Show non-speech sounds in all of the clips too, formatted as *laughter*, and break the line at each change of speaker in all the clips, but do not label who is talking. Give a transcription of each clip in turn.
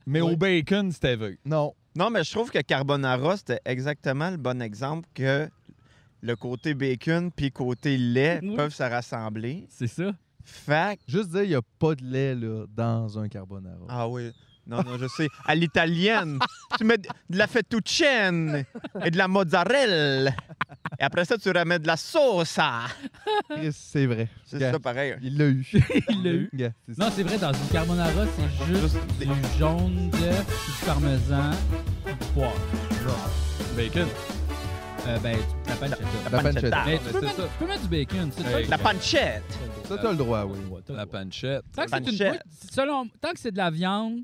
mais
Ouais.
au bacon, c'était vrai.
Non.
non, mais je trouve que carbonara, c'était exactement le bon exemple que le côté bacon puis côté lait
Oui.
peuvent se rassembler. *laughs*
C'est ça.
Fait que-
Juste dire, il n'y a pas de lait là, dans un carbonara.
Ah oui. Non, non, je sais. À l'italienne. tu mets de de la fettuccine et de la mozzarella. Et après ça, tu remets de la sauce.
Ah.
Chris, C'est vrai.
C'est
Gars,
ça pareil.
Il l'a eu.
Il l'a eu.
Gars, c'est
Non,
ça.
c'est vrai, dans une carbonara, c'est juste
Juste des-
du jaune d'œuf, puis du parmesan, puis du poivre.
Bacon.
Euh, ben, tu t'appelles chez
La
Ah,
pancetta.
Mais tu
mais
peux,
c'est
mettre,
ça.
tu peux mettre du bacon. C'est toi
Hey,
qui-
La pancette.
Ça, t'as le droit, oui.
T'as le
La
droit.
panchette.
Tant que c'est une-
Panchette.
oui, selon- tant que c'est de la viande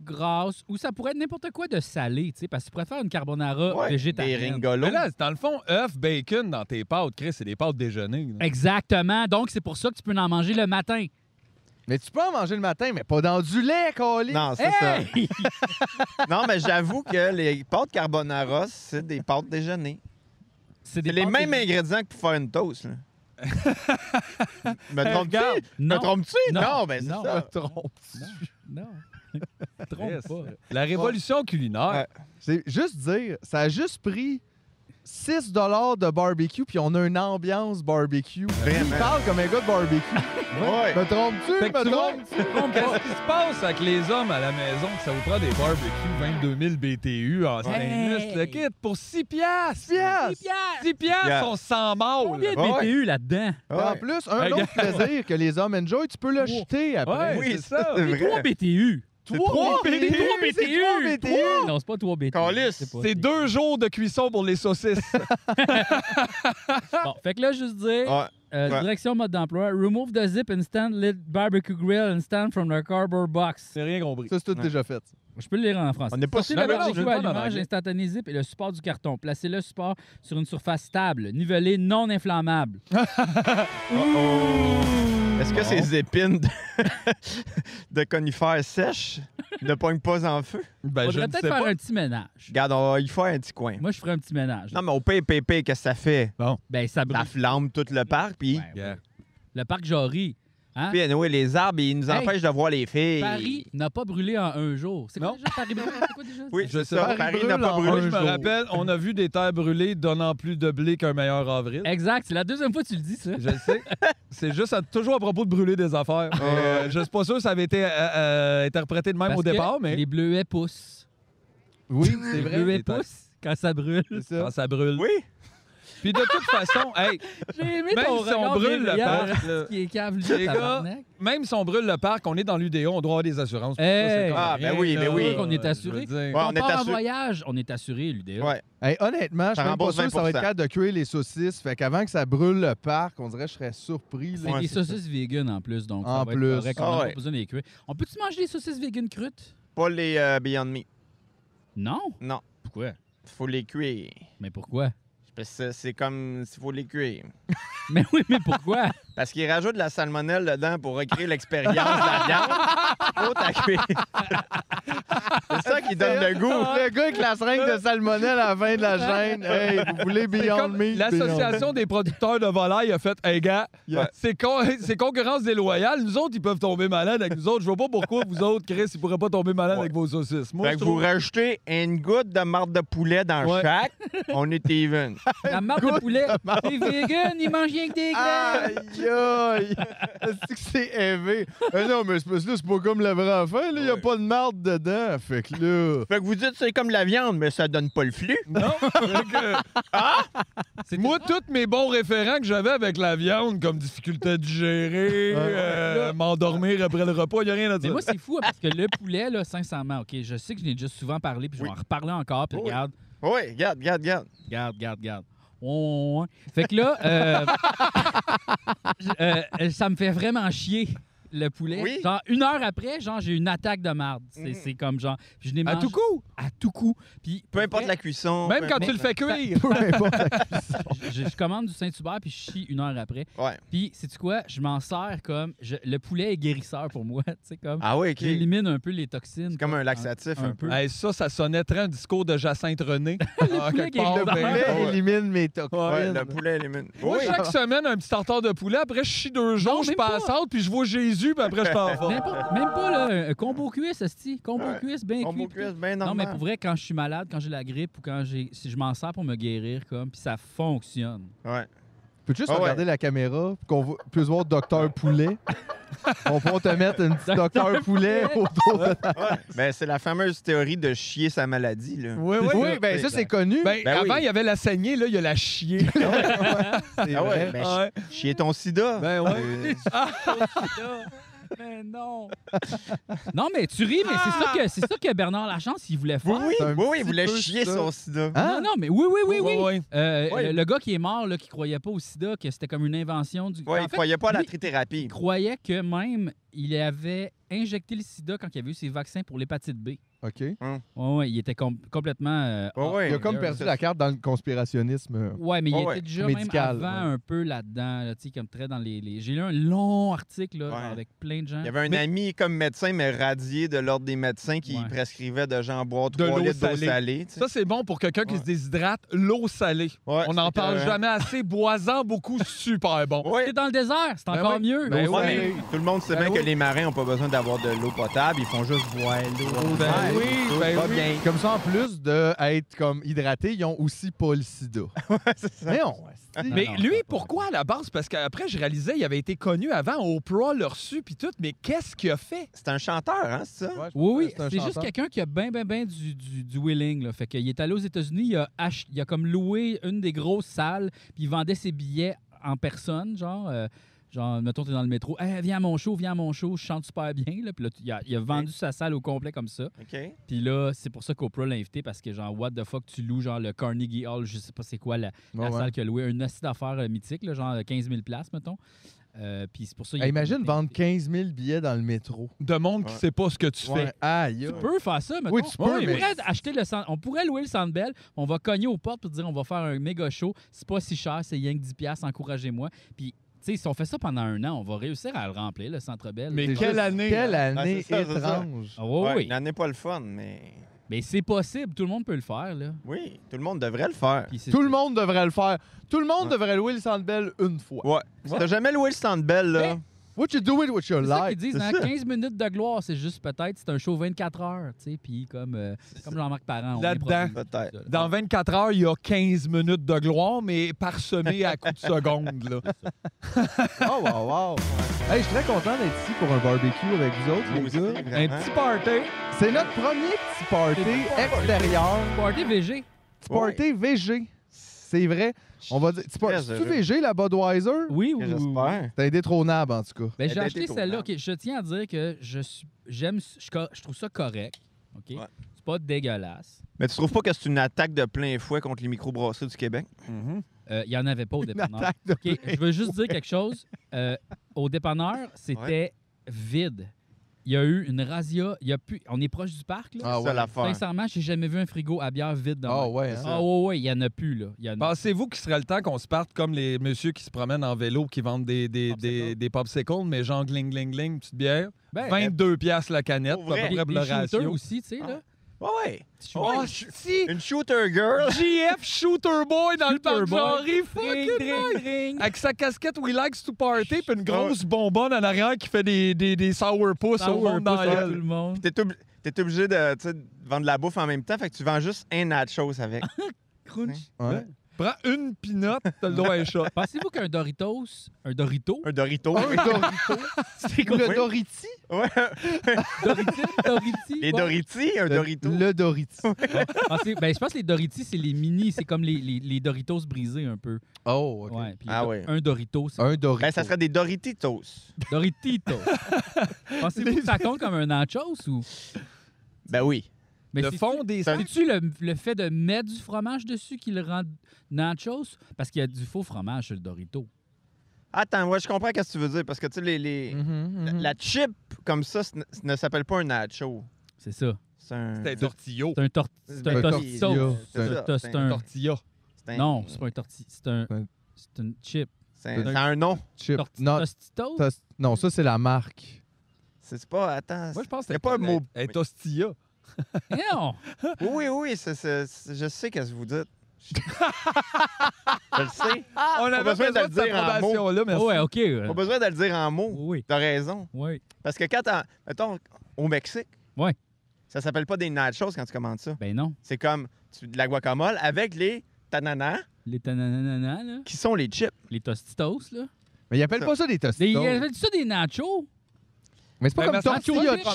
grasse, ou ça pourrait être n'importe quoi de salé, tu sais, parce que tu pourrais faire une carbonara
Ouais, des
végétarienne.
ringolos.
Mais là, dans le fond, œuf, bacon dans tes pâtes, Chris, c'est des pâtes déjeuner. là.
Exactement. Donc, c'est pour ça que tu peux en manger le matin.
Mais tu peux en manger le matin, mais pas dans du lait, Colin.
Non, c'est ça. non, mais j'avoue que les pâtes carbonara, c'est des pâtes déjeuner.
C'est des
C'est les
pâtes
mêmes
végé-
ingrédients que pour faire une toast. Là. me
Hey,
trompe-tu?
regarde.
Me
Non,
trompe-tu?
Non.
Non, mais c'est
Non.
Je me
ça.
trompe.
non. *laughs* Trompe
Chris.
pas.
Euh, La révolution culinaire.
C'est juste dire, ça a juste pris 6 de barbecue, puis on a une ambiance barbecue. Il
Vraiment.
parle comme un gars de barbecue.
*laughs* Ouais.
Me trompes-tu?
Fait que
Me
tu vois,
trompes
Qu'est-ce qui se passe avec les hommes à la maison que ça vous prend des barbecues 22 000 BTU en stainless,
Hey.
le kit, pour 6 piastres?
piastres.
6 piastres,
Piastres.
on s'en
Combien
mal.
de
Oh, Ouais.
BTU là-dedans?
En
Ouais.
plus, un
Hey,
autre plaisir que les hommes enjoy, tu peux le
Oh.
jeter après.
Ouais,
Oui,
c'est ça.
C'est vrai.
3 BTU.
Trois
trois
BTU,
C'est 3
c'est
BTU.
trois BTU.
Trois? Non, c'est pas 3 BTU.
Calisse,
Je sais pas.
C'est deux jours de cuisson pour les saucisses.
Bon, fait que là, juste dire,
Ouais.
Euh,
Ah, Ouais.
Direction mode d'emploi. Remove the zip and stand lit barbecue grill and stand from the cardboard box.
C'est rien compris.
Ça, c'est tout
Ouais.
déjà fait. ça.
Je peux le lire en français.
On n'est pas
Sortez
sûr.
le
Non, mais non,
barbecue
je vais
à
le prendre en
l'image,
anglais.
instantané zip et le support du carton. Placez le support sur une surface stable, nivelée, non inflammable.
Est-ce que ces épines de, *laughs* de conifères sèches ne pognent pas en feu?
Ben, je
Faudrait
ne sais
peut-être faire
pas.
un petit ménage.
Regarde, on va y faire un petit coin.
Moi, je ferais un petit ménage.
Non, mais au PPP, qu'est-ce que ça fait?
Ben, ça brûle.
Ça flambe tout le parc, puis
Ouais, ouais.
Yeah.
Le parc Jory. Hein?
Puis, anyway, les arbres, ils nous
Hey.
empêchent de voir les filles.
Paris n'a pas brûlé en un jour. C'est quoi
Non.
déjà Paris brûle? C'est quoi déjà?
Oui,
Je
c'est
sais
ça.
pas.
Paris
Paris
n'a pas
brûle en
Moi,
brûlé.
je me
jour.
rappelle, on a vu des terres brûlées donnant plus de blé qu'un meilleur avril.
Exact, c'est la deuxième fois que tu le dis, ça.
Je le sais. C'est juste à- toujours à propos de brûler des affaires.
Ah,
Mais, euh, je suis pas sûr que ça avait été euh, euh, interprété de même
Parce
au
que
départ, mais
Les bleuets poussent. *laughs*
Oui, c'est
Les
vrai.
bleuets
les terres.
poussent quand ça brûle.
*laughs*
C'est ça.
quand ça brûle.
Oui.
Puis de toute
*laughs*
façon, hey,
J'ai aimé
Même
ton
si on
regard
brûle le
bienveillant,
parc,
hein,
là.
qui est cave, lui,
Les gars,
tabarnak.
même si on brûle le parc, on est dans l'UDO, on doit avoir des assurances. pour
Hey.
ça, c'est comme
Ah, ben oui,
là.
ben oui.
On est
Euh,
assuré.
je veux dire,
Ouais,
Quand
on
on
est
part en
assu-
voyage, on est assuré, l'UDA.
Ouais.
Hey, honnêtement, je suis
Ça
même pas
rembourse
sûr que ça
20%.
va être capable de cuire les saucisses. Fait qu'avant que ça brûle le parc, on dirait que je serais surpris. là.
C'est
Ouais,
des
c'est ça.
saucisses vegan en plus, donc ça
En
va
plus.
être euh, correct. On
Ah
n'a
ouais.
pas besoin de les cuire. On peut-tu manger des saucisses vegan crues?
Pas les euh, Beyond Me.
Non.
Non.
Pourquoi?
Faut les cuire.
Mais pourquoi?
Parce que c'est comme s'il faut les cuire.
*laughs* Mais oui, mais
*laughs*
pourquoi?
Parce qu'ils rajoutent de la salmonelle dedans pour recréer l'expérience de la
*laughs*
viande. Faut ta cuire. C'est ça qui donne le goût.
Ah,
Le gars avec la seringue de salmonelle à la fin de la chaîne. Hey, vous voulez
C'est
Beyond
comme
Me? Beyond
L'association des producteurs de volailles a fait Hey gars, euh,
Yeah.
c'est, con- *laughs* c'est concurrence déloyale. Nous autres, ils peuvent tomber malades avec nous autres. Je vois pas pourquoi vous autres, Chris, ils pourraient pas tomber malades
Ouais.
avec vos saucisses. Moi,
Fait
je
que vous
trouve-
rajoutez une goutte de marde de poulet dans
Ouais.
chaque, on est
*laughs*
even.
La marque de poulet, les vegan, ils mangent rien que des
Me.
Ah!
graines.
Aïe, aïe! *laughs* Est-ce que c'est élevé? Eh non, mais c'est parce que là, c'est pas comme la vraie affaire, là. Y a
Ouais.
pas de marde dedans. Fait que là.
Fait que vous dites c'est comme la viande, mais ça donne pas le flux.
Non, fait que- Moi, tous mes bons référents que j'avais avec la viande, comme difficulté à digérer, euh, m'endormir après le repas, il a rien à
Mais
dire.
moi, c'est fou hein, parce que le poulet, là, sincèrement, OK, je sais que je n'ai déjà souvent parlé, puis je vais
Oui.
en reparler encore, puis
Oui.
regarde,
Oui, regarde, regarde, regarde.
regarde, regarde, regarde. Ouais, ouais, ouais. Fait que là, euh, *laughs* je- euh, ça me fait vraiment chier, le poulet.
Oui.
Genre, une heure après, genre, j'ai une attaque de marde. C'est
Mhm.
c'est comme genre, puis je n'ai
à tout coup,
à tout coup. Puis,
Peu importe la cuisson.
même
peu
quand
importe
tu le
la-
fais cuire.
Peu importe.
*laughs* je, je commande du Saint-Hubert, puis je chie une heure après.
Ouais.
Puis, sais-tu quoi? Je m'en sers comme. je- le poulet est guérisseur pour moi. *laughs* Tu sais, comme.
Ah oui, OK. C'est
J'élimine un peu les toxines.
comme un laxatif un,
Un
peu.
peu.
Hey, ça, ça sonnait très un discours de Jacinthe
*laughs*
René. Ah,
poulet
quelque
qui est
part,
le
ben,
poulet.
Là,
ouais.
élimine mes
Ouais,
toxines.
le poulet élimine.
Moi,
Oui.
chaque semaine, un petit tartare de poulet. Après, je chie deux jours, je
même
passe out, puis je vois Jésus, puis après, je t'en
*laughs*
vais.
N'importe- Même pas, là, un combo cuisse, esti. Combo
Ouais.
cuisse, bien
On
cuit. puis
cuisse bien
tout. Non, mais
normal.
pour vrai, quand je suis malade, quand j'ai la grippe ou quand j'ai. Si je m'en sers pour me guérir, comme, puis ça fonctionne.
Ouais.
Peux juste
Ah ouais.
regarder la caméra pour qu'on vo- puisse voir Docteur Poulet? On pourra te mettre une petite Docteur Poulet autour de ta...
*laughs* Ben, c'est la fameuse théorie de chier sa maladie, là.
Oui, oui.
Oui, ben ça, c'est connu.
Ben,
Ben oui.
avant, il y avait la saignée, là, il y a la chier.
*laughs*
C'est
Ah
vrai.
ouais, ben, Euh,
Ouais.
chi- chier ton sida.
Ben ouais.
mais non! *laughs* non, mais tu ris, mais c'est ça que, c'est ça que Bernard Lachance, il voulait
oui,
faire.
oui,
c'est
oui,
un
oui,
petit
il voulait
peu
chier
ça.
son sida.
Hein?
Non, non, mais oui, oui, oui, oui.
Ouais, ouais.
Euh,
Ouais.
le, le gars qui est mort, là, qui croyait pas au sida, que c'était comme une invention du.
Ouais, il
en fait,
croyait pas à la
lui,
trithérapie.
il croyait que même il avait injecté le sida quand il avait eu ses vaccins pour l'hépatite B.
OK.
Ouais, ouais, il était com- complètement. euh,
Ouais,
hors-
Ah ouais.
Il a comme perdu la carte dans le conspirationnisme.
Ouais, mais il
Ouais,
était
Oh, ouais.
déjà
Médical,
même avant
ouais.
un peu là-dedans, là, tu sais, comme très dans les. les- J'ai lu un long article là,
Ouais.
genre, avec plein de gens.
Il y avait un ami comme médecin, mais radié de l'ordre des médecins, qui
Ouais.
prescrivait de gens boire
De
3
l'eau
litres d'eau
salée.
salée. tu sais.
Ça, c'est bon pour quelqu'un qui
Ouais.
se déshydrate, l'eau salée.
Ouais,
On n'en
c'est
parle
correct.
jamais assez. Boisant beaucoup,
*laughs*
super bon.
Ouais.
T'es dans le désert, c'est
Ben
encore
oui.
mieux.
Ben
Ouais,
oui.
mais tout le monde sait
Ben
bien
oui.
que les marins n'ont pas besoin d'avoir de l'eau potable, ils font juste boire l'eau.
Ben
Ouais,
oui,
tout
ben
va
oui.
bien.
Comme ça, en plus d'être comme hydraté, ils ont aussi pas le
*laughs*
sida. Ah Mais on...
Mais
Non, non,
lui,
c'est pas
pourquoi à la base? Parce qu'après, je réalisais, il avait été connu avant, Oprah l'a reçu, puis tout, mais qu'est-ce qu'il a fait?
C'est un chanteur, hein, c'est ça?
Oui, oui, c'est juste quelqu'un qui a bien, bien, bien du, du, du willing. Là. Fait qu'il est allé aux États-Unis, il, a ach- il a comme loué une des grosses salles, puis il vendait ses billets en personne, genre, euh, genre mettons, t'es dans le métro, Hey, viens à mon show, viens à mon show, je chante super bien. Là. Puis là, tu- il a, il a vendu sa salle au complet comme ça.
OK.
Puis là, c'est pour ça qu'Oprah l'a invité, parce que genre, what the fuck, tu loues genre le Carnegie Hall, je sais pas c'est quoi la, la salle qu'il a louée, une assiette d'affaires euh, mythique, là, genre 15 000 places, mettons. Euh, puis c'est pour ça... il a
imagine
été
vendre
invité.
15 000 billets dans le métro.
De monde qui
Ouais.
sait pas ce que tu
Ouais.
fais.
Aïe. aïe.
Tu peux faire ça, mettons.
Oui, tu peux,
on
mais-
pourrait acheter le Sand- on pourrait louer le Sandbell, on va cogner aux portes pour dire on va faire un méga show, c'est pas si cher, c'est rien que 10 piastres, encouragez-moi. Puis tu sais, si on fait ça pendant un an, on va réussir à le remplir le Centre Bell.
Mais
C'est
quelle
juste-
année,
Quelle
c'est
année
ça, c'est ça.
étrange.
Ah ouais,
Ouais,
oui,
L'année pas le fun, mais
mais c'est possible, tout le monde peut le faire là.
oui, tout le monde devrait le faire.
Puis c'est-
Tout le monde devrait le faire. Tout le monde
Ouais.
devrait louer le Centre Bell une fois.
Ouais. Si t'as jamais loué le stand belle, là,
What you doing with your
C'est ça qu'ils
life?
disent,
c'est
hein,
ça.
15 minutes de gloire, c'est juste peut-être, c'est un show 24 heures, tu sais, puis comme, euh, comme Jean-Marc Parent, on
Là-dedans.
improvise.
Peut-être.
Dans 24 heures, il y a 15 minutes de gloire, mais parsemées à coups de seconde. Là.
*laughs*
Oh, wow, wow. Hey, je suis très content d'être ici pour un barbecue avec vous autres, les gars.
Un
hein,
petit party.
C'est notre premier petit party extérieur.
Party VG.
Petit party VG. C'est vrai. On va dire. petit par-
Très
C'est-tu
heureux.
VG, la Budweiser?
Oui, oui, oui, oui.
J'espère.
T'es indétrônable, en tout cas.
Ben, j'ai
Elle a
acheté
été
celle-là.
tournante.
OK, je tiens à dire que je suis, j'aime, je, co- je trouve ça correct. OK?
Ouais.
C'est pas dégueulasse.
Mais tu trouves pas que c'est une attaque de plein fouet contre les microbrasseries du Québec?
Euh, Il y en avait pas au dépanneur.
Attaque de-
OK, je veux juste dire quelque chose. Euh, au dépanneur, c'était vide. Il y a eu une razzia. Il y a plus... On est proche du parc, là.
Ah
C'est ça
ouais.
l'affaire.
Sincèrement, j'ai jamais vu un frigo à bière vide dans
Ah ouais. hein.
Ah ouais, ouais, il y en a plus, là. Il y en a...
Pensez-vous qu'il serait le temps qu'on se parte comme les messieurs qui se promènent en vélo, qui vendent des, des, des,
Popsicles.
des popsicles, mais genre gling, gling, gling, petite bière.
Ben,
22 piastres la canette,
Pour
à peu
vrai.
près
des,
pour le
des shooters
ratio. Ah.
aussi, tu sais, là.
Ouais, Ah ouais.
Tu vois,
Oh, si!
Une shooter girl. *laughs*
JF Shooter Boy dans le
Shooter
parc
Boy.
Jean-Henri,
Ring,
fucking nice.
ring, ring.
Avec sa casquette We Likes to Party puis une grosse bonbonne en arrière qui fait des, des, des sourpuss au monde dans
Sourpuss à
la
tout le
gueule.
monde.
T'es obli- t'es obligé de, tu sais, de vendre de la bouffe en même temps, fait que tu vends juste un nachos avec.
Crunch.
Ouais.
Prends une pinotte, t'as le droit à un shot.
Pensez-vous qu'un Doritos, un Dorito,
*laughs* Un Dorito.
Un Ah
*laughs*
Dorito. Le
Oui.
Doriti.
Ouais.
Doriti, Doriti,
Les
quoi?
Doritis, un
Le-
Dorito.
Le Doriti.
Ah, c'est- ben, je pense que les Doritos, c'est les mini, c'est comme les, les, les Doritos brisés un peu.
Oh, OK.
Ouais, puis
Ah
do-
ouais.
Un Dorito, c'est
Un Dorito.
Ben, ça serait des Dorititos.
Doritito. Pensez-vous que ça compte comme un nachos ou.
Ben oui.
Mais
le
c'est-tu-
fond des sacs.
C'est-tu le, le fait de mettre du fromage dessus qui le rend nachos? Parce qu'il y a du faux fromage sur le Dorito.
Attends, ouais, je comprends qu'est-ce que tu veux dire, parce que tu sais, les, les-
Mhm,
la,
mhm.
la chip comme ça ce ne, ce ne s'appelle pas un nacho.
C'est ça.
C'est un.
C'était un tortillo.
C'est un, tor- c'est un
Ben,
tortito.
c'est
C'est
ça,
un-
c'est
C'est
un
un.
Tortilla.
c'est un-
Non, c'est pas un tortilla. C'est un.
Un-
C'est une chip.
C'est un, c'est un nom.
Chip.
Torti-
Non,
Tostito?
*laughs* ça- non, ça, c'est la marque.
C'est c'est pas. Attends.
Moi, je pense que
y a pas un mot.
Un tortilla.
Non!
Oui, oui, oui, c'est- c'est- c'est- je sais qu'est-ce que vous dites. je le sais.
Ah, On avait
besoin
besoin
de le
de cette
dire en mots.
approbation-là, merci.
Oh Ouais, OK.
Pas besoin de le dire en mots.
Oui,
T'as raison.
oui.
Parce que quand t'en- Mettons, au Mexique.
Ouais.
Ça s'appelle pas des nachos quand tu commandes ça.
Ben non.
C'est comme tu- de la guacamole avec les tananas,
Les tananana, là.
qui sont les chips.
Les tostitos, là.
Mais ils appellent
Ça-
pas ça des
Des, ils
tostitos.
appellent ça des nachos?
Mais c'est pas
Ben,
comme
mais ça-
tortilla
ça-
Ça
chip.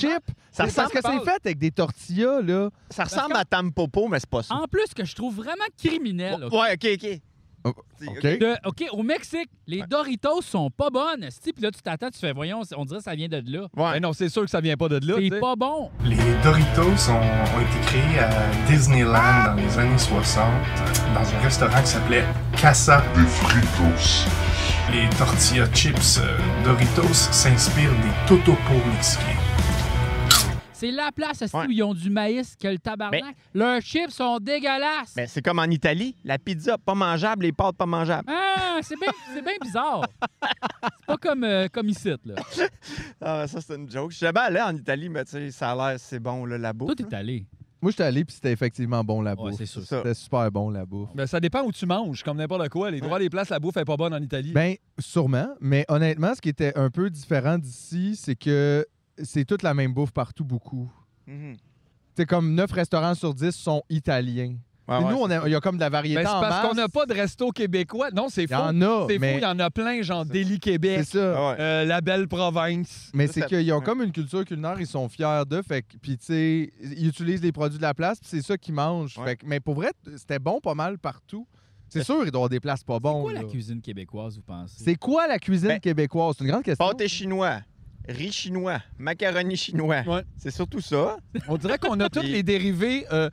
C'est parce
ressemble,
que c'est fait avec des tortillas, là.
ça ressemble
que-
à Tampopo, mais c'est pas ça.
En plus, que je trouve vraiment criminel. OK?
Ouais, OK, OK.
Oh,
C'est-
OK.
De- OK, au Mexique, les Doritos sont pas bonnes. esti. Puis là, tu t'attends, tu fais, voyons, on dirait que ça vient de là.
Ben
Ouais.
non, c'est sûr que ça vient pas de là. tu
C'est
sais.
pas bon.
Les Doritos ont, ont été créés à Disneyland dans les années 60 euh, dans un restaurant qui s'appelait Casa de Fritos. Les tortilla chips euh, Doritos s'inspirent des totopos mexicains.
C'est la place esti,
Ouais.
où ils ont du maïs que le tabarnak. Leurs chips sont dégueulasses.
Mais Ben, c'est comme en Italie, la pizza pas mangeable, les pâtes pas mangeables.
Ah, c'est bien c'est bien bizarre. c'est pas comme, euh, comme ici, là.
Ah, ça, c'est une joke. Je suis jamais allé en Italie, mais tu sais, ça a l'air, c'est bon, là, la
Toi,
bouffe.
t'es allé.
Moi, j'étais allé, puis c'était effectivement bon, la
Ouais,
bouffe.
c'est sûr.
C'est ça.
C'était super bon, la bouffe.
Ben, ça dépend où tu manges, comme n'importe quoi. Les droits des places, la bouffe est pas bonne en Italie.
Ben, sûrement. Mais honnêtement, ce qui était un peu différent d'ici, c'est que c'est toute la même bouffe partout, beaucoup.
Mhm.
C'est comme 9 restaurants sur 10 sont italiens.
Ouais,
Puis
Ah ouais,
nous, on a- il y a comme de la variété
Ben, c'est
en
parce qu'on
masse.
n'a pas de resto québécois. Non, c'est
Il y
faux.
en a,
C'est faux,
mais
il y en a plein, genre
C'est-
Délit Québec,
c'est ça.
Ah ouais.
euh, La Belle Province.
Mais
Ça,
c'est
ça-
qu'ils ont
ouais.
comme une culture culinaire, ils sont fiers d'eux. Fait que, puis tu sais, ils utilisent les produits de la place, puis c'est ça qu'ils mangent.
Ouais. Ben,
Fait que- mais pour vrai, t- c'était bon pas mal partout. C'est sûr, ils doivent avoir des places pas
C'est
bonnes.
quoi la
là.
cuisine québécoise, vous pensez?
C'est quoi la cuisine
Ben,
québécoise? C'est une grande question.
Pâté chinois, riz chinois, macaroni chinois.
Ouais.
C'est surtout ça.
On dirait
*laughs*
qu'on a tous
Et-
les dérivés euh,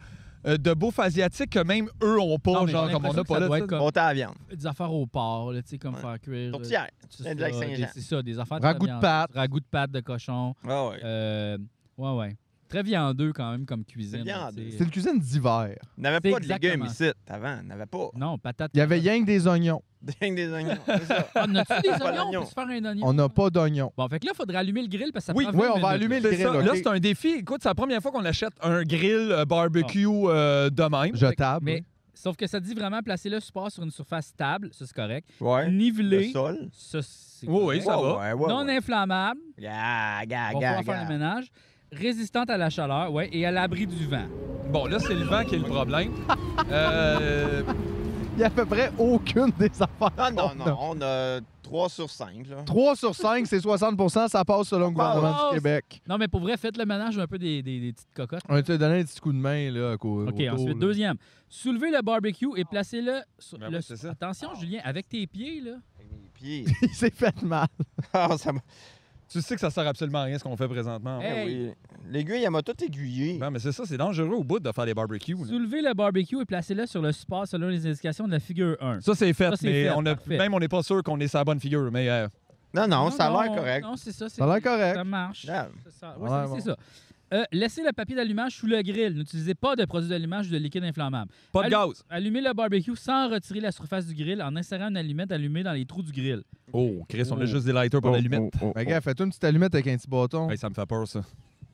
euh, de bouffe asiatique que même eux ont pas,
Non, mais
genre
j'ai
comme on
l'impression
a
que
pas
ça
là.
doit
tu
être
sais.
comme
On à la viande.
des affaires au porc, là, tu sais, comme
Ouais.
faire cuire. euh,
Tourtière.
c'est
de
ça,
Lac Saint-Jean.
des- C'est ça, des affaires de
Ragoût de
viande.
pâte.
Ragoût de pâte de cochon.
Ah ouais.
Euh, ouais, ouais. Très viandeux quand même comme cuisine.
C'est
là,
viandeux.
tu sais.
C'est une cuisine d'hiver.
On n'avait
C'est
pas de légumes
exactement Ah.
ici, avant. On n'avait pas. *laughs*
Non, patate.
Il y avait rien que des oignons.
Dingue des
*laughs*
oignons. c'est ça.
Ah, on a-tu des
*laughs* Pas
oignons?
d'oignon.
On peut se faire un oignon.
On n'a pas d'oignons.
Bon, fait que là, il faudrait allumer le grill parce que ça
Oui,
prend
oui,
20
on va
minutes,
allumer
là.
le
C'est
grill.
ça. Là,
ok?
c'est
Ah.
un défi. Écoute, c'est la première fois qu'on achète un grill euh, barbecue euh, de même.
Jetable.
Mais Sauf que ça dit vraiment placer le support sur une surface stable, ça c'est correct.
Ouais. Le
Nivelé,
sol.
ça c'est
Oui, oui,
correct.
ça va.
Ouais, ouais,
Non
ouais.
inflammable,
Ga, ga,
on
ga,
va faire
ga.
le ménage. Résistante à la chaleur, ouais, et à l'abri du vent.
Bon, là, c'est le vent qui est le problème.
*laughs*
Euh,
Il n'y a à peu près aucune des affaires.
Non, Ah, non, non. On a 3 sur 5, là.
3 sur 5, c'est 60 ça passe selon le gouvernement
passe.
du Québec.
Non, mais pour vrai, faites le ménage un peu des, des- des petites cocottes.
On t'a donné un petit coup de main, là, à cause.
OK, ensuite, deuxième. Soulevez le barbecue et placez-le sur
Ben
le...
oui, c'est ça.
Attention, Julien, avec tes pieds, là.
Avec mes pieds.
*laughs*
*laughs*
Il s'est fait mal.
Ah, ça m'a-
tu sais que ça sert absolument à rien ce qu'on fait présentement.
Eh
Hey.
oui. L'aiguille, elle m'a tout aiguillé.
Non, mais c'est ça, c'est dangereux au bout de faire des barbecues. là.
Soulevez le barbecue et placez-le sur le support selon les indications de la figure 1.
Ça, c'est fait,
Ça, c'est
mais
fait,
on a,
parfait.
même on n'est pas sûr qu'on est sa bonne figure. Mais euh,
Non, non, ça a l'air
non,
correct.
Non, c'est ça. c'est-
Ça a l'air correct.
Ça marche.
Yeah.
Ça- ça- ouais,
Ouais,
ça-
bon.
c'est ça. Euh, laissez le papier d'allumage sous le grill. N'utilisez pas de produits d'allumage ou de liquide inflammable.
pas de
Allô?
gaz.
Allumez le barbecue sans retirer la surface du grill en insérant une allumette allumée dans les trous du grill.
Oh, Chris, on
Oh.
a juste des lighters pour
Oh,
l'allumette.
oh, oh, oh.
Mais gars, fais-toi une petite allumette avec un petit bâton.
Hey, ça me fait peur, ça.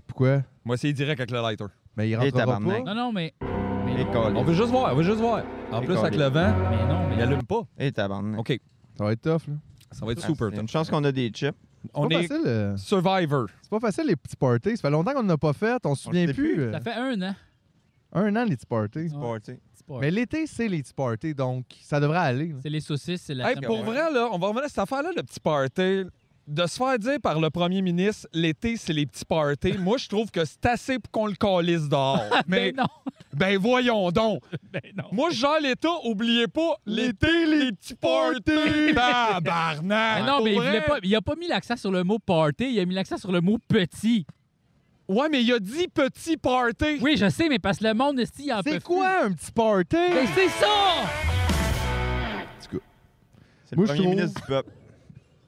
Pourquoi?
Moi, c'est direct avec le lighter.
Mais il
Et
rentrera pas.
tabarnak.
Non, non, mais. Mais
Et
non,
coller.
On veut juste voir, on veut juste voir. En plus,
Écollé.
avec le vent,
mais non, mais-
il allume pas.
Et tabarnak.
OK,
Ça va être tough, là.
ça va être
oh. Ah,
super.
c'est
toi.
une chance qu'on a des chips.
On
c'est pas
est
facile, euh,
Survivor.
c'est pas facile, les petits parties. Ça fait longtemps qu'on n'en a pas fait. On se
On
souvient
sait
plus.
plus.
euh,
Ça fait un an.
Un an, les petits parties.
Ah, Ouais.
Party.
C'est pas-
Mais l'été, c'est les petits parties, donc ça devrait aller. là.
C'est les saucisses, c'est la
Hey, pour
température.
vrai, là, on va revenir à cette affaire-là, le petit party. De se faire dire par le premier ministre, l'été, c'est les petits parties. Moi, je trouve que c'est assez pour qu'on le calisse dehors.
*laughs*
Mais,
Ben non,
ben voyons *laughs* donc.
ben non.
Moi, je gère l'État, oubliez pas, l'été, les petits *laughs* parties. Ah, Tabarnak.
Ben non,
pour
mais il,
vrai.
voulait pas, il a pas mis l'accent sur le mot party, il a mis l'accent sur le mot petit.
Ouais, mais il a dit petit party.
Oui, je sais, mais parce que le monde, esti, il en peut
C'est quoi un petit party?
plus. Ben c'est ça!
C'est le
Moi, je
premier
trouve-
ministre du peuple.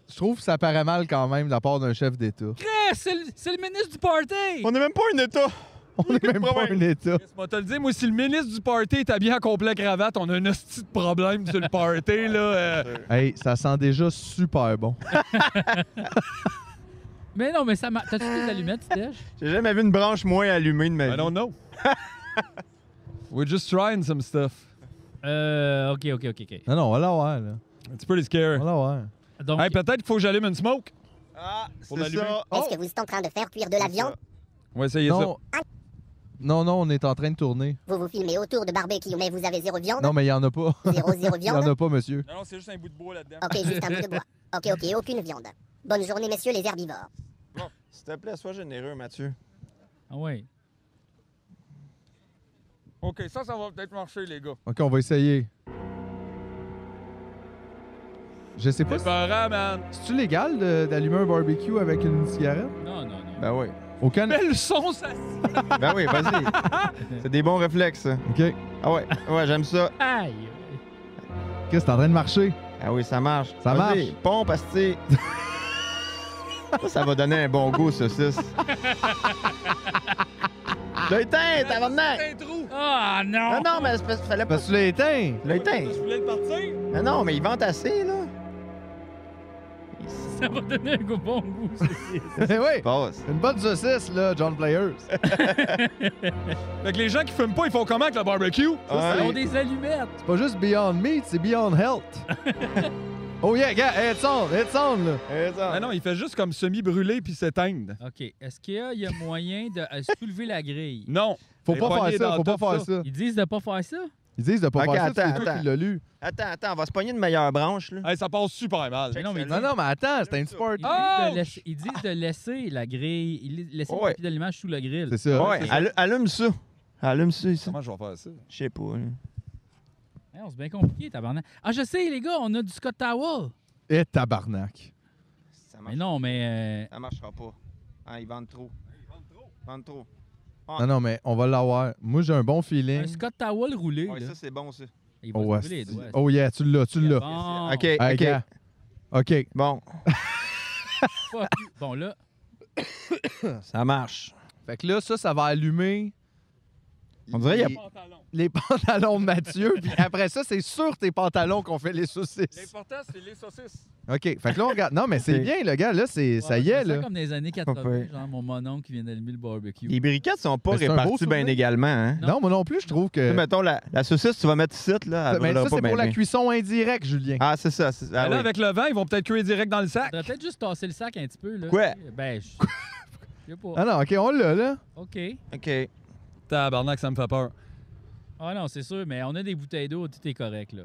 Je trouve que ça paraît mal quand même de la part d'un chef d'État. *laughs*
Chris, c'est le, c'est le ministre du party!
On n'est même pas un État.
On n'est même pas un État.
Moi, te le dire, moi, si le ministre du party est habillé en complet cravate, on a un hostie de problème sur le party, là. euh.
Hey, ça sent déjà super bon.
Mais non, mais ça m'a. T'as-tu des allumettes, Tej?
J'ai jamais vu une branche moins allumée de ma vie.
I don't know. *laughs* We're just trying some stuff.
Euh, ok, ok, ok, ok.
Non, non, on va l'avoir, là.
It's pretty scary.
On va l'avoir.
Donc,
Hey, peut-être qu'il faut que j'allume une smoke.
Ah,
Pour
c'est
l'allumer.
ça.
Est-ce que vous êtes en train de faire cuire de la viande
On va essayer ça.
Non. non, non, on est en train de tourner.
Vous vous filmez autour de barbecue, mais vous avez zéro viande
Non, mais il n'y en a pas.
Zéro,
*laughs*
zéro
Il n'y en
viande
a pas, monsieur.
Non, non, c'est juste un bout de bois là-dedans.
Ok, juste un bout de bois. Ok, ok, aucune viande. Bonne journée, messieurs les herbivores.
S'il te plaît, sois généreux, Mathieu.
Ah ouais.
OK, ça, ça va peut-être marcher, les gars.
OK, on va essayer. Je sais pas
C'est
si
parent, man.
c'est légal de- d'allumer un barbecue avec une cigarette.
Non, non, non.
Ben oui.
Au Canada.
Belle son, ça.
Ben oui, vas-y. *laughs* c'est des bons réflexes. ça.
OK. Qu'est-ce
Ah ouais, ouais, j'aime ça.
Aïe!
que c'est en train de marcher?
Ah oui, ça marche.
Ça
Vas-y,
marche.
Pompe, asti. ça, ça va donner un bon goût, saucisse. L'as éteint, tabarnak!
un trou.
Ah non!
Non, non, mais c'est parce que fallait pas...
Parce que tu l'as *laughs* éteint.
L'as éteint.
voulais le partir.
Non, non, mais il vente assez, là. Qu'est-ce
Ça va donner un go- bon goût.
Eh
qui
oui,
passe?
une bonne saucisse, là, John *laughs* Players.
Fait que les gens qui fument pas, ils font comment avec le barbecue?
Ils ont
Ouais.
des allumettes!
C'est pas juste Beyond Meat, c'est Beyond Health. *laughs* oh yeah, gars, it's on, it's on, là.
Ah non, il fait juste comme semi-brûler puis s'éteindre.
Ok, est-ce qu'il y a- il y a moyen de euh, soulever la grille?
Non.
Faut
Les
pas
poignées
faire ça,
dans
faut pas
tout
faire
ça.
ça.
Ils disent de pas faire ça?
Ils disent de pas
Ok,
faire ça,
attends,
c'est toi
attends.
qui l'as lu.
Attends, attends, on va se pogner une meilleure branche, là.
Hey, ça passe super mal.
Mais non, mais ils
Non, non, mais attends, c'était une sport.
Ils disent, de
Ouch!
laisser, ils disent de laisser la grille, ils li- laisser le
Ouais.
papier d'allumage sous le grill.
C'est ça.
Ouais, allu- allume ça. Allume ça ici.
Comment je vais faire ça?
Je sais pas. là.
Hein, c'est bien compliqué, tabarnak. Ah, je sais, les gars, on a du Scott Towel.
Et tabarnak.
Ça
Mais
marche.
non, mais.
Ça marchera pas. Ah, ils vendent trop. Ils vendent trop.
Non, non, mais on va l'avoir. Moi, j'ai un bon
euh, un
feeling.
Scott Towel roulé,
Ouais,
là.
ça, c'est bon, ça.
Il va se
Oh,
brûler les
asti.
doigts.
oh yeah, tu l'as, tu l'as.
Bon.
OK,
Hey,
OK.
gars. OK.
Bon,
Fuck you. Bon, là,
ça marche.
Fait que là, ça, ça va allumer
On dirait qu'il y a-
les, les *laughs* pantalons de Mathieu, puis après ça, c'est sur tes pantalons qu'on fait les saucisses.
L'important, c'est les saucisses.
OK, fait que là, on regarde. Non, mais c'est
Ok.
bien, le gars, là, c'est ça y est,
C'est
là.
comme dans les années
pas
80,
pire.
genre mon mononcle qui vient d'allumer le barbecue.
Les briquettes sont pas
Mais c'est un beau
réparties bien
souvenir.
également. Hein?
Euh,
Non, moi non plus, je trouve
Tu
que.
sais, mettons, la, la saucisse, tu vas mettre ici, là. elle
Mais
brûlera
ça,
pas
c'est
ben
pour la
bien.
cuisson indirecte, Julien.
Ah, c'est ça. c'est- ah
là,
oui.
avec le vent, ils vont peut-être cuire direct dans le sac.
Faudrait peut-être juste tasser le sac un petit peu. Là.
Quoi?
Ben, je je sais pas.
Ah non, OK, on l'a, là.
OK.
OK.
Tabarnak, ça me fait peur.
Ah non, c'est sûr, mais on a des bouteilles d'eau, tout est correct. là.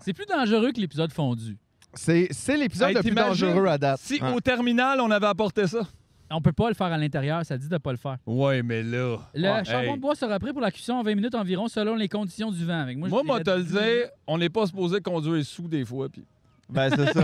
C'est plus dangereux que l'épisode fondu.
C'est c'est l'épisode
Hey,
le plus
t'imagines?
dangereux à date.
Si
Ouais.
au terminal, on avait apporté ça.
On peut pas le faire à l'intérieur, ça dit de pas le faire.
Ouais, mais là.
Le
Ouais,
charbon
hey.
de bois sera prêt pour la cuisson en 20 minutes environ selon les conditions du vent. Avec moi, je
Moi, moi,
dirais
te le
10 minutes.
dire, on n'est pas supposé conduire sous des fois. Puis
Ben, c'est
*laughs*
ça.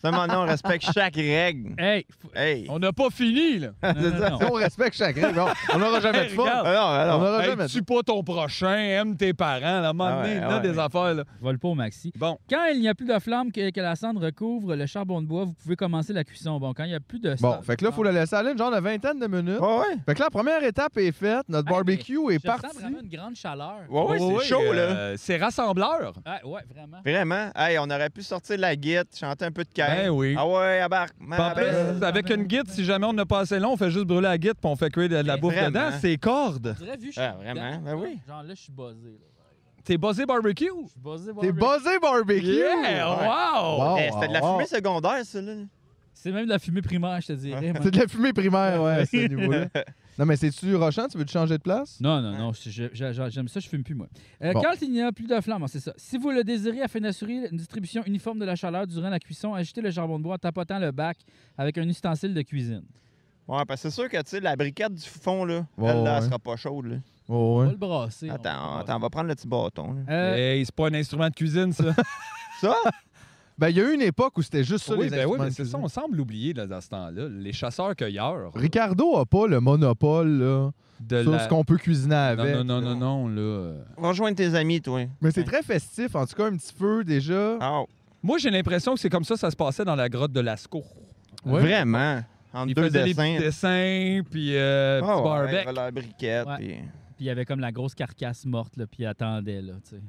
ça, maintenant, on respecte chaque règle.
Hey, faut-
Hey.
on n'a pas fini, là.
*laughs* c'est
non,
ça. Ah
non,
Si on respecte chacun, bon, on n'aura jamais de fun.
Regarde.
Alors,
On
alors.
n'aura
Hey,
jamais de
tue pas ton prochain, aime tes parents. Là, à un moment
Ah ouais,
donné, il y en
ah ouais.
a des affaires, là.
vole pas au maxi.
Bon,
Quand il n'y a plus de flamme que, que la cendre recouvre le charbon de bois, vous pouvez commencer la cuisson. Bon, quand il n'y a plus de
Bon, fait que là, il faut le laisser aller une genre de vingtaine de minutes.
Ouais, ouais.
Fait que la première étape est faite, notre
Hey,
barbecue est
je sens
parti.
vraiment une grande chaleur.
Ouais, ouais, Oh, c'est chaud, là.
euh, c'est rassembleur.
Ouais, ouais, vraiment.
Vraiment. Hey, on aurait pu sortir la guette, chanter un peu de
Ben
caille.
oui.
Ah ouais, abarque. ma
Puis en plus,
belle.
ben,
avec
ben,
une
ben,
guide,
ben.
si jamais on n'a pas assez long, on fait juste brûler la guide puis on fait cuire de la
Mais
bouffe
vraiment.
dedans. C'est corde.
Je dirais, vu, je suis
Ah, vraiment?
dedans,
Ben oui.
Genre là, je suis buzzé. là.
T'es buzzé barbecue?
Je suis buzzé.
T'es
barbecue.
buzzé barbecue!
Yeah! oh Wow!
Wow,
Eh, C'était de la
wow.
fumée secondaire, ça, là.
C'est même de la fumée primaire, je te dirais. moi.
C'est de la fumée primaire, ouais, à
*laughs*
ce niveau-là. Non, mais c'est-tu rochant? Tu veux te changer de place?
Non, non, non, je- je- je- j'aime ça, je fume plus, moi. Euh,
Bon.
Quand il n'y a plus de flamme, hein, c'est ça. Si vous le désirez, afin d'assurer une distribution uniforme de la chaleur durant la cuisson, agitez le jambon de bois en tapotant le bac avec un ustensile de cuisine.
Ouais, parce que c'est sûr que, tu sais, la briquette du fond, là,
Ouais,
elle, là,
ouais.
elle sera pas chaude, là.
Oh,
On
ouais.
va le brasser. on
Attends,
va le brasser.
attends, on va prendre le petit bâton, là.
Euh,
Hey, c'est pas un instrument de cuisine, ça.
Ça?
Ben, il y a eu une époque où c'était juste ça,
oui,
les
ben oui,
instruments
mais
de
c'est ça,
cuisine.
on semble l'oublier là, dans ce temps-là. Les chasseurs-cueilleurs.
Ricardo a pas le monopole, là,
De
sur
la-
ce qu'on peut cuisiner
non,
avec.
non, non, non, non, là. euh.
Rejoins tes amis, toi.
Mais c'est très festif, en tout cas, un petit feu, déjà.
Ah,
Moi, j'ai l'impression que c'est comme ça ça se passait dans la grotte de Lascaux.
Ouais.
Vraiment? En
Ils
deux
faisaient des
dessins.
petits dessins, puis euh,
Ah
petit
ouais,
barbecue.
voilà, la briquette,
Ouais.
puis-
Puis il y avait comme la grosse carcasse morte, là, puis il attendait, là, tu sais.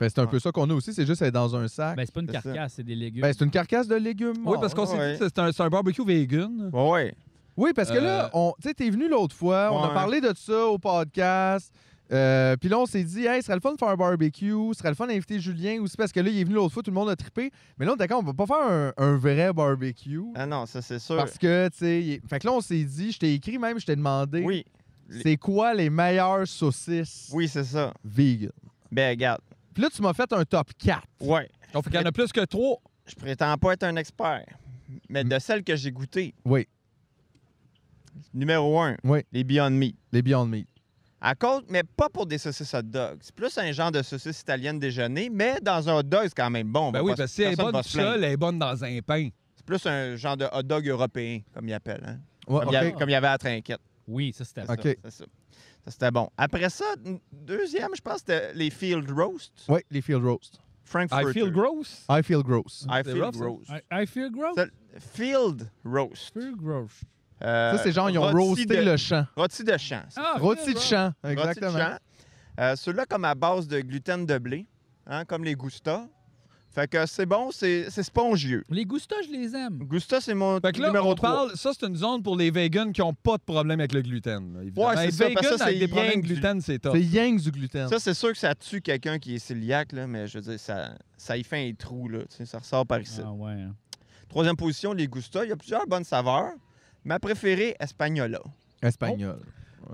Ben, c'est un peu ça qu'on a aussi, c'est juste elle est dans un sac.
Ben, c'est pas une
Ah, C'est ça.
carcasse, c'est des légumes.
Ben, c'est une carcasse de légumes.
Oui, parce qu'on s'est
Ouais.
dit que c'est un, c'est un barbecue vegan.
Ouais, ouais.
Oui, parce que
Euh,
là, on- tu sais, t'es venu l'autre fois, on a
Ouais.
parlé de ça au podcast. euh, Puis là, on s'est dit, hey, ce serait le fun de faire un barbecue, ce serait le fun d'inviter Julien aussi, parce que là, il est venu l'autre fois, tout le monde a trippé. Mais là, on d'accord, on va pas faire un, un vrai barbecue.
Ah non, ça, c'est sûr.
Parce que, tu sais, il est- fait que là, on s'est dit, je t'ai écrit même, je t'ai demandé,
Oui,
c'est quoi les meilleures saucisses
oui, c'est ça.
vegan?
Ben, regarde.
Puis là, tu m'as fait un top 4.
Ouais.
Donc, il y en a plus que trois.
Je prétends pas être un expert, mais de celles que j'ai goûtées,
Oui,
numéro un,
Oui.
les Beyond Meat.
les Beyond Meat.
À cause, mais pas pour des saucisses hot dogs. C'est plus un genre de saucisse italienne déjeuner, mais dans un hot dog, c'est quand même bon. On
Ben
va
oui,
pas-
parce que si elle est
personne
bonne
va
toute
se plaindre.
seule, elle est bonne dans un pain.
C'est plus un genre de hot dog européen, comme ils appellent. Hein?
Ouais,
Comme, il y avait,
ok.
comme il y avait à Trinquette.
Oui, ça, c'était
C'est
Ah.
ça,
OK.
c'est ça. Ça, c'était bon. Après ça, n- deuxième, je pense, c'était les Field Roast.
Ouais, les Field Roast. Ah,
Frankfurter.
I feel gross.
I feel gross.
I
C'est
Feel
rough, ça.
Roast.
Ah.
I, I feel gross.
Ça, Field Roast.
Feel gross.
Euh,
ça, c'est genre, ils ont
rôti
roasté
de-
le champ.
Rôti de champ. ça.
Ah,
Rôti
feel
de
gross.
champ,
Rôti de
exactement.
champ. Euh, Ceux-là, comme à base de gluten de blé, hein, comme les Gusta. Fait que c'est bon, c'est c'est spongieux.
Les gustas, je les aime.
Gusta, c'est mon
Fait que là,
numéro
on
3.
parle, ça, c'est une zone pour les vegans qui n'ont pas de problème avec le gluten. là, évidemment.
Ouais, c'est
Être
ça, parce que
vegan
ça,
avec
c'est
des problèmes
yang
de
du-
gluten, c'est top.
C'est Yang du gluten.
Ça, c'est sûr que ça tue quelqu'un qui est cœliaque, là, mais je veux dire, ça, ça y fait un trou, là, tu sais, ça ressort par ici.
Ah, ouais. hein.
Troisième position, les Gusta. Il y a plusieurs bonnes saveurs. Ma préférée, Espagnola.
Espagnol.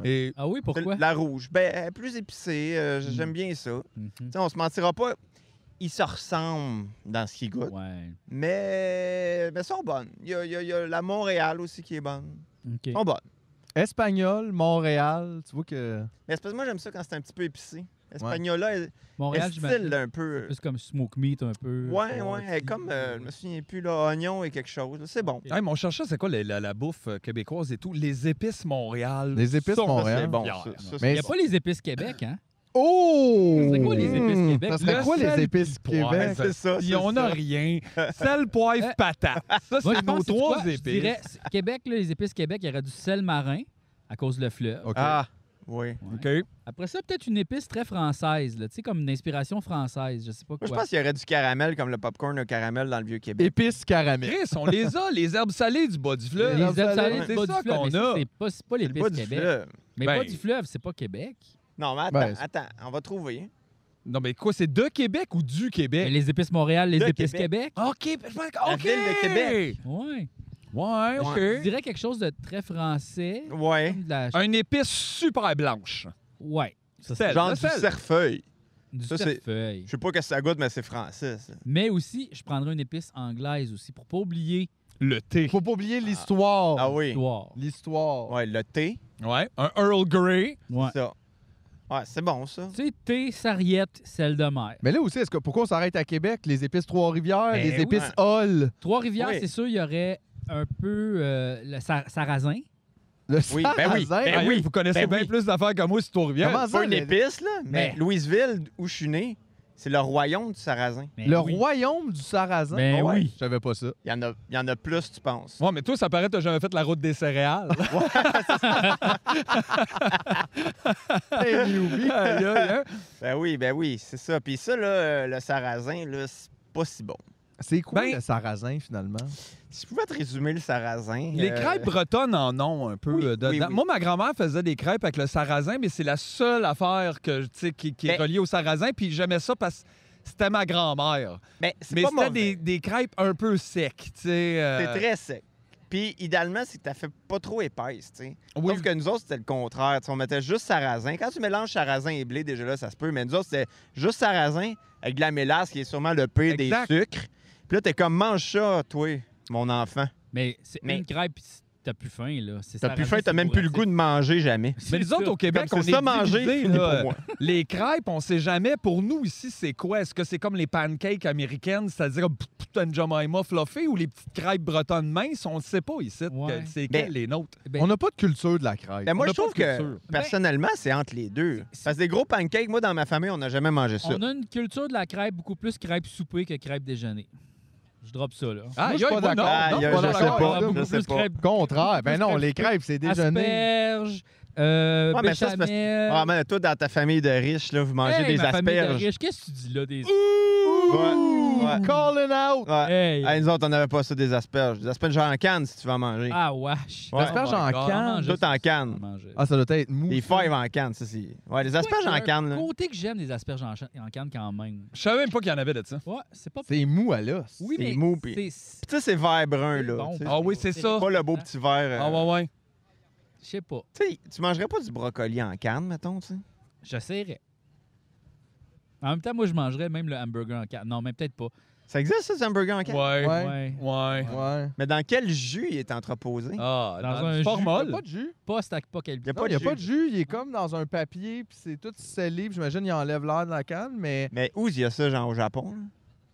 Et
Ah oui, pourquoi? Hmm.
La rouge. Ben, elle est plus épicée. euh, J'aime bien ça.
Mhm.
Tu sais, on se mentira pas. Ils se ressemblent dans ce qu'ils goûtent.
Ouais.
Mais, mais elles sont bonnes. Il y, a, il y a- il y a la Montréal aussi qui est bonne.
OK.
Elles sont bonnes.
Espagnol, Montréal, tu vois que.
Mais parce que moi, j'aime ça quand c'est un petit peu épicé. Espagnola, elle-
Montréal,
elle
je
style
m'appelle.
un peu.
Plus comme smoke meat un peu.
Ouais,
Oh,
ouais. elle est
petit.
comme, euh, je me souviens plus, là, oignon et quelque chose. là, C'est bon.
Ah,
Hey, mais on cherchait, c'est quoi la, la- la bouffe euh, québécoise et tout? Les épices Montréal.
Les épices
Ça, on-
Montréal.
C'est bon.
Hier.
ça, ça,
Il
Mais-
n'y a pas les épices Québec, hein?
Oh!
C'est quoi les épices
Mmh,
Québec?
Ça serait
là?
quoi
sel
les épices
puis le poivre.
Québec?
C'est ça.
Puis
c'est
on n'a
ça. *laughs*
rien. Sel, poivre,
Eh.
patate. Ça,
Moi, je
c'est
pense
nos
que c'est
trois
quoi? Je
épices.
dirais, c'est- Québec, là, les épices Québec, il y aurait du sel marin à cause de le fleuve.
Ok.
Ah, Oui.
Ouais.
OK.
Après ça, peut-être une épice très française, là, tu sais, comme une inspiration française, je sais pas
Moi,
quoi.
je pense qu'il y aurait du caramel comme le popcorn au caramel dans le Vieux-Québec.
Épices caramel.
Chris, on les a, les herbes salées du bas du fleuve.
les
Dans
ailes
le
salées
salon,
du bas
c'est ça
du fleuve,
qu'on
mais ça,
a.
c'est pas, c'est pas
C'est le bas
l'épice
du
Québec.
fleuve.
Mais
Ben.
pas du fleuve, c'est pas Québec.
Non, mais attends,
Ben, c'est-
attends, on va trouver.
Non, mais quoi, c'est de Québec ou du
Mais
Québec?
les épices Montréal, les
Le
épices Québec.
OK, ben, je pense que-
La
OK!
ville de Québec.
Ouais.
Ouais, OK.
Je dirais quelque chose de très français.
Ouais.
comme de la-
Une épice super blanche.
Ouais. Ça,
Sel,
Genre
le
du
sel.
cerfeuil.
Du
Ça, c'est-
cerfeuil.
Je sais pas que ça goûte, mais c'est français. ça.
Mais aussi, je prendrais une épice anglaise aussi pour pas oublier
Le thé.
Faut pas oublier l'histoire.
Ah oui.
l'histoire.
L'histoire.
Ouais, le thé.
Ouais, un Earl Grey.
Ouais.
Ça. Ouais, c'est bon, ça.
Tu sais, thé, sarriette, sel de mer.
Mais là aussi, est-ce que, pourquoi on s'arrête à Québec? Les épices Trois-Rivières,
Ben
les
oui.
épices Hall.
Trois-Rivières,
Oui.
c'est sûr, il y aurait un peu euh, le sa- sarrasin.
Le
Oui, ben oui,
sarrasin.
ben
Ah
oui,
vous connaissez
ben
bien
oui.
plus d'affaires que moi sur Trois-Rivières.
Comment
C'est
ça?
pas une
le-
épice, là, mais,
Mais-
Louisville, où je suis né, c'est le royaume du sarrasin.
Mais
Le
oui.
royaume du sarrasin.
Ben
Ah ouais,
oui.
Je savais pas ça.
Il y en a, il y en a plus, tu penses.
Ouais, mais toi, ça paraît que t'as jamais fait la route des céréales. *laughs*
Hey, newbie.
Aïe, aïe, hein?
Ben oui, ben oui, c'est ça. Puis ça, là, euh, le sarrasin, là, c'est pas si bon.
C'est quoi
Ben-
le sarrasin, finalement?
Si je pouvais te résumer le sarrasin.
Les
euh,
crêpes bretonnes en ont un peu
oui,
euh, dedans.
oui, oui.
Moi, ma grand-mère faisait des crêpes avec le sarrasin, mais c'est la seule affaire que, tu sais, qui, qui est
Ben-
reliée au sarrasin. Puis j'aimais ça parce que c'était ma grand-mère.
Ben, c'est
Mais
pas
c'était
mauvais.
des, des crêpes un peu secs, tu sais. euh,
C'est très sec. Puis, idéalement, c'est que t'as fait pas trop épaisse, tu sais.
Oui.
Sauf que nous autres, c'était le contraire. Tu sais, on mettait juste sarrasin. Quand tu mélanges sarrasin et blé, déjà là, ça se peut. Mais nous autres, c'était juste sarrasin avec de la mélasse qui est sûrement le pire des
Exact.
sucres. Puis là, t'es comme, mange ça, toi, mon enfant.
Mais c'est
Mais-
une crêpe, pis t'as plus faim, là. C'est
T'as
sarrasin,
plus faim, t'as
c'est
même plus le goût de manger jamais.
bourratif.
Mais nous autres, au Québec, on
Comme
est
c'est ça, manger,
divisés,
c'est fini
là.
pour moi.
Les crêpes, on sait jamais. Pour nous, ici, c'est quoi? Est-ce que c'est comme les pancakes américaines, c'est-à-dire pff, pff, une Jemima fluffée, ou les petites crêpes bretonnes minces? On ne sait pas ici.
Ouais.
que C'est
Ben-
quelles les nôtres?
Ben-
on n'a pas de culture de la crêpe.
Ben, moi,
On
je
a pas
trouve
de
que,
culture.
personnellement, c'est entre les deux. Parce que des gros pancakes, moi, dans ma famille, on n'a jamais mangé ça.
On a une culture de la crêpe beaucoup plus crêpe souper que crêpe déjeuner. Je drop ça, là.
Ah,
je suis
aïe,
pas
moi, non,
d'accord.
non,
Aïe,
pas
je sais
d'accord.
pas.
Ah,
je
beaucoup
sais
plus
pas.
crêpes
Contraire. Ben non,
Plus
les
que-
crêpes, c'est déjeuner.
asperges, euh,
Ouais, mais ça, c'est parce-
béchamel.
Ah, mais toi, dans ta famille de riches, là, vous mangez
Hey,
des
ma famille de
asperges.
riches, Qu'est-ce que tu dis là des
Ouais, ouais.
Calling out!
Ouais.
Hey.
Hey, nous autres, on n'avait pas ça des asperges. Des asperges en canne, si tu veux en manger.
Ah wesh.
Ouais.
Asperges en canne.
Tout en canne.
Ah, ça doit être mou.
Des fèves en canne, ça, c'est. Ouais, des asperges en canne, là.
Le côté que j'aime des asperges en, cha- en canne quand même.
Je savais même pas qu'il y en avait de
Euh,
ça.
Ouais, c'est pas
C'est mou à l'os.
Oui,
c'est
mais
mou, puis-
c'est-
Tu sais, c'est vert brun,
c'est
là.
bon.
tu sais.
Ah oui, c'est ça.
C'est pas le beau petit vert.
Ah,
euh,
ouais, ouais.
Je sais pas.
Tu sais, tu mangerais pas du brocoli en canne, mettons, tu sais.
J'essaierais. En même temps, moi, je mangerais même le hamburger en canne. Non, mais peut-être pas.
Ça existe, ça, du hamburger en canne?
Ouais. Ouais.
Ouais. Ouais.
Mais dans quel jus il est entreposé?
Ah,
Dans
dans
un
du formol.
Il n'y a pas de jus.
Pas stack pas quel
Il n'y a
Non,
pas de
il n'y a
jus.
pas de jus. Il est comme dans un papier, puis c'est tout scellé. puis J'imagine qu'il enlève l'air de la canne, mais...
Mais où il y a ça, genre, au Japon? là?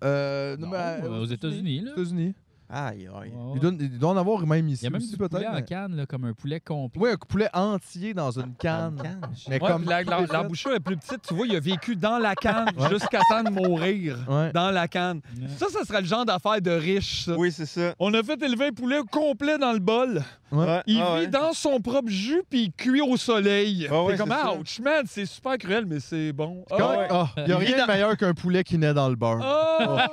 euh,
Non,
mais, euh,
Ben, aux États-Unis, là.
Aux États-Unis.
Aïe, aïe.
Ouais, ouais.
Il doit, il doit en avoir même
Il
ici
y a même
aussi,
du poulet
peut-être.
en
mais-
canne, là, comme un poulet complet.
Oui, un poulet entier dans une
En
canne.
Ah, canne.
Mais
Ouais,
comme...
puis la, la- la bouchée est plus petite. Tu vois, il a vécu dans la canne
Ouais.
jusqu'à temps de mourir.
Ouais.
Dans la canne.
Ouais.
Ça, ça serait le genre d'affaire de riche, ça. Hein?
Oui, c'est ça.
On a fait élever un poulet au complet dans le bol.
Ouais.
Ouais,
Il
ah
vit
ouais.
dans son propre jus puis il cuit au soleil.
Ah ouais,
c'est comme
c'est ça.
ouch, man, c'est super cruel mais c'est bon. Ah
Quand-
ouais.
Ah, Il n'y a
Il vit
rien de meilleur qu'un poulet qui naît dans le *laughs* beurre.
Ah!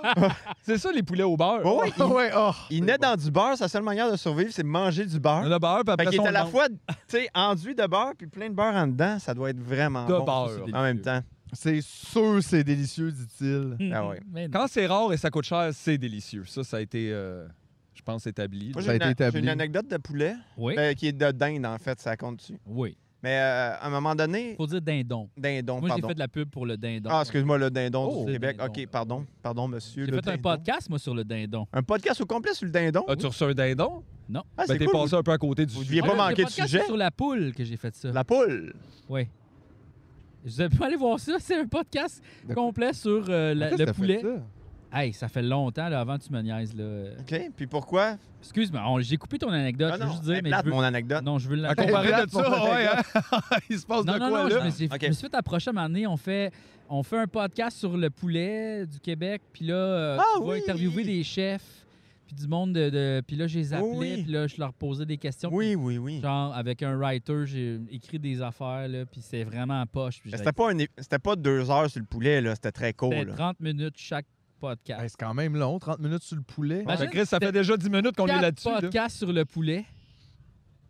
*laughs*
c'est ça les poulets au beurre.
Oh, Ouais, ouais,
Ah ouais, ah.
Il naît dans du beurre, sa seule manière de survivre, c'est de manger du beurre.
Le beurre puis
Fait
après
qu'il
ça,
est à
on
la
le
fois, tu sais, enduit de beurre puis plein de beurre en dedans, ça doit être vraiment
De
bon.
beurre.
ça, c'est En même temps.
C'est sûr, c'est délicieux, dit-il.
Ah ouais.
Mais non.
Quand c'est rare et ça coûte cher, c'est délicieux. Ça, ça a été, euh, je pense, établi.
Moi, j'ai
Ça a
une,
été établi.
j'ai une anecdote de poulet
Oui.
euh, qui est de dinde, en fait, ça compte-tu?
Oui.
Mais euh, à un moment donné,
Faut dire dindon.
dindon,
Moi, j'ai
pardon.
fait de la pub pour le dindon.
Ah, excuse-moi, le dindon
Oh,
du Québec.
dindon,
OK,
là.
pardon, pardon, monsieur.
J'ai
le
fait un
dindon.
podcast, moi, sur le dindon.
Un podcast au complet sur le dindon?
As-tu reçu un dindon?
Ah,
Ben,
c'est
t'es
cool.
passé un peu à côté du Ah,
Vous
sujet.
deviez pas
Ouais,
manqué de
le podcast,
sujet.
c'est sur la poule que j'ai fait ça.
La poule.
Oui. Vous avez pu aller voir ça. C'est un podcast
De quoi?
complet sur euh, la-
Quand est-ce que
le
t'as fait
poulet.
ça?
Hey, ça fait longtemps, là, avant que tu me niaises. Là. Euh,
OK, puis pourquoi?
Excuse-moi, on- j'ai coupé ton anecdote.
Ah
je veux
non,
juste dire,
elle est
mais
plate,
je veux-
mon anecdote.
Non, je veux
À
l'anecdote.
comparer de
Mon
ça,
dindon.
ouais, hein? *laughs* il se passe
Non,
de
non,
quoi,
non, je
là?
me, suis-
Ok.
je me suis fait approcher à un moment donné. On fait, on fait un podcast sur le poulet du Québec. Puis là, euh,
Ah
tu vas
oui!
interviewer des chefs. puis du monde de. de- puis là, je les appelais,
oui.
puis là, je leur posais des questions.
Oui, oui, oui.
puis Genre, avec un writer, j'ai écrit des affaires, là, puis c'est vraiment poche. puis
Mais C'était
j'avais-
pas, un é- c'était pas deux heures sur le poulet, là. C'était très court.
C'était
là.
30 Ben, minutes chaque podcast.
Hey, c'est quand même long, 30 minutes sur le poulet.
Imagine,
Fait que Chris, ça fait
c'était
déjà 10 minutes qu'on est
quatre
là-dessus. là.
podcasts sur le poulet.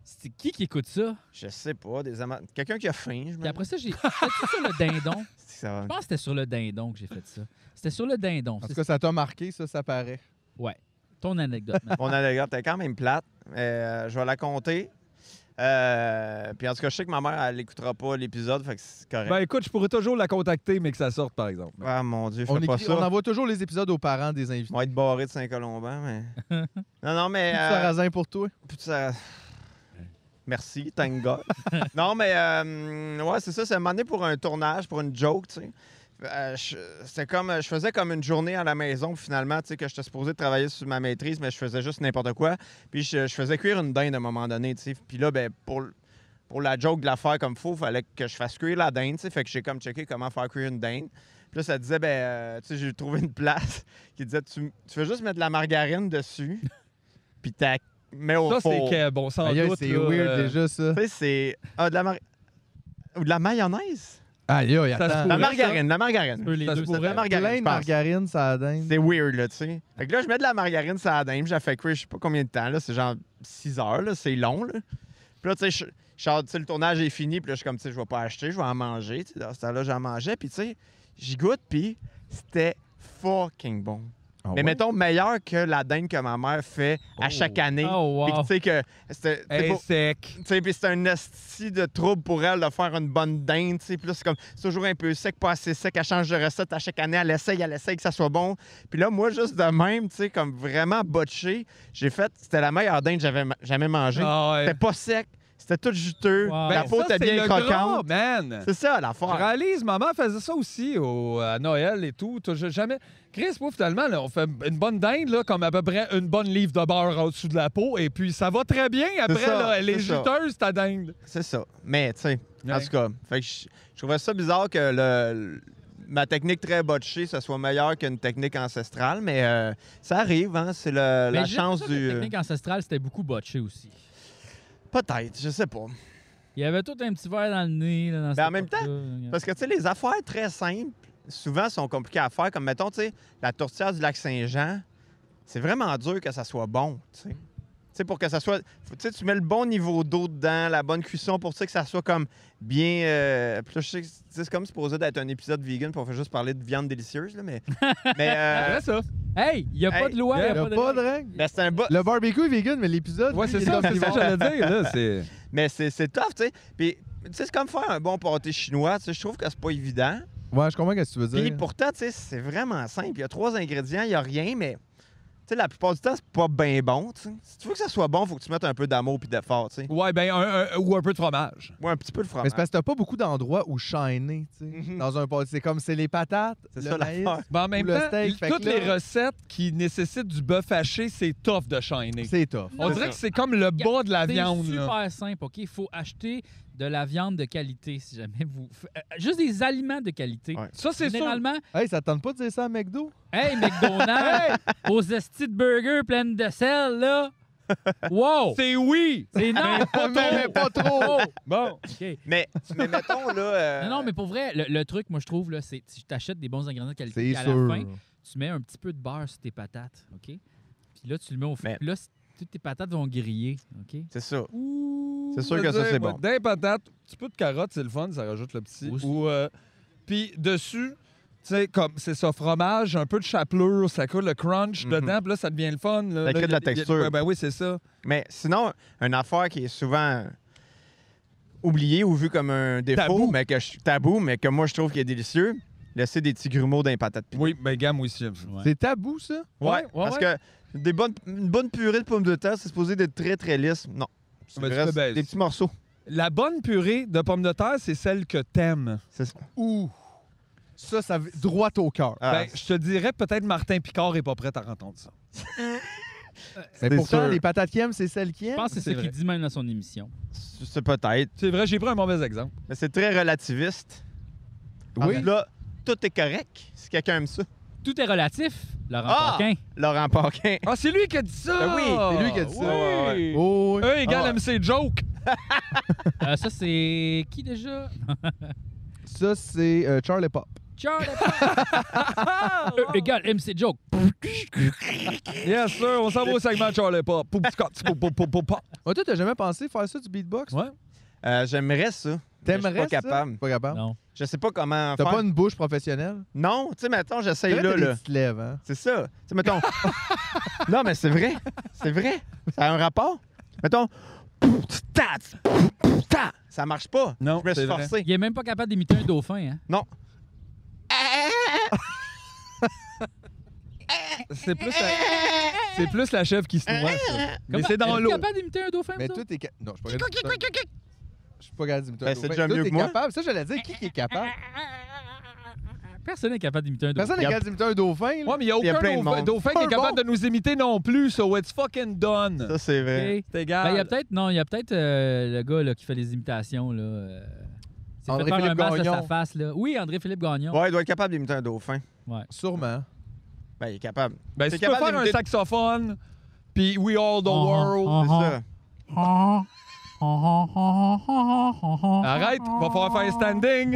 C'est qui qui écoute ça?
Je sais pas, des ama- Quelqu'un qui a faim, je me
Puis après ça, j'ai. C'était sur le dindon.
Ça va.
Je pense que c'était sur le dindon que j'ai fait ça. C'était sur le dindon.
En tout
C'est
cas, ça t'a marqué, ça, ça paraît.
ton anecdote. Matt.
Mon anecdote était quand même plate. mais, euh, je vais la compter. Euh, puis en tout cas, je sais que ma mère, elle n'écoutera pas l'épisode, fait que c'est correct.
Ben écoute, je pourrais toujours la contacter, mais que ça sorte, par exemple.
ah mon Dieu, fais
On,
pas
écrit-
ça.
on envoie toujours les épisodes aux parents des
Ils
invités.
vont être barrés de Saint-Colomban, mais...
*laughs*
non, non, mais...
Plus de
euh,
sarrasin pour toi.
Puis ça- Merci, thank God. *laughs* non, mais euh, ouais, c'est ça. C'est un moment donné pour un tournage, pour une joke, tu sais. Euh, je- C'était comme, je faisais comme une journée à la maison, puis finalement, tu sais, que j'étais supposé travailler sur ma maîtrise, mais je faisais juste n'importe quoi. Puis je, je faisais cuire une dinde à un moment donné, tu sais. Puis là, ben, pour, l- pour la joke de la faire comme faut, fallait que je fasse cuire la dinde, tu sais. Fait que j'ai comme checké comment faire cuire une dinde. Puis là, ça disait, ben, euh, tu sais, j'ai trouvé une place qui disait, tu, tu veux juste mettre de la margarine
*laughs*
dessus, puis t'as mets au
Ça, c'est
four.
que, bon, sans
Aïe, aïe,
doute.
c'est
là,
weird
euh,
déjà, ça.
Tu sais, c'est. Ah, de la mar... Ou de la mayonnaise?
Aïe, aïe,
Ça se
attends.
La
Ouais,
margarine, la margarine.
Eux, les
Ça se
deux,
pourrait.
la
c'était-
margarine,
Plein
je
de
pense.
margarine, ça dingue.
C'est weird, là, tu sais. Fait que là, je mets de la margarine sur la dinde, puis j'ai fait cuire je sais pas combien de temps, là. C'est genre 6 heures, là. C'est long, là. Puis là, tu sais, je- je sors- tu sais, le tournage est fini, puis là, je suis comme, tu sais, je vais pas acheter, je vais en manger. Tu sais, dans ce temps-là, j'en mangeais, puis tu sais, j'y goûte, puis c'était fucking bon.
Ah
Mais
ouais?
mettons, meilleur que la dinde que ma mère fait à chaque année.
Oh,
Puis
wow.
tu sais que. c'était- c'est
hey,
pas-
sec.
Tu sais, puis c'est un esti de trouble pour elle de faire une bonne dinde, tu sais. Puis là, c'est comme, c'est toujours un peu sec, pas assez sec. Elle change de recette à chaque année, elle essaye, elle essaye que ça soit bon. Puis là, moi, juste de même, tu sais, comme vraiment botché, j'ai fait, c'était la meilleure dinde que j'avais ma- jamais mangée.
Ah, ouais.
C'était pas sec, c'était tout juteux,
Wow.
la
Ben,
peau
ça,
était
c'est
bien
le gras,
croquante.
man.
C'est ça,
Je
l'affaire.
réalise, maman faisait ça aussi au- à Noël et tout. T'as jamais... Chris, moi, finalement, là, on fait une bonne dinde, là, comme à peu près une bonne livre de beurre en dessous de la peau, et puis ça va très bien après.
ça,
là, elle est,
c'est ça.
juteuse, ta dinde.
C'est ça. Mais, tu sais, en
Ouais.
tout cas, fait que je, je trouvais ça bizarre que le, le- ma technique très botchée, ça soit meilleure qu'une technique ancestrale, mais euh, ça arrive, hein. C'est le-
Mais
*laughs* la
j'ai
chance
l'impression que
du. euh,
La technique ancestrale, c'était beaucoup botché aussi.
Peut-être, je sais pas.
Il y avait tout un petit verre dans le nez. Là, dans cette
en même
époque-là.
Parce que, tu sais, les affaires très simples, souvent, sont compliquées à faire. Comme, mettons, tu sais, la tourtière du lac Saint-Jean, c'est vraiment dur que ça soit bon, tu sais. Tu sais, pour que ça soit. faut- Tu sais, tu mets le bon niveau d'eau dedans, la bonne cuisson pour tu sais, que ça soit comme bien. euh, puis là, je sais que c'est- tu sais, c'est comme supposé d'être un épisode vegan, pour on fait juste parler de viande délicieuse, là, mais. mais euh,
Après ça.
Hey, il n'y a pas
Hey,
de loi, il n'y
Y
a,
a
pas de
pas de
règle.
règle.
ben, c'est un bas.
Le barbecue est vegan, mais l'épisode.
Ouais,
lui,
c'est
il est
ça,
comme
c'est ça que
carnivore.
j'allais dire. Là, c'est...
Mais c'est c'est tough, tu sais. Puis, tu sais, c'est comme faire un bon pâté chinois, tu sais, je trouve que c'est pas évident.
Ouais, je comprends ce que tu veux
Puis
dire.
pourtant, tu sais, c'est vraiment simple. Il y a trois ingrédients, il n'y a rien, mais tu sais, la plupart du temps, c'est pas bien bon. tu sais. Si tu veux que ça soit bon, il faut que tu mettes un peu d'amour puis d'effort, tu sais.
Ouais, ben, un- un- ou un peu de fromage.
Ou un petit peu de
Mais
fromage.
c'est parce que t'as pas beaucoup d'endroits où shiner, tu sais.
Mhm.
Dans un pâté. C'est comme c'est les patates,
C'est
le
ça
maïs.
l'affaire.
Ben, en même
le
temps,
steak, fait
toutes
que là-
les recettes qui nécessitent du bœuf haché, c'est tough de shiner.
C'est tough.
On
C'est
dirait
ça.
que c'est comme le bas de la
C'est
viande. là.
super simple, OK? Il faut acheter de la viande de qualité, si jamais vous... f- euh, Juste des aliments de qualité.
Ouais.
Ça, c'est sûr.
Généralement,
Hey, ça te tente pas de dire ça à McDo?
hey, McDonald's, aux estis de burger pleines de sel, là, wow!
*laughs* C'est oui.
C'est non, pas trop! Oh, *laughs*
pas trop!
Bon.
OK.
Mais, mais mettons, là. euh,
Non, non, mais pour vrai, le, le truc, moi, je trouve, là, c'est tu t'achètes des bons ingrédients de qualité.
C'est
puis à la fin,
sûr.
tu mets un petit peu de beurre sur tes patates, OK? Puis là, tu le mets au four.
Mais-
Puis là, c- toutes tes patates vont griller, OK?
C'est ça.
Ouh!
C'est sûr que ça, c'est bon.
D'un patate, petit peu de carotte, c'est le fun, ça rajoute le petit.
Aussi.
Ou, euh, Puis dessus, tu sais, comme c'est ça, fromage, un peu de chapelure, ça coule le crunch
Mhm.
dedans, puis là, ça devient le fun. Là.
Ça
Là,
crée de
y a-
la
y a-
texture.
ouais, ben oui, c'est ça.
Mais sinon, une affaire qui est souvent oubliée ou vue comme un défaut,
Tabou.
mais que je, tabou, mais que moi, je trouve qu'il est délicieux, laisser des petits grumeaux dans les patates pilées.
Oui, ben gamme aussi.
C'est tabou, ça?
Ouais,
Ouais, ouais,
parce
ouais.
que des bonnes, une bonne purée de pommes de terre, c'est supposé d'être très, très lisse. Non. C'est
Ben, tu
vrai,
peux
c'est
baisser.
des petits morceaux.
La bonne purée de pommes de terre, c'est celle que t'aimes.
C'est ça.
Ouh! Ça, ça va- droit au cœur.
Ah,
Ben, je te dirais peut-être Martin Picard est pas prêt à entendre ça.
Mais
c'est
pourtant,
sûr.
les patates qui aiment, c'est celles qui
Je
aiment.
pense que c'est
C'est
ce qu'il
vrai.
dit même dans son émission.
c'est c'est peut-être.
C'est vrai, j'ai pris un mauvais exemple.
Mais c'est très relativiste.
Oui.
Là, tout est correct si quelqu'un aime ça.
Tout est relatif. Laurent
Ah!
Paquin.
Laurent Paquin. *laughs*
Ah, c'est lui qui a dit ça!
Ben
Ah,
oui,
c'est lui qui a dit ça.
Oui.
Oh, oui.
E égale
Ah,
MC Joke.
Euh, ça, c'est qui déjà?
ça, c'est euh, Charlie Pop.
Charlie Paquin. Euh, Égal, MC Joke.
Yes, sir. On s'en va au segment de Charlie Pop. Poup, scot, poup, poup, poup, poup, pop.
Oh, toi, t'as jamais pensé faire ça du beatbox?
Ouais.
Euh, J'aimerais ça. mais je suis
T'aimerais
pas
ça?
capable.
Pas capable.
Non.
Je sais pas comment
T'as
faire.
pas une bouche professionnelle?
Non, tu sais, mettons,
C'est
j'essaye
vrai,
là,
t'as des
là.
petites lèvres, hein?
C'est ça. Tu sais,
*laughs*
mettons. non, mais c'est vrai. C'est vrai. Ça a un rapport. Mettons. ta, ta. Ça marche pas.
Non,
Je me
c'est
suis
vrai.
forcé.
Il est même pas capable d'imiter un dauphin, hein?
C'est plus, la... c'est plus la chef qui se noie, ça. Mais
Comment-
c'est dans
Êtes-vous
l'eau.
capable d'imiter un dauphin,
Mais
vous
toi, t'es capable. Non, je suis pas capable. d'imiter un- Je suis pas capable d'imiter un
Ben, c'est
dauphin.
déjà
Toi,
mieux
t'es
que moi.
capable. Ça, j'allais dire qui qui est capable.
autres? Personne n'est capable d'imiter un dauphin.
Personne n'est
Yep.
capable d'imiter un dauphin. là.
Ouais, mais il n'y a
Il y a
aucun
plein de
dauphin,
monde.
dauphin qui
Pas
est
un
capable
bon.
de nous imiter non plus, so it's fucking done.
Ça, c'est vrai.
Ok.
C'est
Ben,
égal.
il y a peut-être, non, il y a peut-être euh, le gars là, qui fait les imitations. Là, euh, il s'est fait
André
faire un
Philippe
masque de sa
Gagnon.
face. Là. Oui, André-Philippe Gagnon.
Ouais, il doit être capable d'imiter un dauphin.
Sûrement.
Ben, il est capable.
Ben,
T'es
si tu peux
capable
faire un
d'imiter- oh.
saxophone, puis We All the
Ah,
World.
ah,
C'est
ah.
ça.
Arrête, va falloir faire un standing.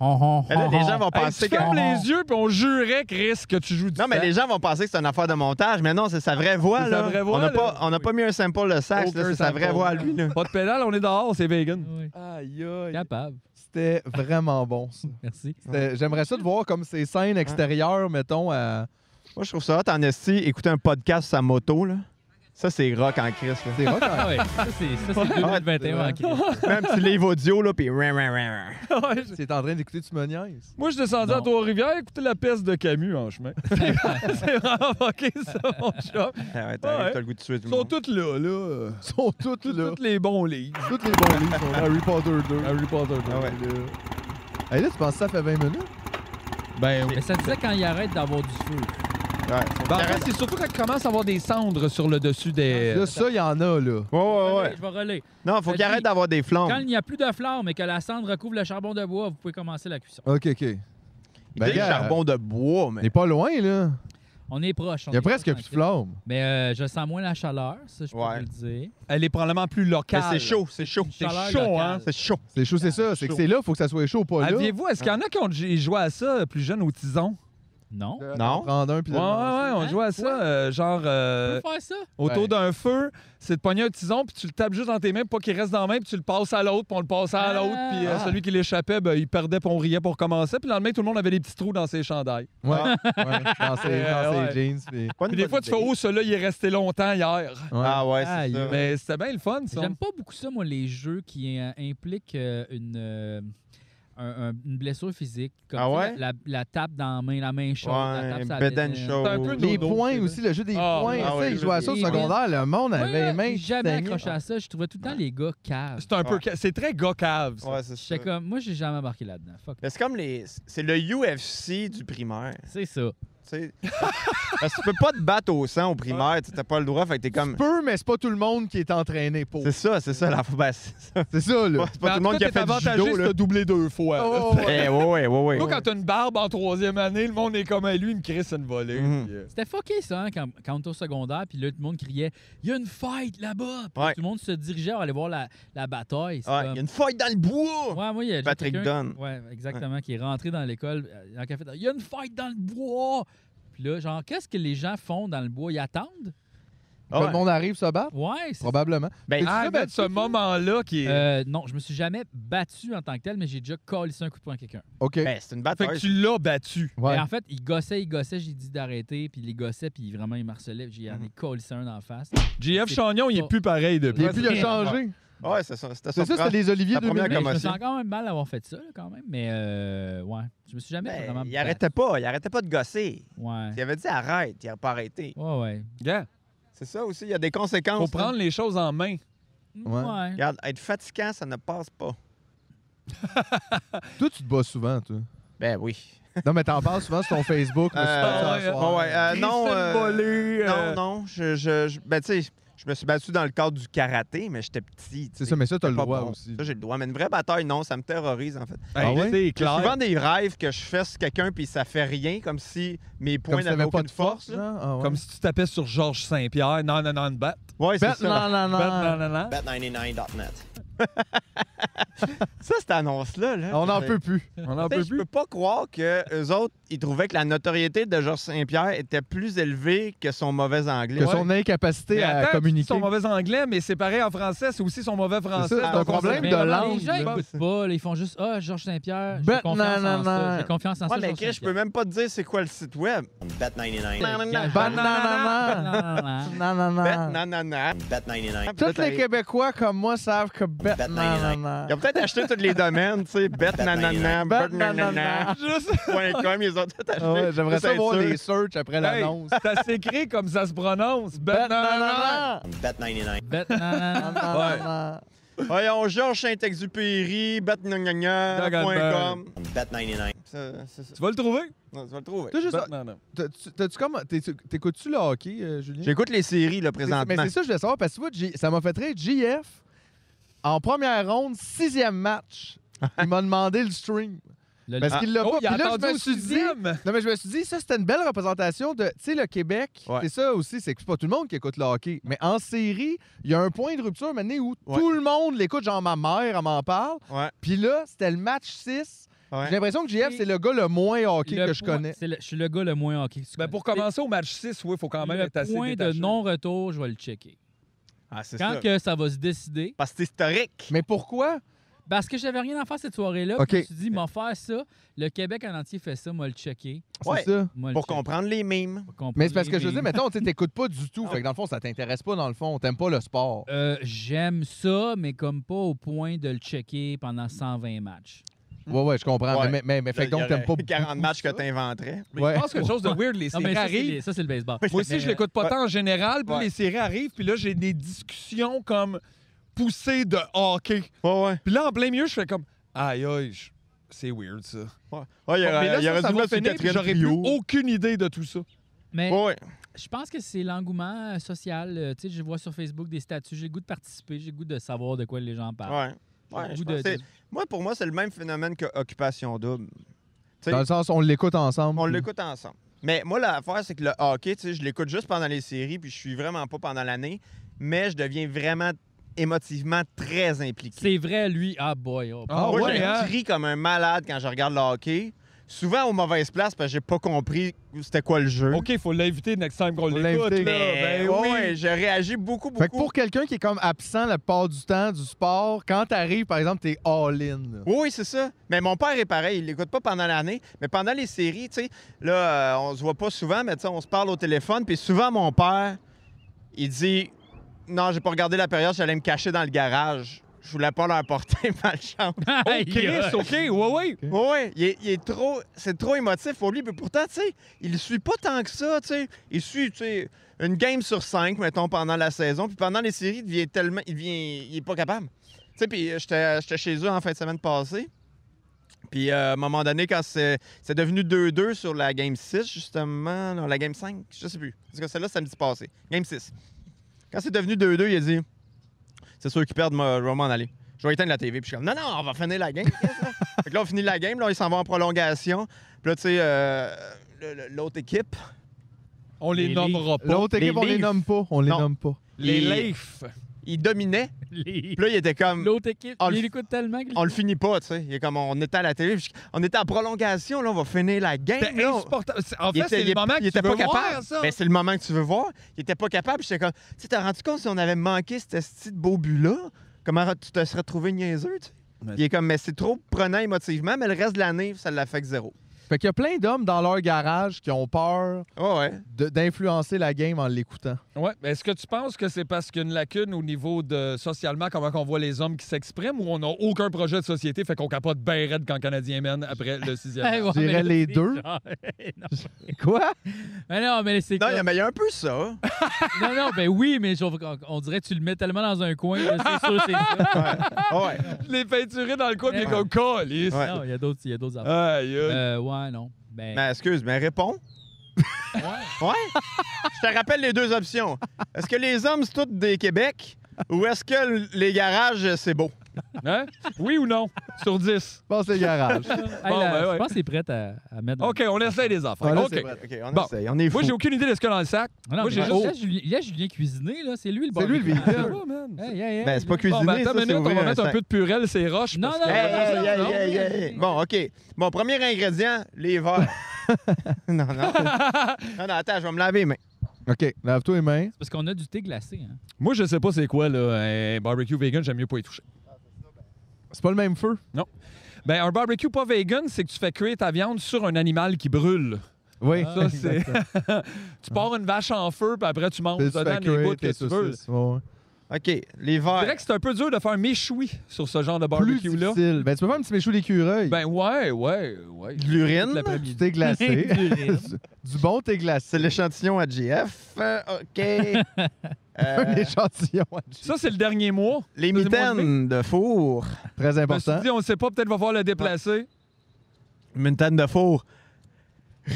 Mais Ben là, les gens vont
oh, Hey, tu
penser que.
Oh,
fermes les yeux, puis on jurait, Chris, que tu joues du
Non, mais
sax.
les gens vont penser que c'est une affaire de montage, mais non, c'est sa vraie voix.
C'est
là.
sa vraie voix,
on n'a
là.
pas, on n'a pas mis un sample de sax,
Aucun
là, c'est sa
sample.
vraie voix à lui. Là.
Pas de pédale, on est dehors, c'est
*laughs*
vegan.
Oui,
Aïe, aïe.
Capable.
C'était vraiment bon, ça.
Merci.
C'était- J'aimerais ça de voir comme ces scènes extérieures, mettons, à.
Moi, je trouve ça hot en esti, écouter un podcast sur sa moto. Là. Ça, c'est rock en Chris. là.
C'est rock, hein?
Ah ouais, ça c'est ça, c'est 2021 en crise.
Même un petit livre audio, là, puis... rin, rin, rin, rin.
*laughs* C'est en train d'écouter Tu me niaises.
Moi, je descendais
Non.
à Trois-Rivières écouter la peste de Camus en chemin. *laughs* c'est vraiment fucké, ça, mon chat.
Ah ouais, t'as
Ouais.
t'as le goût de tuer tout
Ils
le
sont
monde.
tous là, là.
Ils sont toutes
Tous
là.
tous les bons livres.
Toutes les bons livres sont là. Harry Potter 2.
Harry Potter.
Ah ouais.
Hey, là, tu penses que ça fait 20 minutes?
Ben, oui.
Mais ça disait quand il arrête d'avoir du feu.
Ouais, ils sont
Ben, en fait,
carrément-
c'est surtout quand il commence à avoir des cendres sur le dessus des...
Là, ça, il y en a, là.
Ouais, ouais, ouais.
Je vais relayer.
Non, faut
Ça
qu'il
dit-
arrête d'avoir des
Quand
flammes.
il n'y a plus de flamme mais que la cendre recouvre le charbon de bois, vous pouvez commencer la cuisson.
OK, OK.
Il dit
Ben,
le
gars,
charbon de bois,
On est
mais...
pas loin, là.
On est proche. on
Il y a
est proche hein.
presque
en
plus de
crise.
flammes.
Mais euh, je sens moins la chaleur, ça je peux
Ouais.
vous le dire.
Elle est probablement plus
Mais
locale.
c'est chaud, c'est chaud.
Une
C'est
chaleur
chaud,
locale.
hein,
C'est chaud.
C'est Ah, chaud, c'est ça. C'est que c'est là, faut que ça soit chaud, pas là.
Aviez-vous, est-ce qu'il y en a qui ont joué à ça euh, plus jeune au tison?
Non.
Euh,
Non.
Prendre un, puis
Ouais, ouais, ouais, on
Hein?
jouait à
Ouais.
ça, euh, genre
On
euh,
peut faire ça.
autour
Ouais.
d'un feu, c'est de pogner un tison, puis tu le tapes juste dans tes mains pour pas qu'il reste dans la main, puis tu le passes à l'autre, puis on le passait à
Ah.
l'autre, puis euh,
Ah.
celui qui l'échappait, ben, il perdait, puis on riait pour commencer, puis le lendemain, tout le monde avait des petits trous dans ses chandails.
Ouais,
Ah,
ouais. Dans ses, dans ses
Ouais.
jeans, puis...
Pas une
Puis des
bonne
fois, tu fais «
idée.
Oh, celui-là, il est resté longtemps hier!
Ouais.
Ah ouais,
Aïe,
c'est ça.
Mais c'était bien le fun, ça.
J'aime pas beaucoup ça, moi, les jeux qui euh, impliquent euh, une, euh, un- un- une blessure physique. Comme
Ah
tu sais,
ouais?
La, la tape dans la main, la main chaude. la
Ouais,
tape sur la
bedaine
bédaine.
chaud.
C'est un peu
Les
Dodo,
points
c'est
aussi, le jeu des
Ah,
points.
ah
ça,
ouais,
ils
le
jouaient à
jeu
ça au
des-
secondaire. Le monde
Moi,
avait
là,
les mains
j'ai
qui
jamais
saignaient.
accroché à ça. Je trouvais tout le temps les gars caves.
C'est un peu...
Ouais.
ca- C'est très gars cave, ça.
Ouais, c'est ça.
J'étais comme, moi, j'ai jamais embarqué là-dedans. Fuck.
Mais c'est comme les... C'est le UFC du primaire.
C'est ça.
tu
*laughs*
sais. Parce que tu peux pas te battre au sang au primaire, tu n'as pas le droit, fait que t'es comme...
Peu, mais c'est pas tout le monde qui est entraîné pour.
C'est ça, c'est ça, la ben, c'est ça.
C'est ça, là.
C'est pas
Mais en
tout le monde
cas,
qui a
t'es
fait du
avantagé
judo,
si
là.
t'as doublé deux fois. là.
Oh, ouais.
Eh, ouais, ouais, ouais, ouais.
Toi, quand t'as une barbe en troisième année, le monde est comme à lui, il me crisse une volée.
Mhm.
puis, euh,
C'était fucké, ça, hein, quand, quand on était au secondaire. Puis là, tout le monde criait Il y a une fight là-bas. Puis là,
Ouais.
tout le monde se dirigeait à aller voir la, la bataille. C'est
Ouais, il
comme-
y a une feuille dans le bois!
Ouais, moi, il y a
Patrick
quelqu'un-
Dunn.
Ouais, exactement, qui est rentré dans l'école, euh, dans le café. Il y a une fight dans le bois! Puis là, genre, qu'est-ce que les gens font dans le bois? Ils attendent?
Ah
Tout
ouais.
le monde arrive se battre,
Ouais, c'est
probablement.
Ben,
T'es-tu
Ah,
déjà
mais
battu,
ce
toi?
moment-là qui est.
Euh, non, je me suis jamais battu en tant que tel, mais j'ai déjà collé un coup de poing à quelqu'un.
OK.
Ben, c'est une
Fait
bataille.
que tu l'as battu.
Ouais.
Et en fait, il gossait, il gossait, j'ai dit d'arrêter, puis il les gossait, puis vraiment, il marcelait, j'ai
Mhm.
ai collé un en face.
JF
C'est
Chagnon, il
pas-
est plus pareil
Il
depuis.
n'y a plus de changer.
Ouais, c'est ça. C'était
C'est ça, c'était
surprenant.
les Oliviers
La première
2000.
Mais je me
commotion.
sens quand même mal d'avoir fait ça, là, quand même, mais euh, ouais, je me suis jamais
Ben,
vraiment
il
battu.
arrêtait pas, il arrêtait pas de gosser.
Ouais.
Il avait dit arrête, il a pas arrêté.
Ouais, ouais.
Gars,
C'est ça aussi, il y a des conséquences.
faut
là.
prendre les choses en main.
Ouais.
ouais.
Regarde, être fatigant, ça ne passe pas.
Toi, tu te bats souvent, toi.
Ben oui.
Non, mais t'en parles souvent sur ton Facebook. mais
Euh,
souvent,
ouais,
ça,
ouais, ouais, euh, non,
Christine
euh,
Bollé, euh,
Non, non, je. je, je- ben, tu sais, Je me suis battu dans le cadre du karaté, mais j'étais petit.
C'est ça, mais ça, t'as le
droit
droit aussi.
Ça, j'ai le droit. Mais une vraie bataille, non, ça me terrorise, en fait.
Ah ouais?
Ben, C'est
J'ai
clair.
souvent des rêves que je fesse quelqu'un puis ça fait rien, comme si mes
Comme
poings
si
n'avaient
t'avais
aucune
pas de force,
là.
genre. Ah ouais.
Comme si tu tapais sur Georges Saint-Pierre. Non, non, non, bat.
Ouais, c'est
Bat,
ça.
non, non, non.
Bat, non, non, non.
Bet99.net. ça, cette annonce-là. Là,
On n'en
c'est-
peut plus.
On n'en
Tu sais,
peut
Je
plus.
peux pas croire que eux autres, ils trouvaient que la notoriété de Georges Saint-Pierre était plus élevée que son mauvais anglais.
Que
Ouais.
son incapacité
Mais
à
attends,
communiquer.
Son mauvais anglais, mais c'est pareil en français, c'est aussi son mauvais français.
c'est un
Donc, on
problème
sait
de
pas.
vraiment,
langue,
Les gens
je
n'écoutent pas. là, ils font juste Ah, Georges Saint-Pierre. J'ai
Ben,
confiance
non, non,
en ça.
non.
J'ai confiance en
Ouais,
ça.
mais
Georges
Chris, je peux
Saint-Pierre.
même pas te dire c'est quoi le site web.
Ben,
Bet99.
Bananana. Nanana.
Bet99.
Tous les Québécois comme moi savent que
Ils
bananana.
ont peut-être acheté tous les domaines, tu sais. Bet99.
Bet99. *laughs*
Bet99.
Juste-
.com, ils ont tout acheté.
Ah ouais, J'aimerais
Juste
ça
être
voir
sûr.
des searches après
Hey,
l'annonce.
ça s'écrit comme ça se prononce. Bananana.
Bananana.
Bet- non, non, non.
Bananana.
Voyons, Georges Saint-Exupéry, bet99.com. Bet99. Ça, c'est ça.
Tu vas le trouver?
Non, tu vas le trouver.
T'as juste-
Bananana.
t'as-tu- T'as-tu comme. t'es- T'écoutes-tu le hockey, euh, Julien?
J'écoute les séries, là,
C'est- Mais
présentement.
c'est ça, que je voulais savoir, parce que tu vois, J- ça m'a fait très JF, en première ronde, sixième match, il m'a demandé le stream.
Le-
Parce qu'il l'a
Oh,
pas.
il a
Puis là,
attendu
je me
au
suis dit.
sixième.
Non, mais je me suis dit, ça, c'était une belle représentation de. Tu sais, le Québec,
Ouais.
c'est ça aussi, c'est que c'est pas tout le monde qui écoute le hockey. Mais en série, il y a un point de rupture maintenant où
Ouais.
tout le monde l'écoute, genre ma mère, elle m'en parle.
Ouais.
Puis là, c'était le match 6.
Ouais.
J'ai l'impression que JF, c'est le gars le moins hockey
le
que je
point-
connais.
c'est le- Je suis le gars le moins hockey. que tu
Ben,
connais.
pour commencer au match 6, oui, il faut quand même être
le
assez
point de
détaché.
non-retour, je vais le checker.
Ah, c'est
Quand
ça.
que ça va se décider,
Parce que c'est historique.
Mais pourquoi?
parce que j'avais rien à faire cette soirée-là,
OK.
puis je me suis dit, m'en faire ça, le Québec en entier fait ça, moi le checker.
Ouais.
C'est ça.
Moi, le
Pour
checker.
comprendre les mimes.
Pour comprendre
Mais c'est parce que
les
je veux dire,
rimes.
mettons, tu sais, t'écoutes pas du tout. Fait que dans le fond, ça t'intéresse pas, dans le fond. T'aimes pas le sport.
Euh, J'aime ça, mais comme pas au point de le checker pendant 120 matchs.
Ouais, ouais, je comprends.
Mm. Ouais.
Mais, mais, mais fait que donc,
Il y aurait
t'aimes pas.
40 *laughs*
beaucoup
matchs que
ça.
t'inventerais.
Mais
Ouais.
je pense que quelque chose de weird, les
Non,
séries
mais ça, c'est
arrivent.
les- ça, c'est le baseball.
*laughs* Moi aussi,
Mais, euh,
je l'écoute pas
Ouais.
tant en général, puis
Ouais.
les séries arrivent, puis là, j'ai des discussions comme poussées de hockey.
Ouais, ouais.
Puis là, en plein milieu, je fais comme aïe, aïe, je- c'est weird ça.
Ouais, ouais il y
Bon, mais
aurait,
là,
il y
ça,
aurait
ça
dû
va
mettre une
finir, puis
quatrième
j'aurais
trio.
plus aucune idée de tout ça.
mais
Ouais, ouais.
je pense que c'est l'engouement euh, social. euh, Tu sais, je vois sur Facebook des statuts, j'ai le goût de participer, j'ai le goût de savoir de quoi les gens parlent.
Ouais.
J'ai
Ouais,
le
je
goût
pense
de-
que c'est-
de-
Moi, pour moi, c'est le même phénomène que Occupation Double. Tu sais,
Dans le sens, on l'écoute ensemble.
On
Hmm.
puis-
l'écoute ensemble. Mais moi, l'affaire, c'est que le hockey, tu sais, je l'écoute juste pendant les séries, puis je suis vraiment pas pendant l'année, mais je deviens vraiment émotivement très impliqué.
C'est vrai, lui. Ah, boy. oh,
Ah,
moi,
ouais,
je
hein?
crie comme un malade quand je regarde le hockey, souvent aux mauvaises places parce que j'ai pas compris c'était quoi le jeu.
OK, faut l'inviter next time qu'on
Faut
l'écoute.
l'inviter.
là.
Mais
Ben
ouais,
oui.
ouais, je réagis beaucoup, beaucoup.
Fait que pour quelqu'un qui est comme absent la part du temps du sport, quand t'arrives, par exemple, t'es all-in. là.
Oui, oui, c'est ça. Mais mon père est pareil. Il l'écoute pas pendant l'année, mais pendant les séries, tu sais, là, euh, on se voit pas souvent, mais tu sais, on se parle au téléphone. Puis souvent, mon père, il dit Non, j'ai pas regardé la période, j'allais me cacher dans le garage. Je voulais pas leur porter *laughs* malchance.
Oh, Chris, OK, ouais, ouais.
Oui, oui, il est, il est trop, c'est trop émotif pour lui. Mais pourtant, tu sais, il suit pas tant que ça, tu sais. Il suit, tu sais, une game sur cinq, mettons, pendant la saison. Puis pendant les séries, il devient tellement, il devient, il est pas capable. Tu sais, puis euh, j'étais j'étais chez eux en fin de semaine passée. Puis euh, à un moment donné, quand c'est c'est devenu 2-2 sur la game 6, justement, non, la game 5, je sais plus. Parce que celle-là, samedi passé. Game 6. Quand c'est devenu 2-2, il a dit C'est sûr qu'ils perdent, moi, je vais m'en aller. Je vais éteindre la TV. Puis je suis comme Non, non, on va finir la game. *laughs* Fait que là, on finit la game, là, ils s'en vont en prolongation. Puis là, tu sais, euh, le- le- l'autre équipe.
On les,
Les
nommera pas.
L'autre
les
équipe, on les
Leafs.
nomme pas. On les
Non.
nomme pas.
Les
il-
Leafs.
Il dominait.
Les-
Puis là, il était comme.
L'autre équipe,
On le- Ah,
il l'écoute tellement. que-
On le finit pas, tu sais. Il est comme, on était à la télé. puis je- On était en prolongation, là, on va finir la game.
C'était
là.
insupportable. C'est- En
Il
fait,
était-
c'est
il-
le moment
il
que tu
était
veux
pas
voir,
capable.
ça.
Ben, c'est le moment que tu veux voir. Il était pas capable. J'étais comme, tu sais, t'as rendu compte si on avait manqué ce petit beau but-là, comment tu te serais trouvé niaiseux, tu sais.
Mais-
Il est comme, mais c'est trop prenant émotivement, mais le reste de l'année, ça l'affecte zéro.
Fait qu'il y a plein d'hommes dans leur garage qui ont peur
Ouais,
Ah
ouais.
de- d'influencer la game en l'écoutant.
Ouais, mais est-ce que tu penses que c'est parce qu'il y a une lacune au niveau de socialement comment on voit les hommes qui s'expriment ou on n'a aucun projet de société fait qu'on capote bien raide quand le Canadien mène après le sixième?
Eh, *laughs* *laughs* ouais,
Je
mais
dirais les
c'est
deux.
*laughs*
genre-
*laughs*
non.
Quoi?
Mais non, mais c'est
Non,
comme-
il y a- mais il y a un peu ça.
*laughs* Non, non, ben oui, mais je- on, on dirait que tu le mets tellement dans un coin, là, c'est sûr, c'est ça.
Ah
Ah ouais.
Je l'ai peinturé dans le coin, puis
Ouais.
comme colis.
Ouais. Ah,
Non, il y a d'autres il y a d'autres affaires.
Aïe, aïe.
Euh, ouais, non. Ben,
Mais excuse, mais réponds. Ouais. Je te rappelle les deux options. Est-ce que les hommes, c'est tous des Québec ou est-ce que l- les garages, c'est beau?
Hein? Oui ou non? Sur 10.
Passe les
*laughs*
garages.
*laughs* Hey,
Bon,
la-
ben ouais.
Je pense qu'il est prêt à, à mettre.
OK, on essaie les affaires.
Voilà, c'est
OK.
vrai.
OK, on
Bon.
essaye. On est fous.
Moi, j'ai aucune idée de ce qu'il y a dans le sac.
Non, non,
Moi,
mais
j'ai
là,
juste-
là, Julien- là, Julien cuisiné, là, c'est lui le
C'est lui le
barbecue.
véhicule.
Oh, man.
Hey, hey, hey.
Ben, c'est pas
Bon,
cuisiné,
ben, attends
ça,
une
c'est
minute, on
ouvrir
va
un
mettre un
sac.
peu de purée, c'est roche.
Non,
parce
non,
que-
Hey,
non,
hey, hey, hey, hey. Bon, OK. Bon, premier ingrédient, les verres. non, non. Non, non, attends, je vais me laver les mains.
OK, lave-toi les mains.
Parce qu'on a du thé glacé. Hein.
Moi, je sais pas c'est quoi, là. Un barbecue vegan, j'aime mieux pas y toucher.
C'est pas le même feu.
Ben, un barbecue pas vegan, c'est que tu fais cuire ta viande sur un animal qui brûle.
Oui.
Ah,
Ça, c'est. *laughs*
exactement.
tu pars une vache en feu, puis après, tu manges
Puis tu
dedans
fais
les
cuire
bouts que
tes
tu veux.
saucisses. Ouais, ouais.
OK, les
Je
verres.
dirais que c'est un peu dur de faire méchoui sur ce genre de
Plus
barbecue-là.
difficile. Ben, tu peux faire un petit méchou d'écureuil.
Ben, ouais, ouais, ouais.
De l'urine.
du thé glacé.
*laughs*
*laughs* du bon thé glacé.
C'est l'échantillon à GF. Euh, OK.
Un
Euh,
échantillon.
Ça, c'est le dernier mois.
les
Deuxième mois de mai.
mitaines de four.
Très
Je me suis
important.
dit, on ne sait pas, peut-être va falloir le déplacer.
Une mitaine de four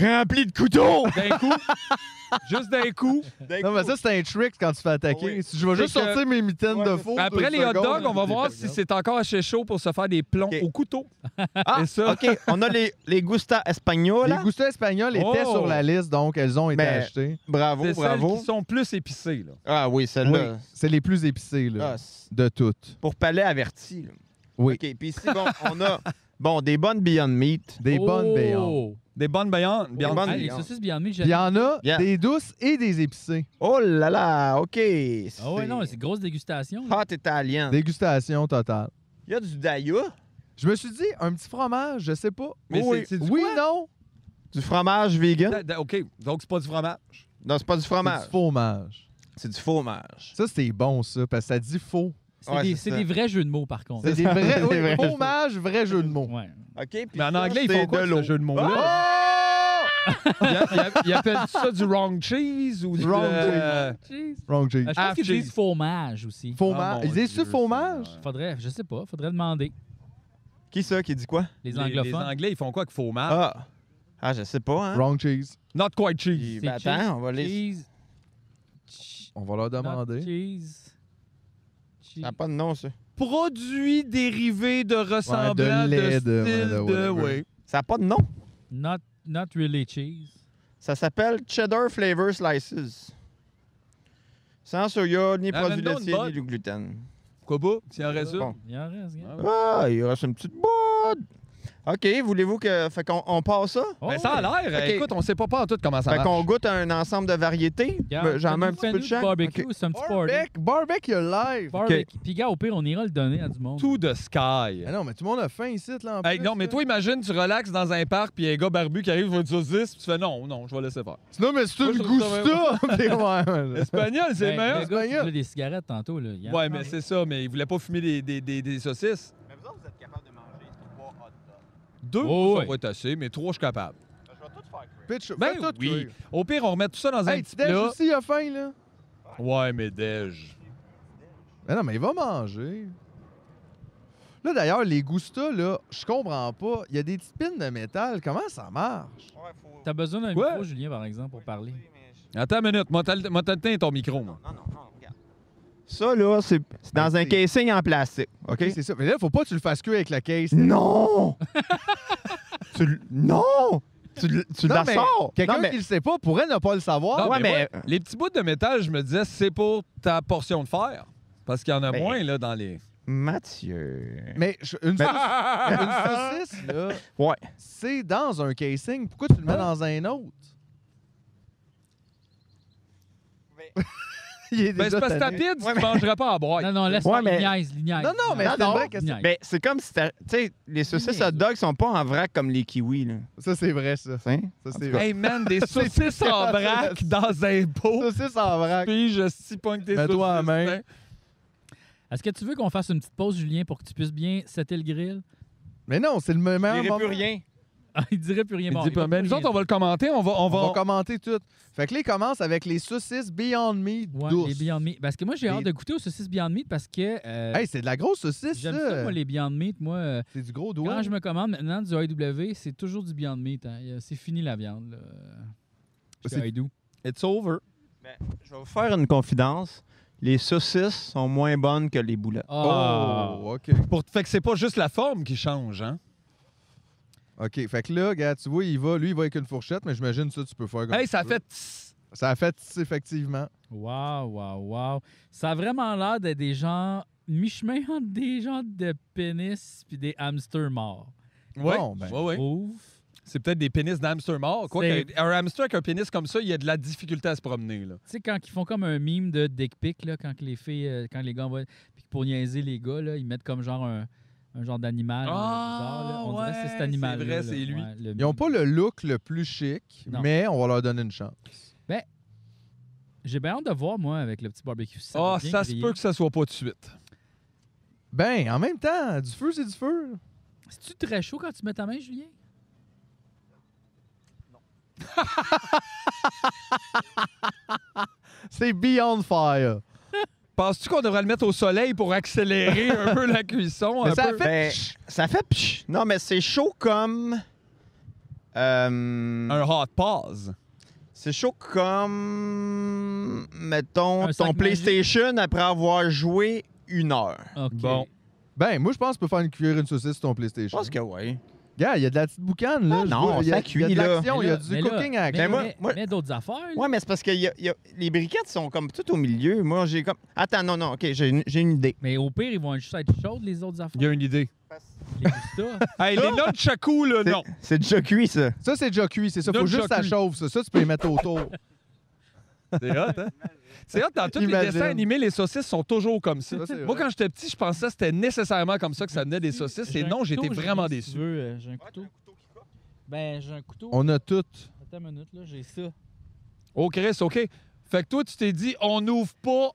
remplie de couteaux.
D'un
*laughs*
coup. Juste d'un coup.
Non, mais ça, c'est un trick quand tu fais attaquer.
Ben, Oui.
Si Je vais juste
que-
sortir mes mitaines
Ouais,
de
c'est
four.
Après les hot dogs, on va voir si c'est encore assez chaud pour se faire des plombs
OK.
au couteau.
Ah,
Et ça,
OK, on a les, les Gusta
Les
Espagnola.
goustas espagnols étaient
Oh!
sur la liste, donc elles ont été
Mais-
achetées.
Bravo,
c'est celles
bravo.
qui sont plus épicées. Là.
Ah oui, celle-là.
Oui, c'est les plus épicées là,
Ah, c'est-
de toutes.
pour palais averti. là.
Oui.
OK, puis ici, bon, on a bon, des bonnes Beyond Meat.
Des
Oh.
bonnes béantes.
Des bonnes Beyond. Beyond-
bonnes-
Ah, Oh! les
Beyond.
saucisses Beyond Meat, je-
Il y en a
Bien.
des douces et des épicées.
Oh là là, OK.
Ah ouais, non, c'est grosse dégustation. là.
Hot
Ah.
italien.
Dégustation totale.
Il y a du daya,
Je me suis dit, un petit fromage, je sais pas.
Mais
Oui.
c'est c'est du
oui,
quoi?
non.
du fromage vegan.
Da- da- OK, donc c'est pas du fromage.
Non, c'est pas du
C'est
fromage,
du fromage.
c'est du fromage.
Ça, c'est bon, ça, parce que ça dit faux.
C'est
ouais,
des,
c'est
c'est
ça.
des vrais jeux de mots, par contre.
C'est des
ça.
*laughs*
vrais,
Des
oui,
vrais jeux.
fromage, vrai jeu de mots.
Ouais.
OK, puis
Mais en
ça,
anglais, ils
c'est
font quoi,
de
ce
l'eau. Ah!
jeu de mots-là?
Oh!
Ils il, appellent ça du wrong cheese ou du...
Wrong
euh,
Cheese.
Wrong, Jay.
Ah, je
Half
pense qu'ils
cheese.
disent fromage aussi.
Fromage.
Ah, mon
Ils disent
Dieu,
ce fromage?
Seigneur.
Faudrait, je sais pas, faudrait demander.
Qui ça qui dit quoi
Les
Les
anglophones.
Anglais, ils font quoi avec fromage?
Ah. Ah, je sais pas hein.
Wrong cheese.
Not quite cheese.
Puis, ben,
C'est
attends, on va les
Cheese. Ch-
On va leur
not
demander.
Cheese. Cheese.
Ça a pas de nom ça.
Produit dérivé de ressemblant
Ouais, de lait, de-
style
ouais, de
de-
whatever.
ouais.
Ça a pas de nom.
Not, not really cheese.
Ça s'appelle Cheddar Flavor Slices. Sans soya, ni
Ah,
produits
donne-nous une
laitiers,
bonne.
ni du gluten.
Pourquoi pas? C'est un résume.
Bon.
Il en reste, regarde.
Ah, il reste une petite boîte. OK, voulez-vous que. Fait qu'on on passe ça?
Oh,
Ben, ça a l'air.
OK.
Écoute, on sait pas pas en tout comment
Ben,
ça
fait qu'on
marche.
goûte un ensemble de variétés.
Regarde,
Ben, J'en mets un
fais-nous-
petit peu de
fais-nous du
chaque.
barbecue,
OK.
c'est un petit party.
Barbecue, barbecue live.
Barbecue. Puis, gars, au pire, on ira le donner à du monde.
Tout de sky.
Ah non, mais tout le monde a faim ici, là, en
Hey,
plus,
non, mais
là.
toi, imagine, tu relaxes dans un parc, puis un gars barbu qui arrive, il veut une saucisse, puis tu fais non, non, je vais laisser faire.
Sinon, mais c'est
Moi,
une
je trouve ça
gousta! *laughs* T'es ouais,
*laughs*
là.
Espagnol,
Ben,
c'est meilleur.
Le gars qui
Espagnol.
voulait des cigarettes tantôt, là. il Ah en
ben, Ouais,
prend.
mais c'est ça, mais il voulait pas fumer des, des, des, des saucisses.
Mais vous autres, vous êtes capable de manger trois hot dogs.
Deux,
Oh,
ça
ouais.
va être assez, mais trois, je suis capable.
Je vais tout faire cuire.
Pitch,
Ben
fais tout
oui.
cuire.
Au pire, on remet tout ça dans un
Hey,
petit
petit déj
plat.
aussi, il a faim, là.
Ouais, mais déj.
Mais Ben non, mais il va manger. Là, d'ailleurs, les goustas, là, je comprends pas. Il y a des petites pines de métal. Comment ça marche?
Ouais, faut.
T'as besoin d'un
Quoi?
micro, Julien, par exemple, pour parler.
Attends une minute, m'a t'al- m'a t'alteint ton micro, moi.
Non, non, non, regarde. Ça, là, c'est c'est dans un
Ok.
casing en plastique. OK?
C'est ça. Mais là, faut pas que tu le fasses cuire avec la caisse.
*laughs* Non! tu l- Non! Tu, l- tu
Non,
la
mais
sors!
Quelqu'un
Non, mais-
qui le sait pas pourrait ne pas le savoir.
Non,
ouais,
mais,
mais-
euh,
ouais, les petits bouts de métal, je me disais, c'est pour ta portion de fer. Parce qu'il y en a
Ben-
moins, là, dans les.
Mathieu.
Mais je- *laughs* une,
Mais-
*laughs* Ben,
sauc- une saucisse, là,
Ouais.
c'est dans un casing. Pourquoi tu le mets dans un autre? *laughs* Il est
Ben,
déjà
c'est parce que t'as
tanné.
pide, tu mangeras pas à boire.
Non, non, laisse
Ouais,
moi
mais-
l'ignaise, l'ignaise.
Non, non, mais c'est une vraie
il
question.
niaise.
Ben, c'est comme si t'as- Tu sais, les saucisses hot dogs sont pas en vrac comme les kiwis, là.
Ça, c'est vrai, ça.
Hein?
Ça, *laughs* c'est vrai.
*laughs* Hey, oh! man, des saucisses en vrac dans un pot.
Saucisse en vrac.
Puis je stiponque tes
Mets-toi en
saucisses,
main.
hein.
Est-ce que tu veux qu'on fasse une petite pause, Julien, pour que tu puisses bien setter le grill? *laughs*
Mais non, c'est le même
Je
moment.
dirais plus rien.
Ah, il dirait plus rien.
Il
Bon,
dit
il
pas,
va
mais
plus
nous
rien
autres, on va le commenter. On va. On
ben, On
va,
va commenter tout. Fait que les commence avec les saucisses Beyond Meat
dire. Ouais,
douces.
les Beyond Meat. Parce que moi, j'ai
Les-
hâte de goûter aux saucisses Beyond Meat parce que euh,
Hey, c'est de la grosse saucisse,
j'aime ça,
ça.
moi, les Beyond Meat. Moi, euh,
C'est du gros
quand
doigt.
je me commande maintenant du AEW, c'est toujours du Beyond Meat. hein. Euh, C'est fini la viande. là. J'étais,
C'est-
I do.
It's over.
Je vais vous faire une confidence. Les saucisses sont moins bonnes que les boulettes.
Ah.
Oh, OK.
Pour... Fait que c'est pas juste la forme qui change, hein?
OK. Fait que là, regarde, tu vois, il va, lui, il va avec une fourchette, mais j'imagine ça, tu peux faire comme
Hey,
tu
ça
veux.
fait. tss.
Ça a fait, tss, effectivement.
Wow, wow, wow. Ça a vraiment l'air d'être des gens mi-chemin entre des gens de pénis puis des hamsters morts.
Ouais.
Bon, ben.
Ouais, ouais.
Ouf.
C'est peut-être des pénis d'hamster mort. Quoi
C'est-
qu'un- un hamster avec un pénis comme ça, il y a de la difficulté à se promener. Là.
Tu sais, quand ils font comme un mime de dick pic, là, quand que les filles, euh, quand les gars vont. Puis pour niaiser les gars, là, ils mettent comme genre un, un genre d'animal. là,
Ah,
bizarre, là. On dirait que c'est
ouais,
cet animal.
c'est vrai, c'est lui.
Ils n'ont pas le look le plus chic,
Non.
mais on va leur donner une chance.
J'ai bien hâte de voir, moi, avec le petit barbecue. si
Ah,
va bien
ça se
griller.
peut que ça soit pas de suite.
Ben, en même temps, du feu, c'est du feu.
C'est-tu très chaud quand tu mets ta main, Julien?
C'est Beyond Fire.
Penses-tu qu'on devrait le mettre au soleil
*laughs*
pour accélérer un peu la cuisson?
Mais
un
ça
peu?
fait-
Ben, ça fait pch. Non, mais c'est chaud comme. euh,
Ben, Un hot pause.
C'est chaud comme. Mettons,
Un
ton
sac magique.
PlayStation après avoir joué une heure.
OK.
Bon.
Ben, moi, je pense que tu peux faire une cuillère, une saucisse sur ton
Je
PlayStation.
pense que oui.
Gars, il y a de la petite boucane, là.
Ah
je
non,
vois. il y a,
ça cuit,
il y a de
là.
l'action,
Mais
il y a
là-
du
mais là-
cooking
mais-
action.
Mais moi-
mais-
moi-
mais d'autres affaires. là.
Ouais, mais c'est parce que y a- y a- les briquettes sont comme tout au milieu. Moi, j'ai comme. Attends, non, non, OK, j'ai une, j'ai une idée.
Mais au pire, ils vont juste être chaudes, les autres affaires.
Il y a une idée.
Les hein? gustas.
Hey, les nunchakus, là,
C'est-
*laughs*
non.
C'est déjà cuit, ça.
Ça, c'est déjà cuit, c'est ça. Faut
Notre
juste
déjà
ça
cuit.
chauffe, ça. Ça, tu peux les mettre autour.
C'est hot, hein? C'est hot, dans tous les
Imagine.
dessins animés, les saucisses sont toujours comme ça.
Ça, c'est vrai.
Moi, quand j'étais petit, je pensais que c'était nécessairement comme ça que ça venait des saucisses. Et
un
non, j'étais
couteau,
vraiment
Julien, si tu
déçu.
veux, euh, J'ai un couteau. Ben, j'ai un couteau.
On a tout.
Attends une minute, là, j'ai ça.
Oh, Chris, OK. Fait que toi, tu t'es dit, on n'ouvre pas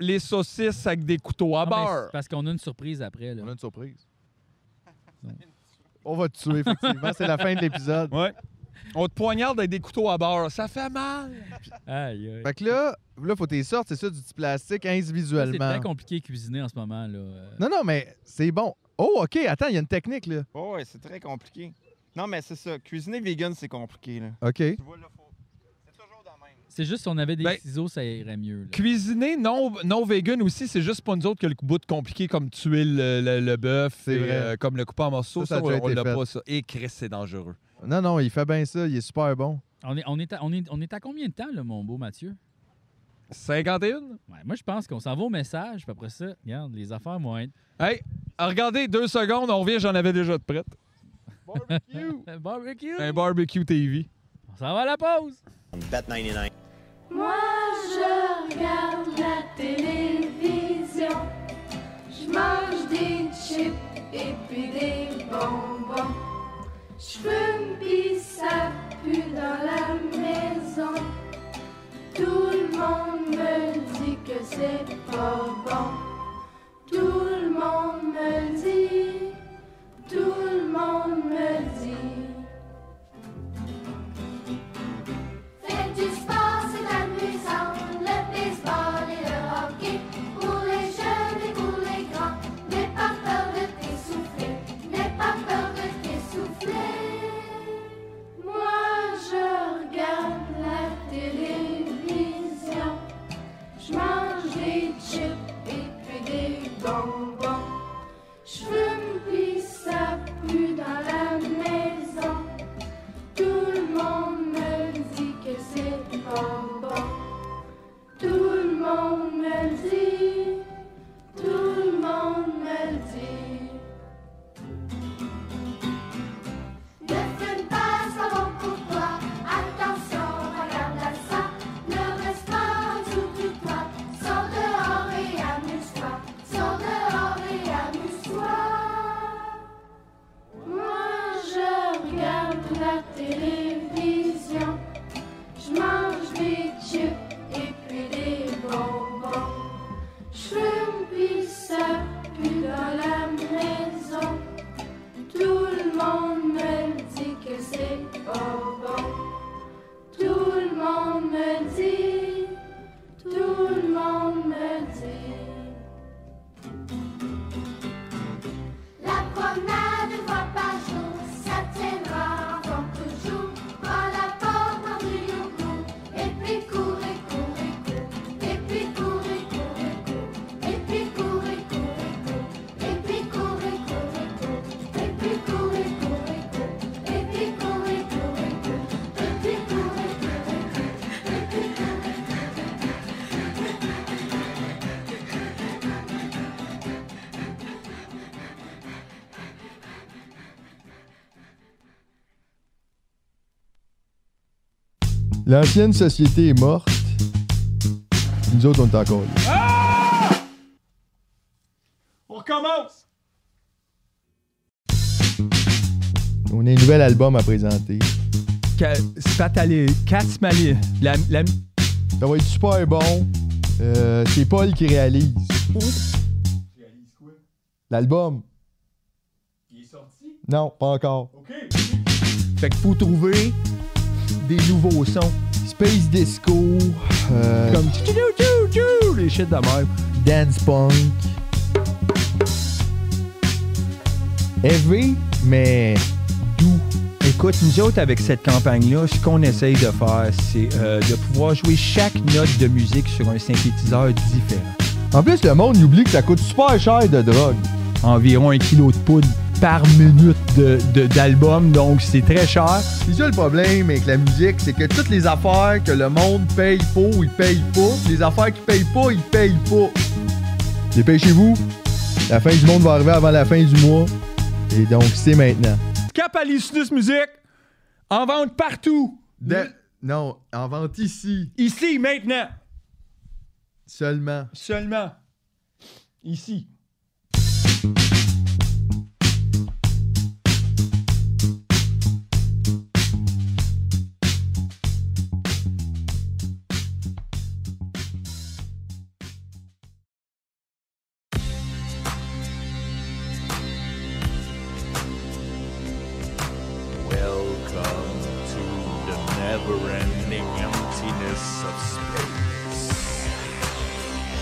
les saucisses avec des couteaux à
Non, mais
beurre.
c'est Parce qu'on a une surprise après. Là.
On a une surprise. On va te tuer, effectivement. C'est la fin de l'épisode.
Ouais. On te poignarde avec des couteaux à beurre. Ça fait mal.
Aïe, aïe.
Fait que là, là, faut tes sortes, c'est ça, du petit plastique
Ça, C'est
individuellement.
très compliqué de cuisiner en ce moment. Là. Euh,
Non, non, mais c'est bon. Oh, OK, attends, il y a une technique, là.
Oh, ouais, c'est très compliqué. Non, mais c'est ça. Cuisiner vegan, c'est compliqué, là.
OK.
Tu vois, là, faut... c'est toujours dans le même.
C'est juste si on avait des
Ben-
ciseaux, ça irait mieux. là.
Cuisiner non, non vegan aussi, c'est juste pas nous autres que le bout de compliqué comme tuer le, le- le bœuf,
C'est
et,
vrai.
euh, comme le couper en morceaux.
Ça, ça
Ça,
a déjà
on on
été
l'a
fait.
pas, ça. Et Chris, c'est dangereux.
Non, non, il fait bien ça. Il est super bon.
On, est, on, est à, on, est, on est à combien de temps, là, mon beau Mathieu?
51?
Ouais, moi, je pense qu'on s'en va au message. Puis après ça, regarde, les affaires vont être.
Hey, regardez, deux secondes, on revient, j'en avais déjà de prête.
Euh, Barbecue!
Un barbecue TV.
On s'en va à la pause!
Moi, je regarde la télévision. Je mange des chips et puis des bonbons. Je fume pis ça pue dans la maison. Tout le monde me dit que c'est pas bon. Tout le monde me dit. Tout le monde me dit. Faites du sport, c'est amusant. Le baseball et le hockey. Pour les jeunes et pour les grands. N'aie pas peur de t'essouffler. N'aie pas peur de t'essouffler. Moi, je regarde la télévision. Je mange des chips et puis des bonbons. Je fume puis ça pue dans la maison. Tout le monde me dit que c'est pas bon. Tout le monde me dit, tout le monde me dit. Ne fume pas, ça va pour toi. Attention, regarde à ça. Ne reste pas en dessous du toit. Sors dehors et amuse-toi. Sors dehors et amuse-toi. Moi, je regarde la télévision. Je mange des chips et puis des bonbons. Je fume puis ça pue dans la maison. Tout le monde me dit que c'est pas bon. Tout le monde me dit. Tout le monde me dit. La promenade une fois par jour, ça tiendra encore toujours. Prends la porte en du yogourt,
L'ancienne société est morte. Nous autres, on est encore là.
On recommence!
On a un nouvel album à présenter.
Catsmali. La, la,
Ça va être super bon. Euh, c'est Paul qui réalise. L'album. Il est sorti? Non, pas encore.
fait qu'il faut trouver des nouveaux sons.
Space Disco, euh,
Comme tchou, tchou, tchou, tchou, les shit de même.
Dance Punk. Heavy, mais
Doux. Écoute, nous autres, avec cette campagne-là, ce qu'on essaye de faire, c'est euh, de pouvoir jouer chaque note de musique sur un synthétiseur différent.
en plus, le monde oublie que ça coûte super cher de drogue.
Environ un kilo de poudre par minute de- de- d'album, donc c'est très cher.
C'est ça le problème avec la musique, c'est que toutes les affaires que le monde paye pour, ils payent pas. Les affaires qui payent pas, ils payent pas. Dépêchez-vous, la fin du monde va arriver avant la fin du mois. Et donc, c'est maintenant.
Cap à l'Isnus Musique, en vente partout,
De- Non, en vente ici
ici, maintenant,
seulement.
seulement, ici.
Welcome to the never ending emptiness of space.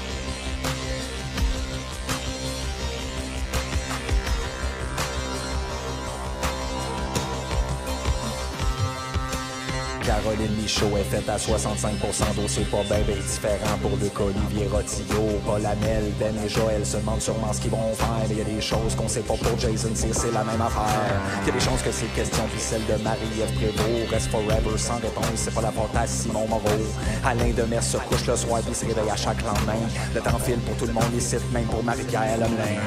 Caroline Michaud est faite à 65% d'eau, c'est pas bien ben différent pour Luc Olivier Rotillo, Paul Hamel, Ben et Joël se demandent sûrement ce qu'ils vont faire, mais il y a des choses qu'on sait pas pour Jason Sear, c'est la même affaire. Il y a des chances que ces questions, puis celle de Marie-Ève Prévost reste forever sans réponse, c'est pas la faute à Simon Moreau. Alain Demers se couche le soir puis se réveille à chaque lendemain. Le temps file pour tout le monde, ici, même pour Marie-Pierre Lemelin.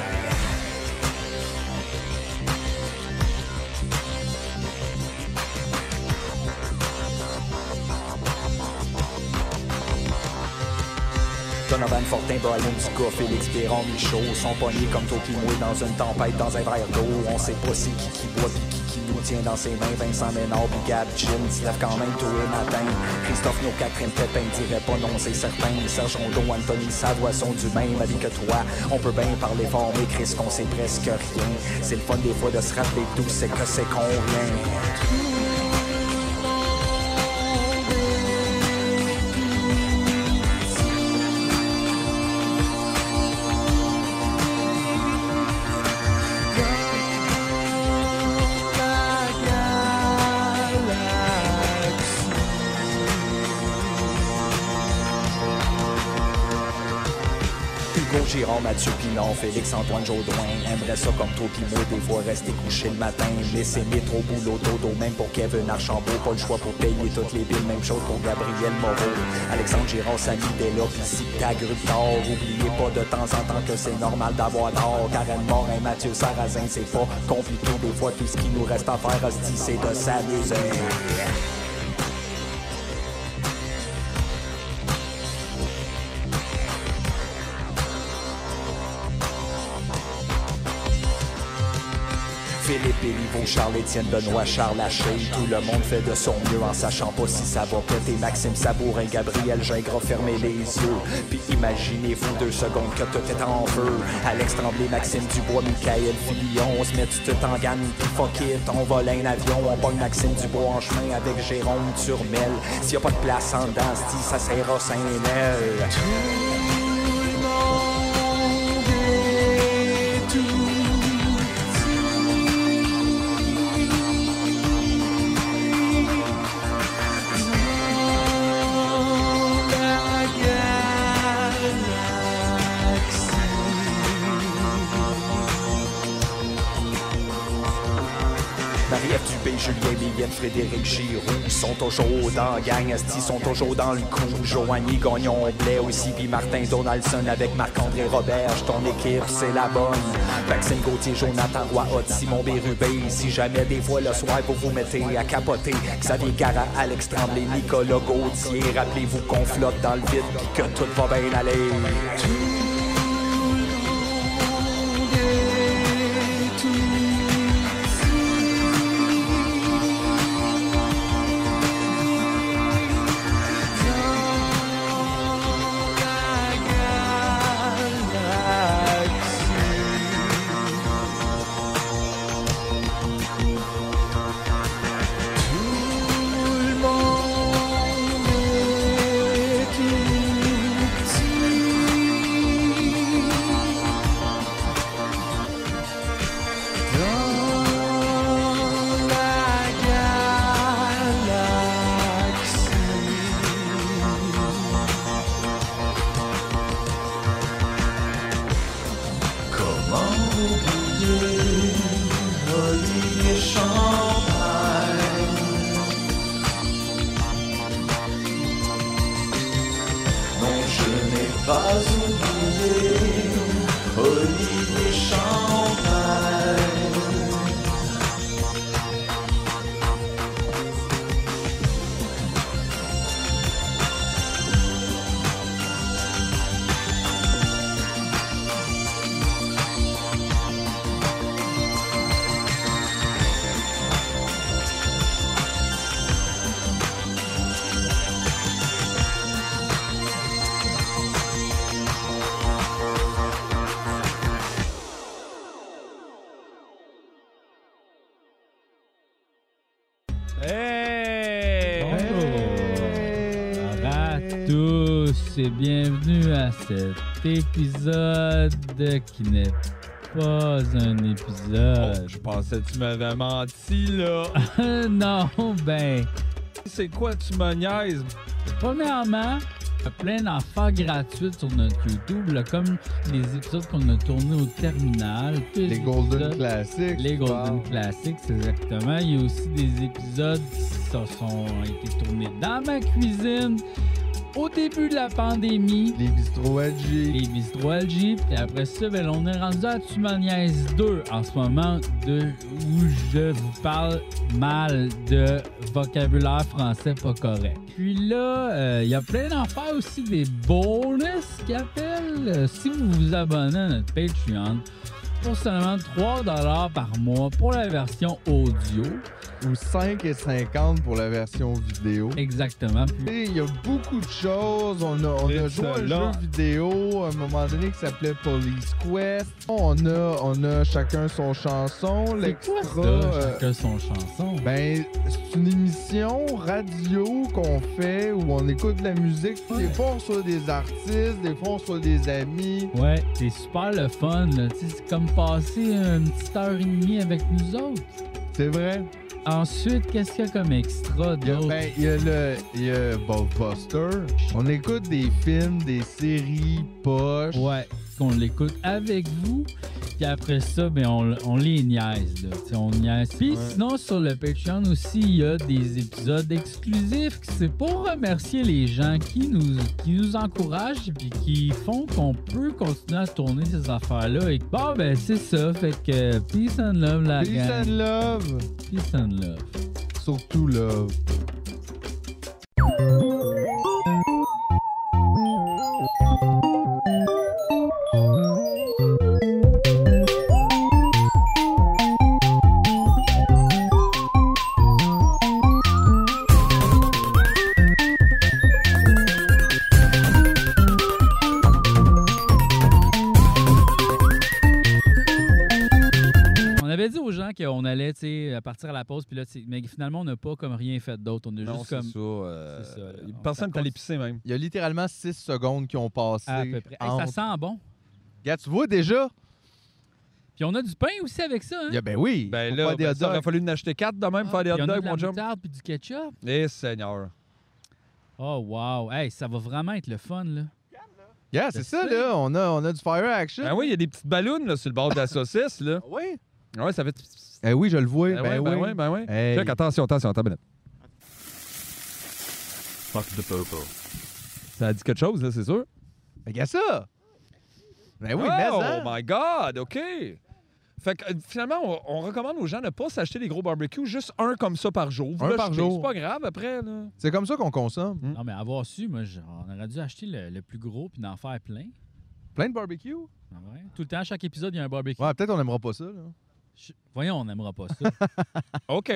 Donovan Fortin, Brian Ducas, Félix Perron, Michaud sont pognés comme Toki moué dans une tempête, dans un verre d'eau. On sait pas c'est qui qui boit pis qui qui nous tient dans ses mains. Vincent Ménard pis Gab Jim se lèvent quand même tous les matins. Christophe Nos Catherine Pépin dirait pas non, c'est certain. Serge Rondeau, Anthony Savoie sont du même avis que toi. On peut bien parler fort, mais Chris, qu'on sait presque rien. C'est le fun des fois de se rappeler d'où c'est que c'est qu'on vient. Hugo Girard, Mathieu Pinon, Félix-Antoine Jaudoin aimerait ça comme toi pis moi, des fois rester couché le matin. Laisser mettre au boulot dodo, même pour Kevin Archambault, pas le choix pour payer toutes les billes, même chose pour Gabriel Moreau. Alexandre Girard, Samy Della, pis si t'as gru tort, oubliez pas de temps en temps que c'est normal d'avoir tort. Karen Morin, Mathieu Sarrazin, c'est pas compliqué, des fois tout ce qui nous reste à faire, hostie, c'est de s'amuser. Philippe Béliveau, Charles-Étienne Benoît, Charles Haché. Tout le monde fait de son mieux en sachant pas si ça va péter. Maxime Sabourin, Gabriel Gingras, fermez les yeux. Puis imaginez-vous deux secondes que tout est en feu. Alex Tremblay, Maxime Dubois, Michael Fillon. On se met tout en gamme, puis fuck it, on vole un avion. On pogne Maxime Dubois en chemin avec Jérôme Turmel. S'il y a pas de place en dedans, se dit, ça sera Saint-Nel. Marie-Ève
Jeff Dubé, Julien Millette, Frédéric Giroux sont toujours dans la gang, Asti sont toujours dans le coup. Joanie Gagnon, Blais aussi, puis Martin Donaldson avec Marc-André Roberge. Ton équipe, c'est la bonne. Maxime Gauthier, Jonathan Roy, Hot, Simon Bérubé. Si jamais des fois le soir vous vous mettez à capoter, Xavier Gara, Alex Tremblay, Nicolas Gauthier. Rappelez-vous qu'on flotte dans le vide, puis que tout va bien aller.
Oh.
Hey! Bonjour à Ah bah, tous et bienvenue à cet épisode qui n'est pas un épisode.
Oh, Je pensais que tu m'avais menti, là.
Oh.
*laughs* non, ben,
*laughs* C'est quoi, tu me niaises?
premièrement, il y a plein d'affaires gratuites sur notre YouTube, là, comme les épisodes qu'on a tournés au terminal. tous
Les
épisodes-
Golden Classics.
Les
tu parles.
Golden Classics, exactement. Il y a aussi des épisodes qui se sont ont été tournés dans ma cuisine au début de la pandémie.
Les Bistro
Les Bistro LG. Et après ça, ben, on est rendu à Tu m'en niaises 2 en ce moment, de, où je vous parle mal de vocabulaire français pas correct. Puis là, euh, il y a plein d'affaires aussi, des bonus qui appellent. Euh, si vous vous abonnez à notre Patreon, pour seulement 3 par mois pour la version audio.
Ou 5 et 50 pour la version vidéo.
Exactement. Puis
Et Il y a beaucoup de choses. On a, on a
Excellent.
joué à un jeu vidéo à un moment donné qui s'appelait Police Quest. On a, on a chacun son chanson.
c'est
L'extra.
quoi ça,
euh,
chacun son chanson?
Ben, c'est une émission radio qu'on fait où on écoute de la musique. Des fois, on reçoit des artistes, des fois, on reçoit des amis.
Ouais, c'est super le fun. là. Tu sais, C'est comme passer une petite heure et demie avec nous autres.
C'est vrai.
Ensuite, qu'est-ce qu'il y a comme extra
Il y a,
d'autre?
ben, il y a le il y a Bob Buster. On écoute des films, des séries poches.
Ouais, qu'on l'écoute avec vous. Puis après ça, ben on, on les niaise. Là. Tu sais, On niaise. Puis sinon, sur le Patreon aussi, il y a des épisodes exclusifs. qui C'est pour remercier les gens qui nous, qui nous encouragent et qui font qu'on peut continuer à tourner ces affaires-là. Et bon, ben c'est ça. Fait que peace and love, la
Peace
gang.
and love.
Peace and love.
Surtout love.
On avait dit aux gens qu'on allait, tu sais, partir à la pause, puis là, tu sais, mais finalement, on n'a pas comme rien fait d'autre. On a
Non,
juste
c'est
comme.
ça. euh,
C'est ça, là.
il pensait
Ça
que t'allais pisser, même.
Il y a littéralement 6 secondes qui ont passé.
À peu près. Hey, ça
entre-
sent bon.
Regarde, tu vois déjà?
Puis on a du pain aussi avec ça. Hein?
Il y a- ben oui.
Ben
faut
là,
faire des
ben,
hot
ça aurait
dogs.
fallu en acheter quatre de même, faire des
Puis
hot
on a
dogs,
de la
mon chum.
moutarde puis du ketchup.
Eh, Seigneur.
Oh, wow. Hey, ça va vraiment être le fun, là.
Yeah, c'est
Je
ça,
sais.
là. On a, on a du fire action.
*laughs* Ben oui, il y a des petites ballons là, sur le bord de la saucisse, là.
Oui.
Ouais, ça fait.
Eh oui, je le vois. Ben,
Ben ouais, ben
oui.
ouais, ben ouais.
Hey.
Check, attention, attention, attends une minute.
Fuck the popo.
Ça a dit quelque chose, là, c'est sûr.
Regarde ça! Ben oui,
oh,
mais
Oh
hein.
my God, OK. Fait que, euh, finalement, on, on recommande aux gens de ne pas s'acheter des gros barbecues, juste un comme ça par jour. Vous
Un
l'achetez,
par jour.
C'est pas grave après, là.
C'est comme ça qu'on consomme.
Non, mais avoir su, moi, j- on aurait dû acheter le, le plus gros puis d'en faire plein.
Plein de barbecue?
Ah ouais. Tout le temps, à chaque épisode, il y a un barbecue.
Ouais, peut-être on n'aimera pas ça. Là.
Ch- Voyons, on n'aimera pas ça.
OK.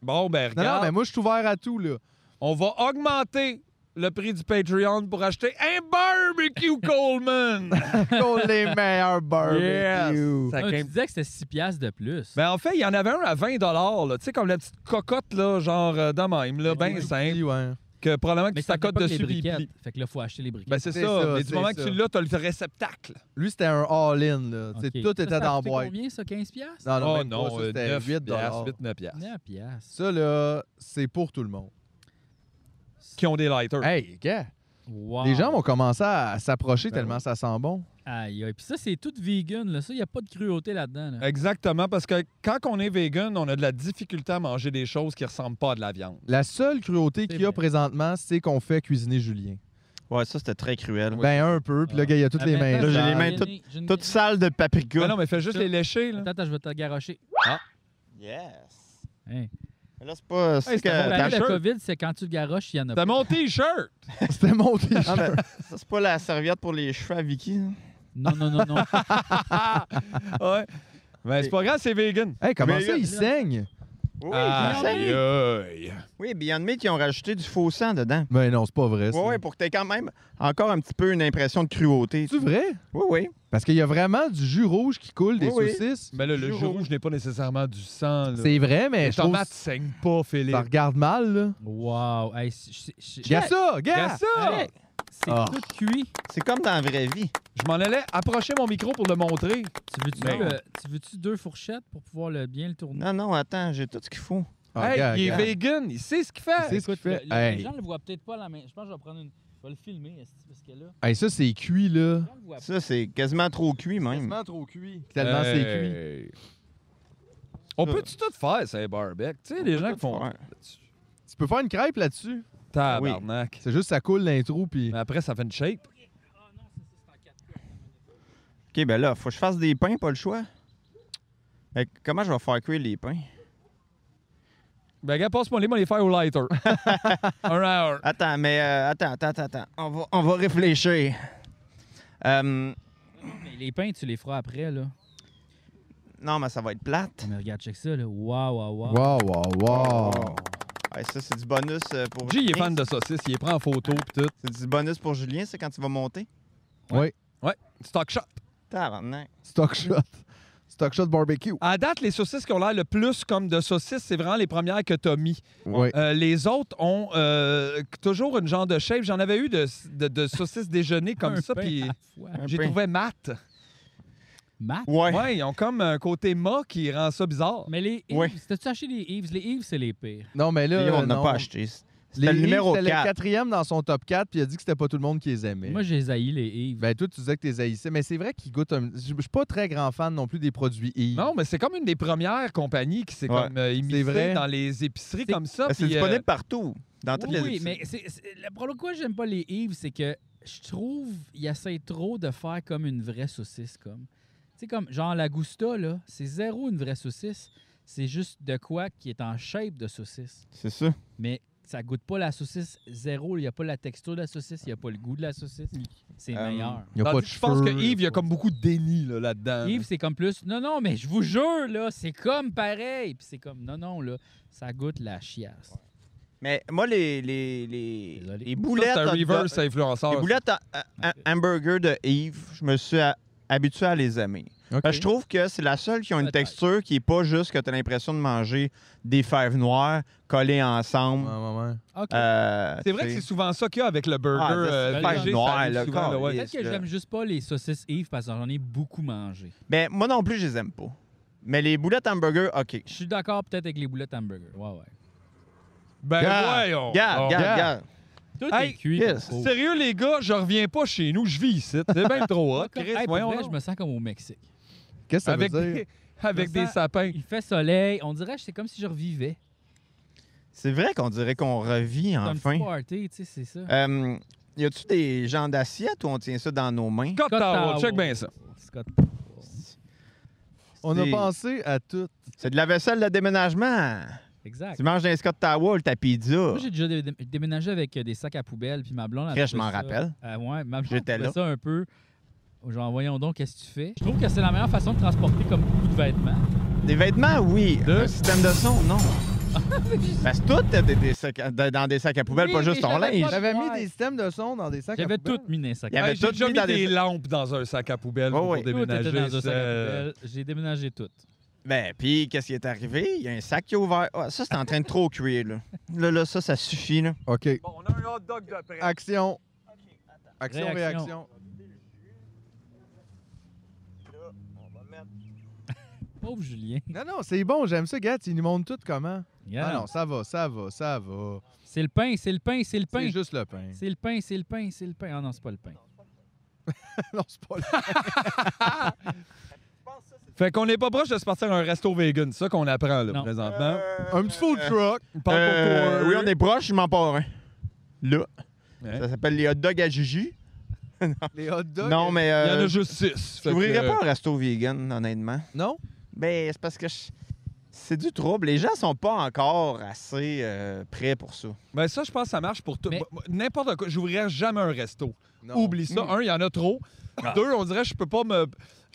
Bon, ben,
Non,
regarde.
non, mais moi, je suis ouvert à tout, là.
On va augmenter le prix du Patreon pour acheter un barbecue
*laughs*
Coleman.
Qu'on les meilleurs barbecues.
Ça
Ah, tu
came-
disais que c'était 6 piastres de plus.
Ben, en fait, il y en avait un à 20 là, tu sais, comme la petite cocotte, là, genre euh, de même, là, ben simple,
Oui, ouais.
que probablement que
mais
tu
ça coûte
t'accotes
pas que les
dessus. puis il
briquettes.
plie.
Fait que là, faut acheter les briquettes.
Ben, c'est ça.
C'est ça,
Mais du
c'est
moment que
ça.
tu l'as, t'as le réceptacle.
Lui, c'était un all-in, là. Tu sais,
OK.
Ben, Tout était
Ça, ça a
dans
*laughs*
la
coûté
boîte.
combien, ça? 15 piastres?
Ah Non, non,
Oh
même pas,
non,
ça,
euh,
c'était
9
8
piastres, 8, 9 piastres.
9 piastres.
Ça, là, c'est pour tout le monde.
Qui ont des lighters.
Hey, gars,
Wow.
les gens vont commencer à s'approcher
Ben
tellement
oui.
ça sent bon.
Aïe, aïe. Puis ça, c'est tout vegan, là. Ça, il n'y a pas de cruauté là-dedans. là.
Exactement, parce que quand on est vegan, on a de la difficulté à manger des choses qui ressemblent pas à de la viande.
La seule cruauté
C'est
qu'il y a
vrai.
présentement, c'est qu'on fait cuisiner Julien.
Ouais, ça, c'était très cruel.
Ben, un peu, puis là, gars, il y a toutes
Ah,
les
mais
mains.
attends,
Là, j'ai les
une
mains
graine-
toutes-
j'ai une
Toute
graine-
sale de
Mais
paprika.
Ben non, mais fais juste
Ça-
les lécher, là.
Attends, attends, je vais te garocher.
Yes.
Hein.
Mais Là, c'est pas.
Hey,
C'est
c'était
que-
mon
Ben,
ta
le
shirt.
COVID, c'est quand tu le garoches, il y en a
T'as
pas.
mon *laughs* T-shirt!
*laughs* C'était mon t-shirt.
Non, mais ça, c'est pas la serviette pour les cheveux à Vicky. hein.
Non, non, non,
*laughs*
non.
ouais. Ben, c'est pas grave, c'est vegan.
Hey, comment
Mais
ça,
là-
il saigne?
Oui,
Aïe,
je sais.
aïe.
Ah, Oui, Beyond Meat, ils ont rajouté du faux sang dedans.
Ben non, c'est pas vrai. ça.
Oui, oui, pour que tu aies quand même encore un petit peu une impression de cruauté.
C'est vrai?
Oui, oui.
Parce qu'il y a vraiment du jus rouge qui coule des
Oui, oui.
saucisses.
Mais là, le jus rouge n'est pas nécessairement du sang. Là.
C'est vrai, mais
Les
je trouve
tomates saignent pas, Philippe.
ça regarde mal, là.
wow. Hey, c'est- c'est- c'est-
Gars ça,
Regarde
gars!
ça!
Hey, c'est
Ah.
tout cuit.
C'est comme dans la vraie vie.
Je m'en allais approcher mon micro pour le montrer.
Tu veux-tu
Ben.
le- tu veux-tu deux fourchettes pour pouvoir le, bien le tourner?
Non, non, attends, j'ai tout ce qu'il faut.
Ah,
hey,
gars,
il est
gars.
vegan, il sait ce qu'il fait.
C'est ce qu'il
Le- le-
fait. Hey.
Les gens le voient peut-être pas la main. Je pense que je vais prendre une. Je vais le filmer, esti, parce que là,
Hey, ça, c'est cuit, là.
les gens le voient pas.
Ça, c'est quasiment trop cuit, même.
trop cuit. Tellement
Euh.
c'est cuit.
On peut-tu tout faire, c'est un barbecue? Tu sais, les gens qui font.
Ouais.
Tu peux faire une crêpe là-dessus.
Tabarnak.
C'est juste ça coule l'intro, puis...
Mais après, ça fait une shape.
OK, ben là, faut que je fasse des pains, pas le choix. Mais comment je vais faire cuire les pains?
Ben, gars, passe-moi les, moi les faire au *laughs* lighter. un à un.
Attends, mais euh, attends, attends, attends, attends. On va, on va réfléchir. Euh,
Mais les pains, tu les feras après, là.
non, mais ça va être plate.
Mais regarde, check ça, là. Waouh, waouh, waouh.
Wow, wow, wow.
Ouais, ça, c'est du bonus euh, pour
J, il
Julien.
est fan de saucisses, il les prend en photo pis tout.
C'est du bonus pour Julien, c'est quand tu vas monter.
Stock shot.
Tabarnak.
Stock shot. Stock shot barbecue.
À date, les saucisses qui ont l'air le plus comme de saucisses, c'est vraiment les premières que t'as mis.
Ouais.
Euh, les autres ont euh, toujours une genre de shape. J'en avais eu de, de, de saucisses déjeuner comme
Un
ça,
pain
puis
à la fois.
Un
j'ai
pain.
trouvé mat.
Matt?
Ouais.
Ouais, ils ont comme un côté mat qui rend ça bizarre.
Mais les Eves,
Ouais.
t'as-tu acheté les Eves? Les Eves, c'est les pires.
Non, mais là...
Lui,
euh,
on n'a
non.
pas acheté.
Les
C'était le numéro
C'était le
4.
quatrième dans son top 4, puis il a dit que c'était pas tout le monde qui les aimait.
Moi, j'ai haï les Eves.
Ben, toi, tu disais que t'es haïssais, mais c'est vrai qu'ils goûtent un. Je je suis pas très grand fan non plus des produits Yves.
Non, mais c'est comme une des premières compagnies qui s'est
Ouais.
comme euh, immiscée
vrai.
dans les épiceries comme ça.
Ben, C'est
puis, euh,
disponible partout, dans toutes
oui,
les
oui, mais c'est, c'est- le problème pourquoi j'aime pas les Yves, c'est que je trouve ils essayent trop de faire comme une vraie saucisse. comme. Tu sais, comme genre la Gusta, là, c'est zéro une vraie saucisse. C'est juste de quoi qui est en shape de saucisse.
C'est ça.
Mais ça goûte pas la saucisse zéro. Il n'y a pas la texture de la saucisse, il n'y a pas le goût de la saucisse. C'est
Euh,
meilleur.
Il y a pas
tandis
de
que je pense que
cheveux,
Yves, il y a
pas-
comme beaucoup de déni là, là-dedans.
euh.
Yves, c'est comme plus. Non, non, mais je vous jure, là, c'est comme pareil. Puis c'est comme, non, non, là, ça goûte la chiasse.
Mais moi, les, les, les,
Désolé.
les
Ça,
boulettes.
c'est un
hot dog-
reverse influenceur.
les boulettes à- à- à- hamburger de Yves, je me suis a- habitué à les aimer. Parce
Ok.
que je trouve que c'est la seule qui a une
Peut-être.
texture qui n'est pas juste que tu as l'impression de manger des fèves noires collées ensemble.
Ouais, ouais, ouais.
OK.
Euh,
C'est vrai que
tu
c'est
sais.
souvent ça qu'il y a avec le burger.
Ah, ça,
euh,
c'est
pas
végé, ça
noir,
arrive
là,
souvent,
quand-
ouais.
Peut-être que
là.
j'aime juste pas les saucisses Yves parce que j'en ai beaucoup mangé.
Ben, moi non plus, je les aime pas. Mais les boulettes hamburger, OK.
Je suis d'accord peut-être avec les boulettes hamburger. Ouais, ouais.
Ben
Garde,
voyons.
Garde,
Oh.
garde, garde.
Tout
Hey,
est cuit.
yes.
Oh.
Sérieux, les gars, je reviens pas chez nous. Je vis ici. C'est bien trop hot.
Comme- *laughs*
Chris,
hey, pour
voyons.
vrai,
donc.
je me sens comme au Mexique.
Qu'est-ce que ça
avec,
veut dire?
des, avec
Je me
des
sens-
sapins.
Il fait soleil. On dirait que c'est comme si je revivais.
C'est vrai qu'on dirait qu'on revit
C'est un petit
enfin.
party, tu sais, c'est ça.
Euh, y a-tu des gens d'assiette ou on tient ça dans nos mains?
Scott Towel, check bien ça.
Scott.
On a
C'est-
pensé à tout.
C'est de la vaisselle de déménagement.
Exact.
Tu manges d'un Scott Towel, ta pizza.
Moi, j'ai déjà dé- dé- déménagé avec euh, des sacs à poubelle, puis ma blonde... elle
Chris, je
trouvait
m'en
ça-
rappelle.
Euh, ouais, ma blonde
J'étais
trouvait
là.
ça un peu... Genre, voyons donc, qu'est-ce que tu fais? Je trouve que c'est la meilleure façon de transporter comme beaucoup de vêtements.
Des vêtements, oui.
Deux.
Un système de son, non. Parce que tout est des- des sacs à- dans des sacs à poubelle,
Oui,
pas juste
mais
ton
j'avais
linge.
pas-
J'avais mis
Ouais.
des systèmes de son dans des sacs à
J'avais
poubelle.
tout mis dans les sacs
Il y
à
avait
Hey, J'ai
tout
déjà
mis
mis
dans
des
des-
lampes dans un sac à poubelle
Ouais,
pour
ouais.
poubelle. Tout était
déménager.
dans un sac à
ça.
euh,
poubelle. J'ai déménagé tout.
Ben, puis qu'est-ce qui est arrivé? Il y a un sac qui est ouvert. Ah, ça, c'est en train de trop cuire, là. Là, là, ça, ça suffit, là.
OK.
Bon, on a un hot dog de près.
Action. Action,
Réaction.
réaction.
Pauvre Julien.
Non, non, c'est bon, j'aime ça, gars. Il nous montre tout comment.
Regarde.
Ah Non, non, ça va, ça va, ça va.
C'est le pain, c'est le pain, c'est le pain.
C'est juste
*laughs*
le pain.
C'est le pain, c'est le pain, c'est le pain. Ah non, c'est pas le pain.
non, c'est pas le
Fait qu'on n'est pas proche de se partir à un resto vegan, c'est ça qu'on apprend là,
Non.
présentement.
Euh, Un petit food truck.
Parle pour
Euh,
toi. hein?
oui, on est proche, je m'en pars un. Là.
Ouais.
Ça s'appelle les hot dogs à Gigi.
Les hot dogs.
Non, mais.
Il y en
Euh,
a juste six. Fait
J'ouvrirais
que-
pas un resto vegan, honnêtement.
Non?
Ben, c'est parce que je- c'est du trouble. Les gens sont pas encore assez euh, prêts pour ça.
Ben ça, je pense que ça marche pour tout.
Mais-
Moi, N'importe quoi. J'ouvrirais jamais un resto.
Non.
Oublie ça.
Hmm.
Un, il y en a trop.
Ah.
Deux, on dirait je peux pas me.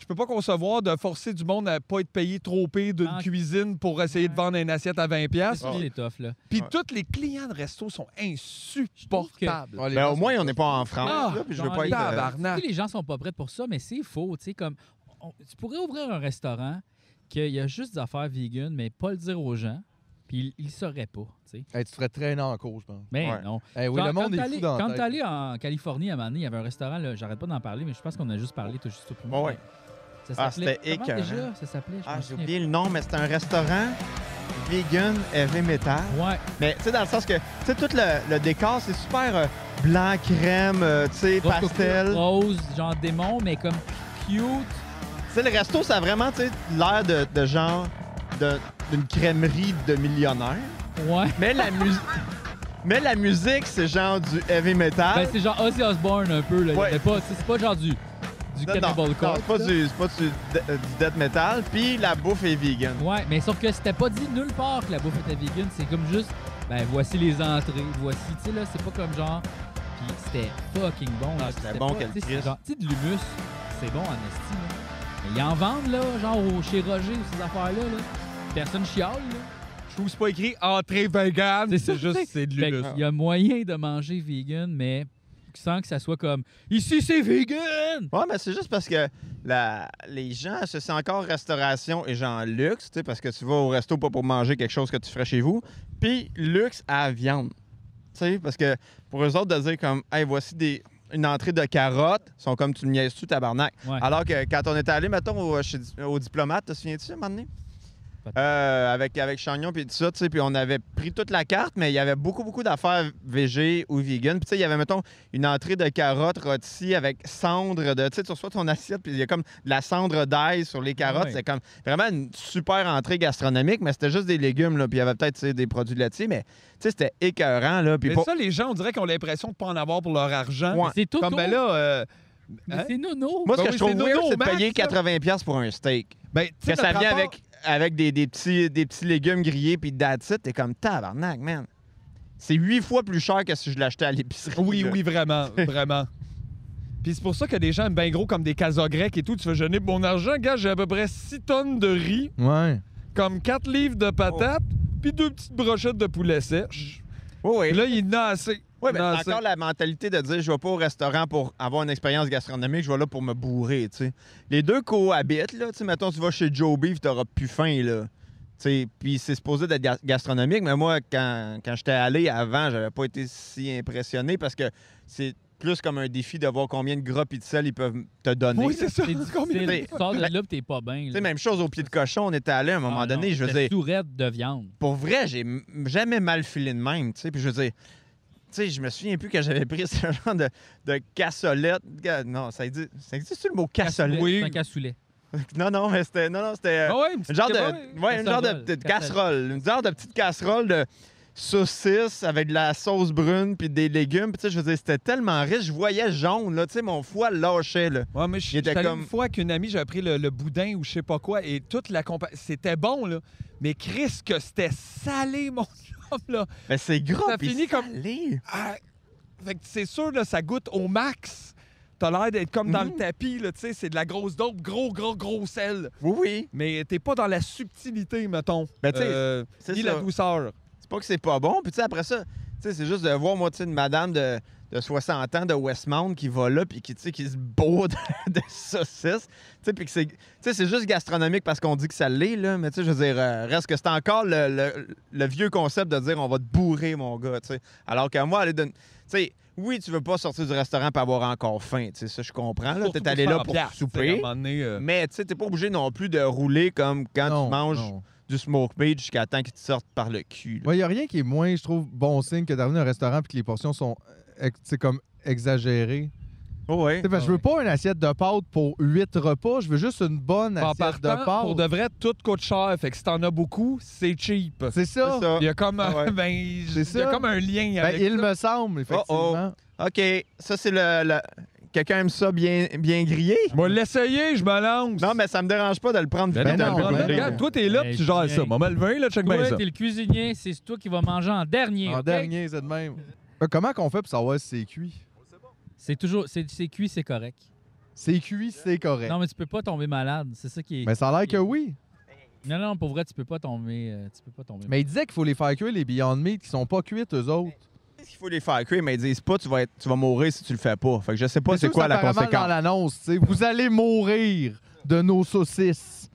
Je peux pas concevoir de forcer du monde à pas être payé trop payé d'une
Ah.
cuisine pour essayer de
Ouais. Ah.
vendre une assiette à 20$. piastres.
C'est
Puis-
les tough, là.
Puis
Ouais.
tous les clients de resto sont insupportables.
Ah, les
Ben,
gens
au
sont
moins, on
pas-
n'est pas en France.
Ah,
là, puis je veux
dans
pas
les-
être. euh,
Tabarnak.
Tu sais, les gens sont pas prêts pour ça, mais c'est faux. Tu sais, comme, on- tu pourrais ouvrir un restaurant qu'il y a juste des affaires vegan, mais pas le dire aux gens, puis ils, ils sauraient pas. tu sais.
Hey, tu ferais traîner en cours, je pense.
Mais
Ouais.
non.
Eh oui,
Genre,
le monde
quand
est
t'allais-
fou dans la
Quand
tête.
t'es allé en Californie à un moment donné, il y avait un restaurant, là, j'arrête pas d'en parler, mais je pense qu'on a juste parlé, t'as juste tout
Ouais, ouais.
Ça
Ah,
s'appelait-
c'était
comment
écœurant.
déjà? Ça s'appelait. je
Ah,
m'en
j'ai
souviens
oublié le nom, mais c'est un restaurant vegan heavy metal.
plus. Ouais,
Mais tu sais, dans le sens que, tu sais, tout le, le décor, c'est super euh, blanc, crème, euh, tu sais,
rose,
pastel.
rose, genre démon, mais comme cute.
Tu sais, le resto, ça a vraiment, tu sais, l'air de, de genre de- d'une crèmerie de millionnaires.
Ouais.
Mais la musique. *laughs* Mais la musique, c'est genre du heavy metal.
Ben, c'est genre Ozzy Osbourne un peu. Là. Il y
Ah. Ouais.
avait pas- C'est c'est pas genre du, du
Non, non,
Cannibal
non,
Corpse,
c'est pas
là.
du, c'est pas du, de- euh, du death metal. Puis la bouffe est vegan.
Ouais, mais sauf que c'était pas dit nulle part que la bouffe était vegan. C'est comme juste, ben voici les entrées, voici, tu sais là, c'est pas comme genre. Puis c'était fucking bon. là.
Ah,
Puis
c'était bon,
pas-
quel
tu sais,
Christ.
c'est genre, Tu sais, de l'humus, c'est bon en esti, là. Mais ils en vendent, là, genre au- chez Roger ou ces affaires-là, là. Personne chiale, là.
Je trouve que c'est pas écrit entrée vegan.
C'est ça,
C'est juste,
tu sais.
c'est de
Fait
l'humus.
qu'il y a moyen de manger vegan, mais sans que ça soit comme ici c'est vegan!
Ouais, mais c'est juste parce que la, les gens associent encore restauration et genre luxe, tu sais, parce que tu vas au resto pas pour manger quelque chose que tu ferais chez vous. Puis luxe à viande. Tu sais, parce que pour eux autres, de dire comme, hey, voici des, une entrée de carottes, ils sont comme tu me niaises-tu, tabarnak.
Ouais.
Alors que quand on était allé, mettons, au, chez- au diplomate, te souviens-tu, à un moment donné?
Peut-être.
Euh, avec, avec Chagnon puis tout ça, tu sais, puis on avait pris toute la carte, mais il y avait beaucoup, beaucoup d'affaires végé ou vegan. Puis tu sais, il y avait, mettons, une entrée de carottes rôties avec cendre de... Tu sais, tu reçois ton assiette, puis il y a comme de la cendre d'ail sur les carottes.
Ouais.
C'est comme vraiment une super entrée gastronomique, mais c'était juste des légumes, là, puis il y avait peut-être, tu sais, des produits laitiers, mais tu sais, c'était écœurant, là. Puis
Mais
pour-
ça, les gens, on dirait qu'ils ont l'impression de pas en avoir pour leur argent.
Ouais.
C'est tout.
Comme ben là, euh,
mais
hein?
c'est nono!
Moi, ce
Ben
que
oui,
je trouve
c'est
weird,
dodo
c'est de
max,
payer
ça.
80$ pour un steak.
ben, tu sais,
que ça
notre
vient
rapport-
avec, avec des, des petits, des petits légumes grillés puis that's it, t'es comme tabarnak, man. C'est huit fois plus cher que si je l'achetais à l'épicerie.
Oui,
là.
oui, *laughs* vraiment, vraiment. Puis c'est pour ça que des gens aiment bien gros comme des casas grecques et tout. Tu fais jeûner pour mon argent, gars, j'ai à peu près 6 tonnes de riz,
Ouais.
comme 4 livres de patates, puis deux petites brochettes de poulet sèche.
Oui, oui.
Oh. Et ben, là, il en a assez.
Ouais,
Il
mais
en a
c'est encore
assez.
la mentalité de dire je vais pas au restaurant pour avoir une expérience gastronomique, je vais là pour me bourrer, tu sais. Les deux cohabitent, là, tu sais, mettons, tu vas chez Joe Beef, t'auras plus faim, là. Tu sais, puis c'est supposé d'être ga- gastronomique, mais moi, quand, quand j'étais allé avant, j'avais pas été si impressionné parce que c'est plus comme un défi de voir combien de gras pis de sel ils peuvent te donner.
Oui, c'est ça.
C'est
Combien-
difficile. Tu sors de là pis t'es pas bien.
Tu
là.
sais, même chose au pied de cochon, on était allé à un moment
Ah,
donné,
non,
je veux
c'était
dire,
Tourette de viande.
pour vrai, j'ai m- jamais mal filé de même, tu sais, puis je veux dire, tu sais, je me souviens plus que j'avais pris *laughs* ce genre de, de cassolette. Gars, Non, ça existe, ça existe le mot cassolette?
C'est
Oui.
un cassoulet.
Non, non, mais c'était. Non, non, c'était. euh,
Ah ouais, une petite
une genre de,
casserole.
ouais, une genre de
Casserole.
petite casserole. Une genre de petite casserole de saucisses avec de la sauce brune puis des légumes. Puis, tu sais, je veux dire, c'était tellement riche. Je voyais jaune, là. Tu sais, mon foie lâchait, là.
Ouais, mais je
Il
suis
était
allé
comme-
une fois qu'une amie, j'ai appris le, le boudin ou je sais pas quoi, et toute la compa... C'était bon, là. Mais Chris, que c'était salé, mon *laughs* homme, là.
Mais c'est gros.
Ça
puis
finit comme-
salé.
Ah, Fait que c'est sûr, là, ça goûte au max. T'as l'air d'être comme dans
Mhm.
le tapis, là, tu sais, c'est de la grosse dope, gros, gros, gros sel.
Oui, oui.
Mais t'es pas dans la subtilité, mettons.
Ben, tu sais,
Euh,
c'est
ni
ça.
la douceur.
C'est pas que c'est pas bon. Puis, tu sais, après ça, tu sais, c'est juste de voir, moi, tu sais, une madame de, de 60 ans de Westmount qui va là, puis qui, tu sais, qui se bourre de, *laughs* de saucisses. Tu sais, puis que c'est. Tu sais, c'est juste gastronomique parce qu'on dit que ça l'est, là. Mais, tu sais, je veux dire, euh, reste que c'est encore le, le- le vieux concept de dire on va te bourrer, mon gars, tu sais. Alors que moi, aller d'une. Tu sais, oui, tu veux pas sortir du restaurant pour avoir encore faim, tu sais, ça, je comprends, Ah, là.
Surtout
T'es allé là
faire
pour
piastre, tu sais, à un
souper.
moment donné, euh,
Mais, tu sais, t'es pas obligé non plus de rouler comme quand
Non,
tu manges.
non.
Du smoke meat jusqu'à temps qu'ils te sortent par le cul. là.
Il n'y a rien qui est moins, je trouve, bon signe que d'arriver dans un restaurant et que les portions sont euh, ex- c'est comme exagérées.
Oh, ouais.
Tu sais, parce que je veux pas une assiette de pâtes pour huit repas, je veux juste une bonne
en
assiette
partant,
de pâtes.
pour de vrai, tout coûte cher. Fait que si t'en as beaucoup, c'est cheap.
C'est
C'est
ça.
ça.
Il y a comme,
Ah ouais.
*laughs* ben, il
C'est
y
ça.
a comme un lien
Ben,
avec
il
ça.
me semble, effectivement.
OK, ça c'est le, le- quelqu'un aime ça bien bien grillé
Moi, l'essayer, je me lance.
Non mais ça me dérange pas de le prendre
Ben
vite
non,
un peu
ben,
prends-le,
brûlé.
regarde, toi, t'es là,
Ben,
puis tu gères ça.
bien.
Maman, le vin, là, check bien
Toi,
Ben, ça.
t'es le cuisinier, c'est toi qui vas manger en
oh.
dernier.
En
ok?
dernier, c'est de même. Euh, comment qu'on fait pour savoir si c'est cuit?
C'est toujours, c'est c'est cuit, c'est correct.
C'est cuit, c'est correct.
Non, mais tu peux pas tomber malade. C'est ça qui est.
mais ça a l'air que oui.
Non, non, pour vrai, tu peux pas tomber. euh, tu peux pas tomber.
Mais il disait qu'il faut les faire cuire, les Beyond Meat, qui sont pas cuites, eux autres.
Qu'est-ce qu'il faut les faire cuire mais ils disent pas tu vas être, tu vas mourir si tu le fais pas. Fait que je sais pas
Mais
c'est
ça,
quoi
ça
la
paraît mal dans
conséquence.
l'annonce, tu sais. Vous allez mourir de nos saucisses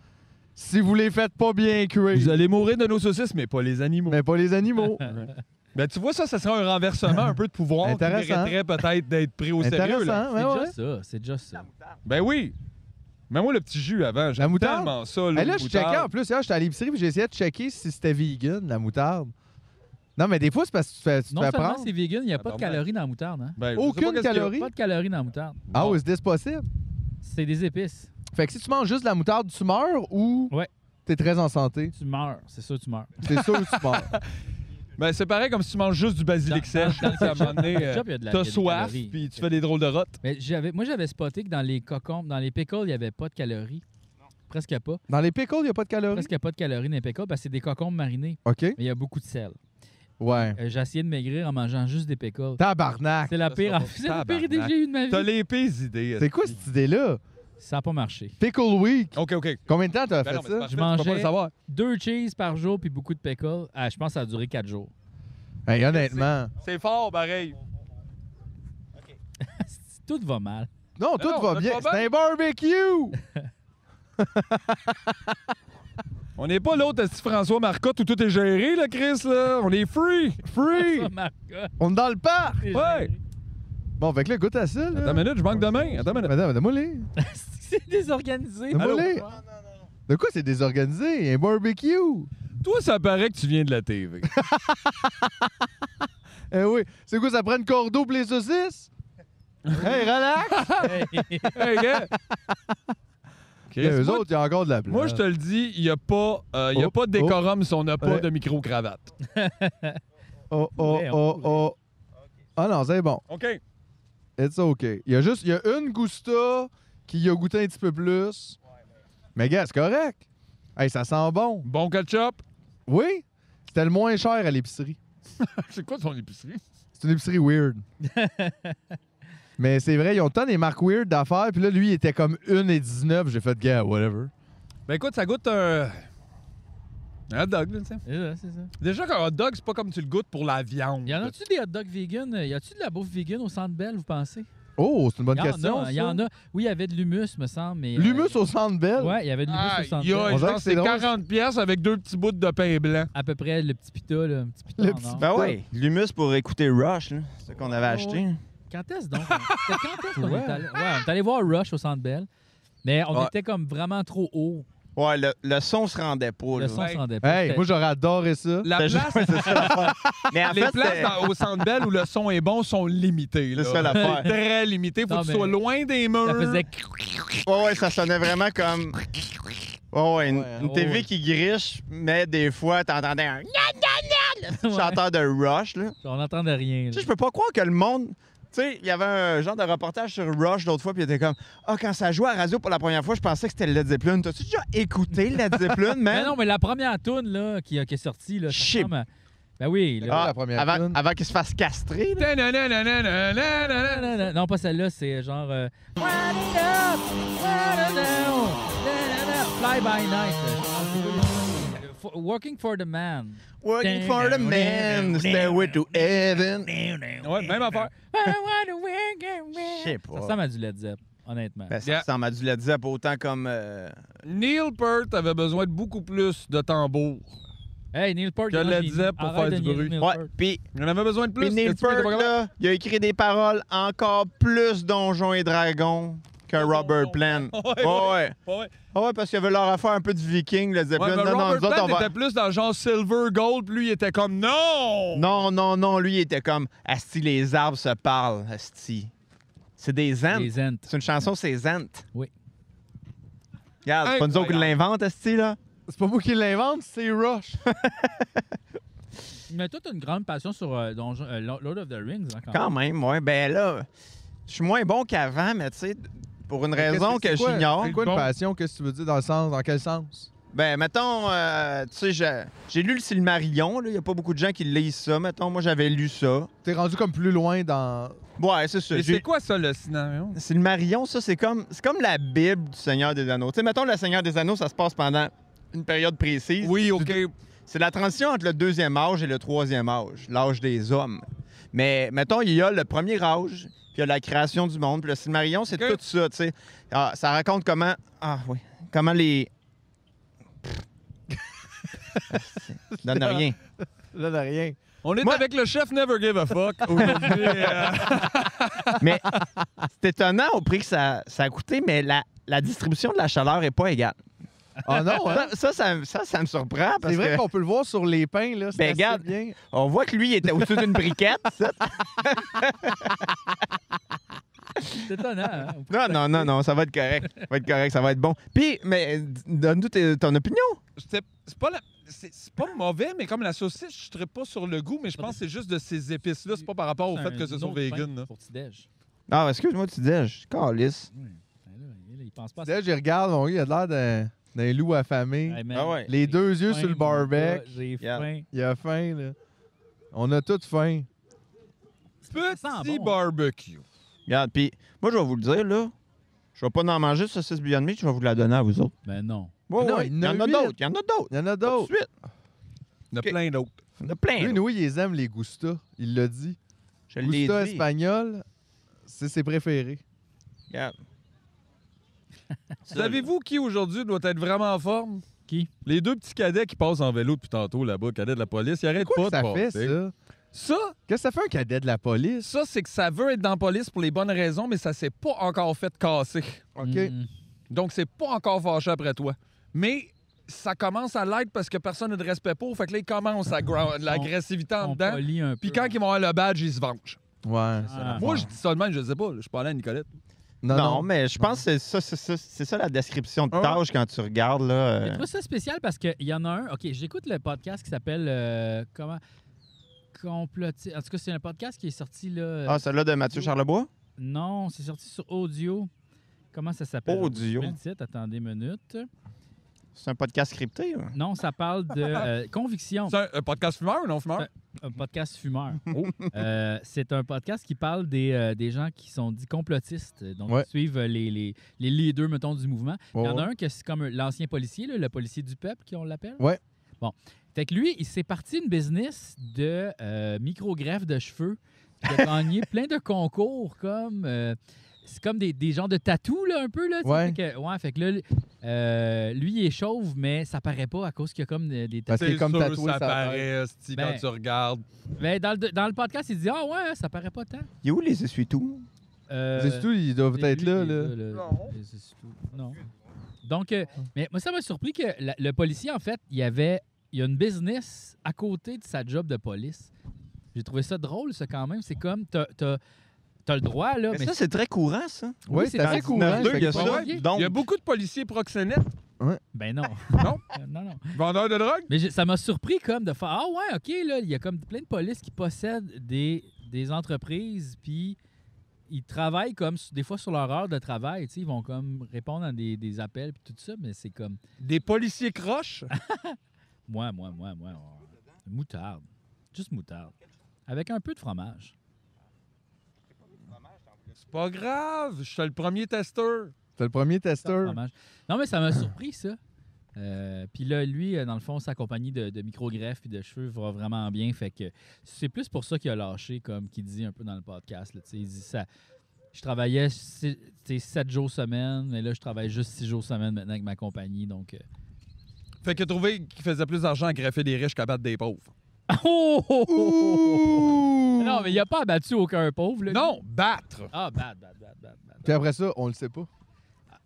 si vous les faites pas bien cuire.
Vous allez mourir de nos saucisses, mais pas les animaux.
Mais pas
*laughs*
les animaux.
Ben, tu vois, ça, ça serait un renversement un peu de pouvoir qui
Intéressant.
mériterait peut-être d'être pris au sérieux. là.
C'est
Intéressant, ouais, ouais.
déjà ça. C'est déjà ça.
Ben oui. Mais moi, le petit jus avant,
La
j'aime
moutarde?
tellement ça. Là,
Mais là,
le
je
moutarde.
checkais en plus. Hier, j'étais à l'épicerie puis j'ai essayé de checker si c'était vegan, la moutarde. Non, mais des fois, c'est parce que tu te fais, tu te
Non
fais
seulement
prendre.
c'est vegan, il n'y a pas de
Attends, ben.
calories dans la moutarde. Hein?
Ben, je sais pas
Aucune
qu'est-ce qu'il y a.
calorie.
Pas de calories dans la moutarde.
Ah oui, c'est possible.
C'est des épices.
Fait que si tu manges juste de la moutarde, tu meurs ou
Ouais.
t'es très en santé.
Tu meurs. C'est sûr, tu meurs.
C'est sûr que tu meurs.
*laughs*
Ben, c'est pareil comme si tu manges juste du basilic
Dans-
*laughs*
sèche.
dans le *laughs*
puis à un moment donné,
ketchup, il
euh,
y a de la- il y
t'as
a des
soif,
calories.
puis tu fais des drôles de rottes.
Mais j'avais, moi, j'avais spoté que dans les cocombes, dans les pickles, il n'y avait pas de calories. Presque pas.
Dans les pickles, il n'y a pas de calories.
Presque pas de calories dans les pickles parce que c'est des cocombes marinés.
OK?
Mais il y a beaucoup de sel.
Ouais.
Euh, j'ai essayé de maigrir en mangeant juste des pickles.
Tabarnak.
C'est la
Ça,
pire,
ça va.
c'est la pire idée que j'ai eue de ma
T'as
vie.
les pires idées.
C'est quoi cette idée-là?
Ça n'a pas marché.
Pickle Week.
OK, OK.
Combien de temps t'as
Ben non, mais
fait
c'est
ça?
parfait,
Je
tu peux pas le
mangeais-
savoir.
Deux cheese par jour puis beaucoup de pickles. Ah, je pense que ça a duré quatre jours.
Hey, honnêtement.
C'est fort, pareil.
Tout va mal. *laughs*
Non,
Ben
tout
non,
va
ça
bien.
va
C'est un barbecue!
On n'est pas l'autre petit François Marcotte où tout est géré, là, Chris, là. On est free.
*laughs*
Free!
Ça, Marcotte,
On est dans le parc!
t'es
Ouais.
géré.
Bon, fait que là, goûte à ça, là.
Attends une minute, je manque de main. Attends une minute.
Madame, donne-moi les.
c'est désorganisé.
Donne-moi les. De quoi c'est désorganisé? Un barbecue!
Toi, ça paraît que tu viens de la TV.
Eh oui, c'est quoi, ça prend une cordeau pour les
*laughs*
saucisses? hey, relax!
Hey.
hey, gars. Chris,
Les Eh, Ben, eux
moi,
autres, il y a encore de la place.
moi, je te le dis, il n'y a pas, euh, il y a
Oh,
pas de décorum si on n'a pas
Ouais.
de micro-cravate.
Oh, oh,
Ouais, on
oh, oh. Ah non, c'est bon.
OK.
It's OK. Il y a juste, il y a une Gusta qui y a goûté un petit peu plus. Mais gars, c'est correct. Hey, ça sent bon.
Bon ketchup. *laughs*
Oui, c'était le moins cher à l'épicerie.
C'est quoi ton épicerie?
C'est une épicerie
*laughs*
weird. Mais c'est vrai, ils ont tant des marques weird d'affaires. Puis là, lui, il était comme 1 et 19. J'ai fait, gars, whatever.
Ben écoute, ça goûte un... Un hot dog, là, tu sais.
*laughs* C'est ça, c'est ça.
Déjà qu'un hot dog, c'est pas comme tu le goûtes pour la viande.
Y en a-tu des hot dogs vegan? Y a-tu de la bouffe vegan au Centre Bell, vous pensez?
Oh, c'est une bonne
y en
question.
a, y en a. Oui, il y avait de l'humus, me semble. mais, euh,
L'humus au centre belle.
Ouais, il y avait de l'humus au
Aïe,
Centre
aïe,
Bell.
On dirait
genre,
que c'est
c'est
drôle.
40 pièces avec deux petits bouts de pain blanc.
À peu près le petit pita, là, un petit pita
Le
en
petit
or.
Ben ouais, l'humus pour écouter Rush, là, c'est ce qu'on avait acheté.
Quand est-ce donc? C'était quand est-ce qu'on est allé? Ouais, on est allé voir Rush au Centre Bell. Mais on
Ouais.
était comme vraiment trop haut.
Ouais, le, le son se rendait pas.
Le
là.
son se rendait pas.
Hey,
C'était-
moi, j'aurais adoré ça.
*laughs* La
C'est juste-
place,
ouais, c'est ça l'affaire. Mais en
les
fait,
places
c'est-
dans- au Centre Bell où le son est bon sont limitées. là.
C'est ça, l'affaire.
C'est Très limité. Faut
Non,
que tu
mais-
sois loin des murs.
Ça faisait
ouais, ouais, ça sonnait vraiment comme. Ouais, ouais, une, une
ouais,
TV
ouais.
qui griche, mais des fois, t'entendais un.
Ouais.
chanteur de Rush, là.
On n'entendait rien.
Tu sais,
là.
je peux pas croire que le monde. Tu sais, il y avait un genre de reportage sur Rush l'autre fois, puis il était comme Ah, quand ça jouait à la radio pour la première fois, je pensais que c'était Led Zeppelin. T'as-tu déjà écouté Led
*laughs*
Zeppelin,
Mais
Ben
man?
non, mais la première toune là, qui, qui est sortie, là, ça
Shit.
ressemble à- Ben oui. là.
Ah,
la première
avant
tune.
avant qu'il se fasse castrer, là.
Non,
Ta-na-na-na-na-na-na-na.
non, non, non, pas celle-là, c'est genre. euh, Run it up, run it down, da-da-da, Fly by night. euh, je pense que c'est quoi le- For- Working for the man.
Working for the man, stairway to heaven.
Ouais, même affaire.
Je sais
Ça
pas.
ressemble à du Led Zepp, honnêtement.
Ben, ça
Yeah.
ressemble à du Led Zepp autant comme. euh,
Neil Peart avait besoin de beaucoup plus de tambours.
Hey, Neil Peart,
Que
moi,
Led
j'ai-
Zepp pour
arrête
faire
de
du
niaiser
bruit.
Neil
Ouais,
Peart.
puis
Il en avait besoin de plus.
Puis Neil
Est-ce que tu
Peart,
peux-
là, il a écrit des paroles encore plus Donjons et Dragons que Robert Plant.
Oh, *laughs*
Ouais,
Ouais,
ouais.
Ouais, ouais.
Ah ouais, parce qu'il avait leur affaire un peu du viking, le
Ouais,
Zeppelin.
mais
non, non,
Robert
nous autres,
Plant
on va-
était plus dans le genre silver gold, puis lui il était comme non.
Non, non, non, lui, il était comme Asti, les arbres se parlent, Asti. C'est des ants.
Les Ents.
C'est une chanson, c'est Zent.
Oui.
Regarde, c'est pas nous autres qui l'inventent, Asti, là.
C'est pas moi qui l'invente, c'est Rush.
Mais toi, t'as une grande passion sur euh, Donjon- euh, Lo- Lord of the Rings. hein, quand
*laughs* Quand même, ouais. Ben là, je suis moins bon qu'avant, mais tu sais, pour une raison que
C'est quoi-
j'ignore.
C'est quoi une
Bon.
passion? Qu'est-ce que tu veux dire dans le sens? Dans quel sens?
Ben, mettons, euh, tu sais, j'ai- j'ai lu le Silmarillion, là. Il n'y a pas beaucoup de gens qui lisent ça. Mettons, moi, j'avais lu ça.
T'es rendu comme plus loin dans.
Ouais, c'est ça.
Et
j'ai-
c'est quoi ça le scénario?
Silmarillion, ça, c'est comme, c'est comme la Bible du Seigneur des Anneaux. Tu sais, mettons, le Seigneur des Anneaux, ça se passe pendant une période précise.
Oui, ok.
C'est la transition entre le deuxième âge et le troisième âge, l'âge des hommes. Mais mettons, il y a le premier âge, puis il y a la création du monde, puis le Silmarillion, c'est
Ok.
tout ça, tu sais. Ah, ça raconte comment. Ah oui. Comment
*laughs*
les. Pff. Donne rien.
Là, de rien.
On est
Moi-
avec le chef Never Give a Fuck aujourd'hui. euh,
Mais c'est étonnant au prix que ça, ça a coûté, mais la, la distribution de la chaleur est pas égale.
Ah non, hein?
Ça, ça, ça, ça, ça me surprend parce
C'est vrai
que *laughs*
qu'on peut le voir sur les pains, là. c'est
Ben,
assez
regarde.
bien.
on voit que lui il était au-dessus d'une briquette. *laughs* ça.
même. C'est étonnant. hein.
Non, non, non, non, ça va être correct. Ça va être correct, ça va être bon. Puis, mais d- donne-nous tes- ton opinion.
c'est c'est pas la- c'est- c'est pas mauvais, mais comme la saucisse, je ne pas sur le goût, mais je pense que c'est juste de ces épices-là. C'est pas par rapport au
C'est
fait
un
que ce sont
autre pain
vegan. là.
Pour petit-déj.
Ah, excuse-moi, tu disais, je suis calisse.
Ben là, il il pense pas à ça.
Là, j'y regarde, mon gars, il a l'air d'un, d'un loup affamé.
Hey, man,
Ah ouais.
les deux yeux
faim,
sur le
mon gars,
barbecue.
J'ai
Yeah.
faim.
Il a faim, là. On a tous faim.
Ça
Petit
sent bon. hein.
barbecue.
Regarde, puis moi, je vais vous le dire, là. Je vais pas en manger, saucisse Beyond Meat, je vais vous la donner à vous autres.
Ben non.
Ouais,
Non,
ouais,
il
il y
en
en
a
a
huit.
d'autres, il y en a d'autres.
Il y en a
Tout de
d'autres.
suite,
Il y en a
Ok.
plein d'autres.
il y en a plein.
Lui,
là.
nous, ils aiment les gustas. Il l'a dit.
je l'ai
Gusta
dit.
espagnol, c'est ses préférés.
Regarde.
Savez-vous qui aujourd'hui doit être vraiment en forme?
Qui?
Les deux petits cadets qui passent en vélo depuis tantôt là-bas, cadets de la police, ils arrêtent
Quoi que ça
pas de
fait,
passer.
ça?
Ça,
Qu'est-ce que ça fait un cadet de la police?
ça, c'est que ça veut être dans la police pour les bonnes raisons, mais ça s'est pas encore fait casser.
OK.
Mm.
Donc, c'est pas encore fâché après toi. Mais ça commence à l'être parce que personne ne te respecte pas. Fait que là, ils commencent à ground- l'agressivité en
On
dedans.
polie un
Puis
peu.
quand ils vont avoir le badge, ils se vengent.
Ouais.
Ah.
Moi, je dis ça de même, je sais pas. là, Je parlais à Nicolette.
Non,
Non,
non.
mais je pense que c'est ça, c'est ça, c'est ça la description de
Ah.
tâche quand tu regardes, là.
Je
euh,
trouve ça spécial parce qu'il y en a un. OK, j'écoute le podcast qui s'appelle. euh, comment Complotis. En tout cas, c'est un podcast qui est sorti là. euh,
Ah, celle-là de Mathieu Charlebois?
Non, c'est sorti sur audio. Comment ça s'appelle
Audio.
Je vous mets le titre, attendez une minute.
C'est un podcast scripté, ouais.
Non, ça parle de euh,
*laughs*
Conviction,
C'est un, un podcast fumeur ou non fumeur?
un podcast fumeur.
Oh.
Euh, c'est un podcast qui parle des, euh, des gens qui sont dits complotistes, donc
Ouais.
qui suivent les, les, les leaders, mettons, du mouvement. Il y en
Ouais.
a un que c'est comme l'ancien policier, là, le policier du peuple, qu'on l'appelle.
Ouais.
Bon. Fait que lui, il s'est parti une business de euh, micro-greffe de cheveux. Il
*laughs*
a gagné plein de concours comme. euh, c'est comme des, des genres de tatou, là, un peu, là. tu sais.
Ouais.
Fait que, ouais, fait que là, euh, lui, il est chauve, mais ça paraît pas à cause qu'il y a comme des, des
Parce que comme
sûr,
tatoué,
ça
ça paraît.
paraît, hostie, quand
Ben.
tu regardes.
Mais Ben, dans le, dans le podcast, il dit Ah ouais, ça paraît pas tant.
Il est où les essuie-tout?
Euh,
C'est tout, ils doivent
c'est
être
lui euh,
là, Ah.
qui est Non.
là.
C'est tout. Non. Donc, euh, mais moi, ça m'a surpris que la- le policier, en fait, il y avait il y a une business à côté de sa job de police. J'ai trouvé ça drôle, ça, quand même. C'est comme, t'as t'as- t'as le droit, là.
Mais ça, c'est très courant, ça.
Oui, c'est très courant.
il y a
Fait que
ça.
pas payé.
Donc,
Il y a beaucoup de policiers proxénètes.
Ben non.
Non?
*laughs* non, non.
Vendeurs de drogue?
Mais j'ai- ça m'a surpris comme de faire Ah ouais, OK, là, il y a comme plein de polices qui possèdent des, des entreprises, puis ils travaillent comme s- des fois sur leur heure de travail. tu sais, Ils vont comme répondre à des, des appels, puis tout ça, mais c'est comme
Des policiers croches?
moi, moi, moi, moi. oh, Moutarde. Juste moutarde. Avec un peu de fromage.
C'est pas grave, je suis le premier testeur.
T'es le premier testeur.
Fromage. Non, mais ça m'a surpris, ça. Euh, puis là, lui, euh, dans le fond, sa compagnie de, de micro-greffes et de cheveux va vraiment bien. Fait que c'est plus pour ça qu'il a lâché, comme qu'il dit un peu dans le podcast. là, tu sais. il dit ça. Je travaillais 7 jours semaine, mais là, je travaille juste 6 jours semaine maintenant avec ma compagnie. Donc. euh,
Fait que trouver qu'il faisait plus d'argent à greffer des riches qu'à battre des pauvres.
Oh, oh, oh, oh, oh. Non, mais il a pas abattu aucun pauvre. là, lui.
Non, battre.
Ah, bad, bad, bad, bad, bad.
Puis après ça, on le sait pas.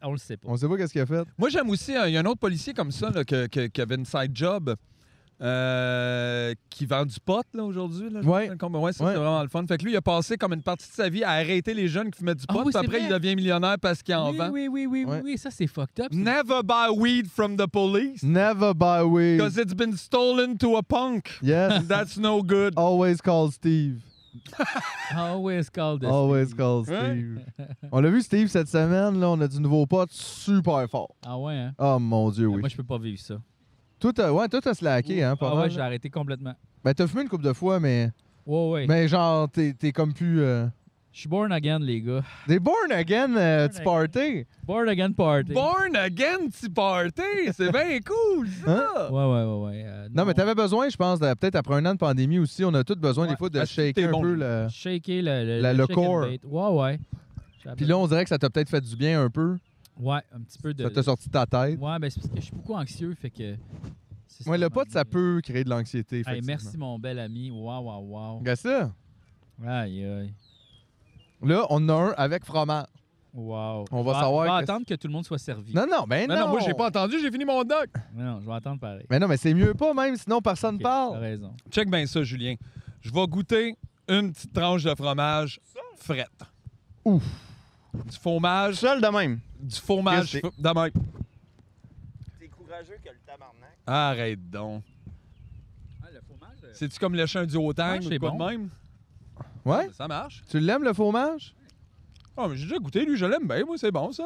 On le sait pas.
On sait pas qu'est-ce qu'il a fait.
Moi, j'aime aussi, hein, il y a un autre policier comme ça là, que- que- qui avait une side job euh, qui vend du pot là, aujourd'hui. là, je
Ouais.
me trompe. ouais ça,
Ouais.
c'est vraiment le fun. Fait que lui, il a passé comme une partie de sa vie à arrêter les jeunes qui fumaient du
Ah
pot,
oui,
puis
c'est
après,
vrai.
il devient millionnaire parce qu'il en
Oui,
vend.
oui, oui, oui, oui,
Ouais.
oui, ça, c'est fucked up. ça.
Never buy weed from the police
Never buy weed.
because it's been stolen to a punk.
Yes.
That's no good.
Ah,
Always call Steve.
Always call this.
Always call Steve.
*laughs*
on l'a vu, Steve, cette semaine, là, on a du nouveau pote super fort.
Ah ouais, hein?
Oh mon Dieu, oui.
Moi, je peux pas vivre ça.
Toi, t'as, ouais, toi, t'as slacké, hein, pas
Ah
mal.
ouais, j'ai arrêté complètement.
Ben, t'as fumé une couple de fois, mais,
Ouais, ouais.
mais genre, t'es, t'es comme plus. euh,
Je suis born again, les gars.
Des born again, euh,
Born
tu
again.
party.
Born again party.
Born again, petit party. C'est bien cool,
Hein?
ça.
Ouais, ouais, ouais, ouais. Euh,
Non, mais t'avais besoin, je pense, de- peut-être après un an de pandémie aussi, on a tous besoin des
Ouais,
fois de
Ah,
parce que t'es
shaker un
bon.
peu le.
Shaker le, le,
La- le
shake and
core.
bake. Ouais, ouais. J'avais-
Puis là, on dirait que ça t'a peut-être fait du bien un peu.
Ouais, un petit peu de.
Ça t'a sorti de ta tête.
Ouais, ben c'est parce que je suis beaucoup anxieux, fait que. c'est
Ouais, le
vraiment
pot, ça
bien.
peut créer de l'anxiété.
Hey,
effectivement.
merci, mon bel ami. Waouh, waouh, waouh.
Regarde ça.
Aïe, aïe.
Là, on en a un avec fromage.
Waouh.
On va savoir
Je vais
qu'est-ce-
attendre que tout le monde soit servi.
Non, non, ben
Mais
non.
non, moi, j'ai pas entendu, j'ai fini mon doc.
Mais non, je vais attendre pareil.
Mais non, mais c'est mieux pas, même, sinon personne
Ok, T'as
Euh,
parle.
raison.
Check bien ça, Julien. Je vais goûter une petite tranche de fromage frette.
Ouf.
Du fromage,
seul de même.
du fromage
Qu'est-ce que
fr- de même.
T'es courageux que le tabarnak.
Arrête donc.
Ah, le fromage.
C'est-tu comme le chien du haut
Ouais,
tang ou
c'est
quoi
bon.
de même?
Ouais?
Ça marche.
Tu l'aimes, le fromage?
Ah, mais j'ai déjà goûté, lui, je l'aime bien, moi, c'est bon, ça.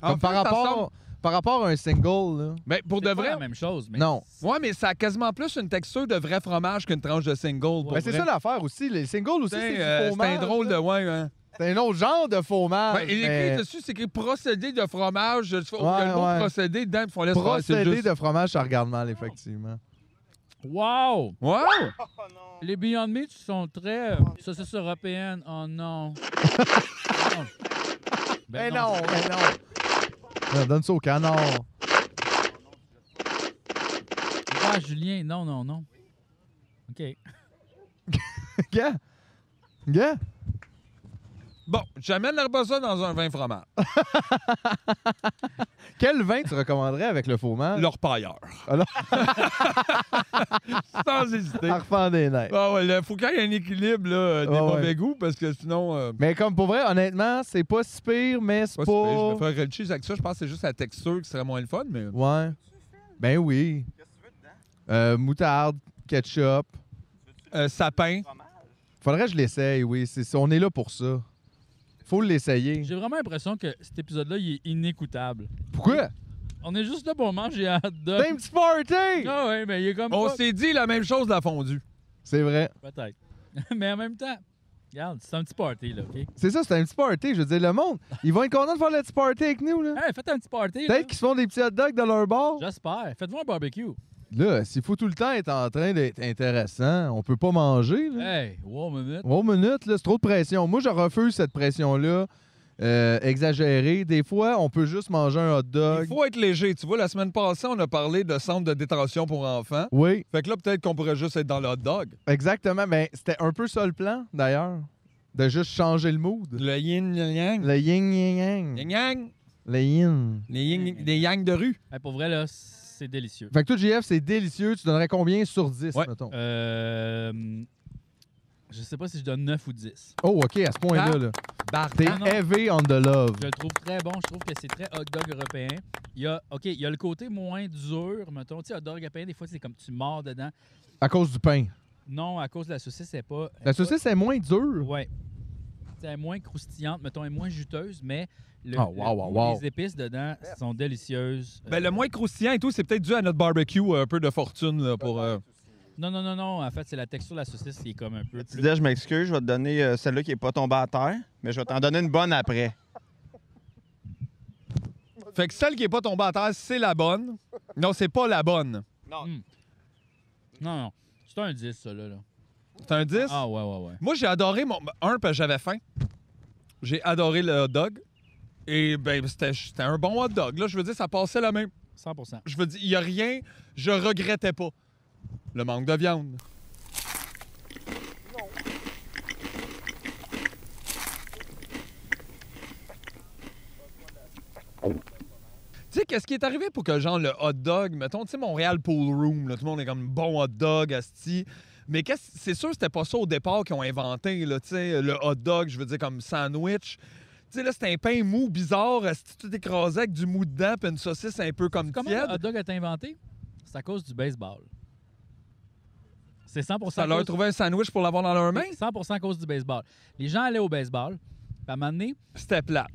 En
Comme par,
fait, ça ressemble-
rapport, par rapport à un single, là.
Mais pour de vrai.
la même chose, mais.
Non.
Ouais, mais ça a quasiment plus une texture de vrai fromage qu'une tranche de single. pour
Ben, c'est
vrai.
ça l'affaire aussi. Les singles aussi,
Putain,
c'est
euh,
du
c'est
fromage.
un drôle de.
là.
Ouais, hein.
C'est un autre genre de fromage.
Ouais, il
mais
écrit dessus, c'est écrit procédé de fromage. Je- Il y a le mot
ouais.
procédé dedans, puis on laisse faire, c'est
Procédé
juste-
de fromage, ça regarde mal, effectivement.
Waouh!
Wow!
Les Beyond Meat sont très. euh, Saucisses européennes. Oh non. Non.
Mais
Ben
non, mais non. Non, Donne ça au canard. *laughs*
Ah, Julien, non, non, non. OK.
Gars! Gars!
Bon, j'amènerais pas ça dans un vin fromage.
Quel vin tu recommanderais avec le fromage?
L'orpailleur.
Alors-
*laughs* Sans hésiter.
Arfan des neiges.
Ah ouais, là, faut qu'il y ait un équilibre là, euh, des
Ah ouais.
mauvais goûts parce que sinon. euh,
Mais comme pour vrai, honnêtement, c'est pas si pire, mais c'est
pas
pas.
si pire. Je vais faire le cheese avec ça. Je pense que c'est juste la texture qui serait moins le fun, mais. euh,
Ouais. Ben oui. Euh, moutarde, ketchup.
Euh, sapin.
Faudrait que je l'essaye, oui. C'est, c'est- on est là pour ça. Faut l'essayer.
J'ai vraiment l'impression que cet épisode-là, il est inécoutable.
Pourquoi?
On est juste là pour manger hot dog.
C'est un petit party!
Ah ouais, mais il est comme
On
pas-
s'est dit la même chose de la fondue.
C'est vrai.
Peut-être. *laughs* mais en même temps, regarde, c'est un petit party, là, OK?
C'est ça, c'est un petit party. Je veux dire, le monde, ils vont être contents de faire le petit party avec nous,
Ah,
là.
Hey, faites un petit party, là.
hein.
Peut-être qu'ils se font des petits hot dogs dans leur bar.
J'espère. Faites-vous un barbecue.
Là, s'il faut tout le temps être en train d'être intéressant, on peut pas manger, là.
Hey, one minute.
Wow, minute, là, c'est trop de pression. Moi, je refuse cette pression-là. euh, exagérée. Des fois, on peut juste manger un hot dog.
Il faut être léger. Tu vois, la semaine passée, on a parlé de centre de détention pour enfants.
Oui,
Fait que là, peut-être qu'on pourrait juste être dans le hot dog.
exactement. Ben, c'était un peu ça le plan, d'ailleurs. De juste changer le mood.
Le yin le yang.
Le yin yin yang.
Yin yang.
Les yin.
Les yin, des yang de rue.
Eh, pour vrai, là, c'est délicieux.
Fait que toi, JF, c'est délicieux. Tu donnerais combien sur 10, mettons?
Euh, je sais pas si je donne 9 ou 10.
Oh, OK, à ce point-là. Là. T'es
Ah, non.
heavy on the love.
Je le trouve très bon. Je trouve que c'est très hot dog européen. Il y a, OK, il y a le côté moins dur, mettons. Tu sais, hot dog européen, des fois, c'est comme tu mords dedans.
À cause du pain.
Non, à cause de la saucisse, c'est pas...
Ben,
La saucisse est moins dure.
Ouais. C'est elle est moins croustillante, mettons, elle est moins juteuse, mais le-
Ah, wow,
le
wow,
goût
wow.
les épices dedans sont délicieuses. Euh,
Ben, le moins croustillant et tout, c'est peut-être dû à notre barbecue, euh, un peu de fortune, là, pour... euh,
Non, non, non, non. En fait, c'est la texture de la saucisse qui est comme un peu
Tu
plus...
disais, je m'excuse, je vais te donner euh, celle-là qui est pas tombée à terre, mais je vais t'en donner une bonne après.
Fait que celle qui est pas tombée à terre, c'est la bonne. Non, c'est pas la bonne.
Non, non. C'est un 10, ça, là. là.
C'est un 10?
Ah, ouais, ouais, ouais.
Moi, j'ai adoré mon. Un, parce que j'avais faim. J'ai adoré le hot dog. Et ben, c'était c'était un bon hot dog. Là, je veux dire, ça passait la même.
100
Je veux dire, il n'y a rien, je regrettais pas. Le manque de viande. Tu sais, qu'est-ce qui est arrivé pour que, genre, le hot dog, mettons, tu sais, Montréal Pool Room, là, tout le monde est comme bon hot dog, asti. Mais qu'est-ce- c'est sûr, c'était pas ça au départ qu'ils ont inventé, là, tu sais, le hot dog, je veux dire, comme sandwich. Tu sais, là, c'était un pain mou bizarre, asti, tout écrasé avec du mou dedans, puis une saucisse un peu comme
Comment
tiède.
le hot dog a été inventé? C'est à cause du baseball. C'est 100
Ça
à
leur
cause-
trouvait un sandwich pour l'avoir dans leurs mains?
100 à cause du baseball. Les gens allaient au baseball, puis à un moment donné,
C'était plate.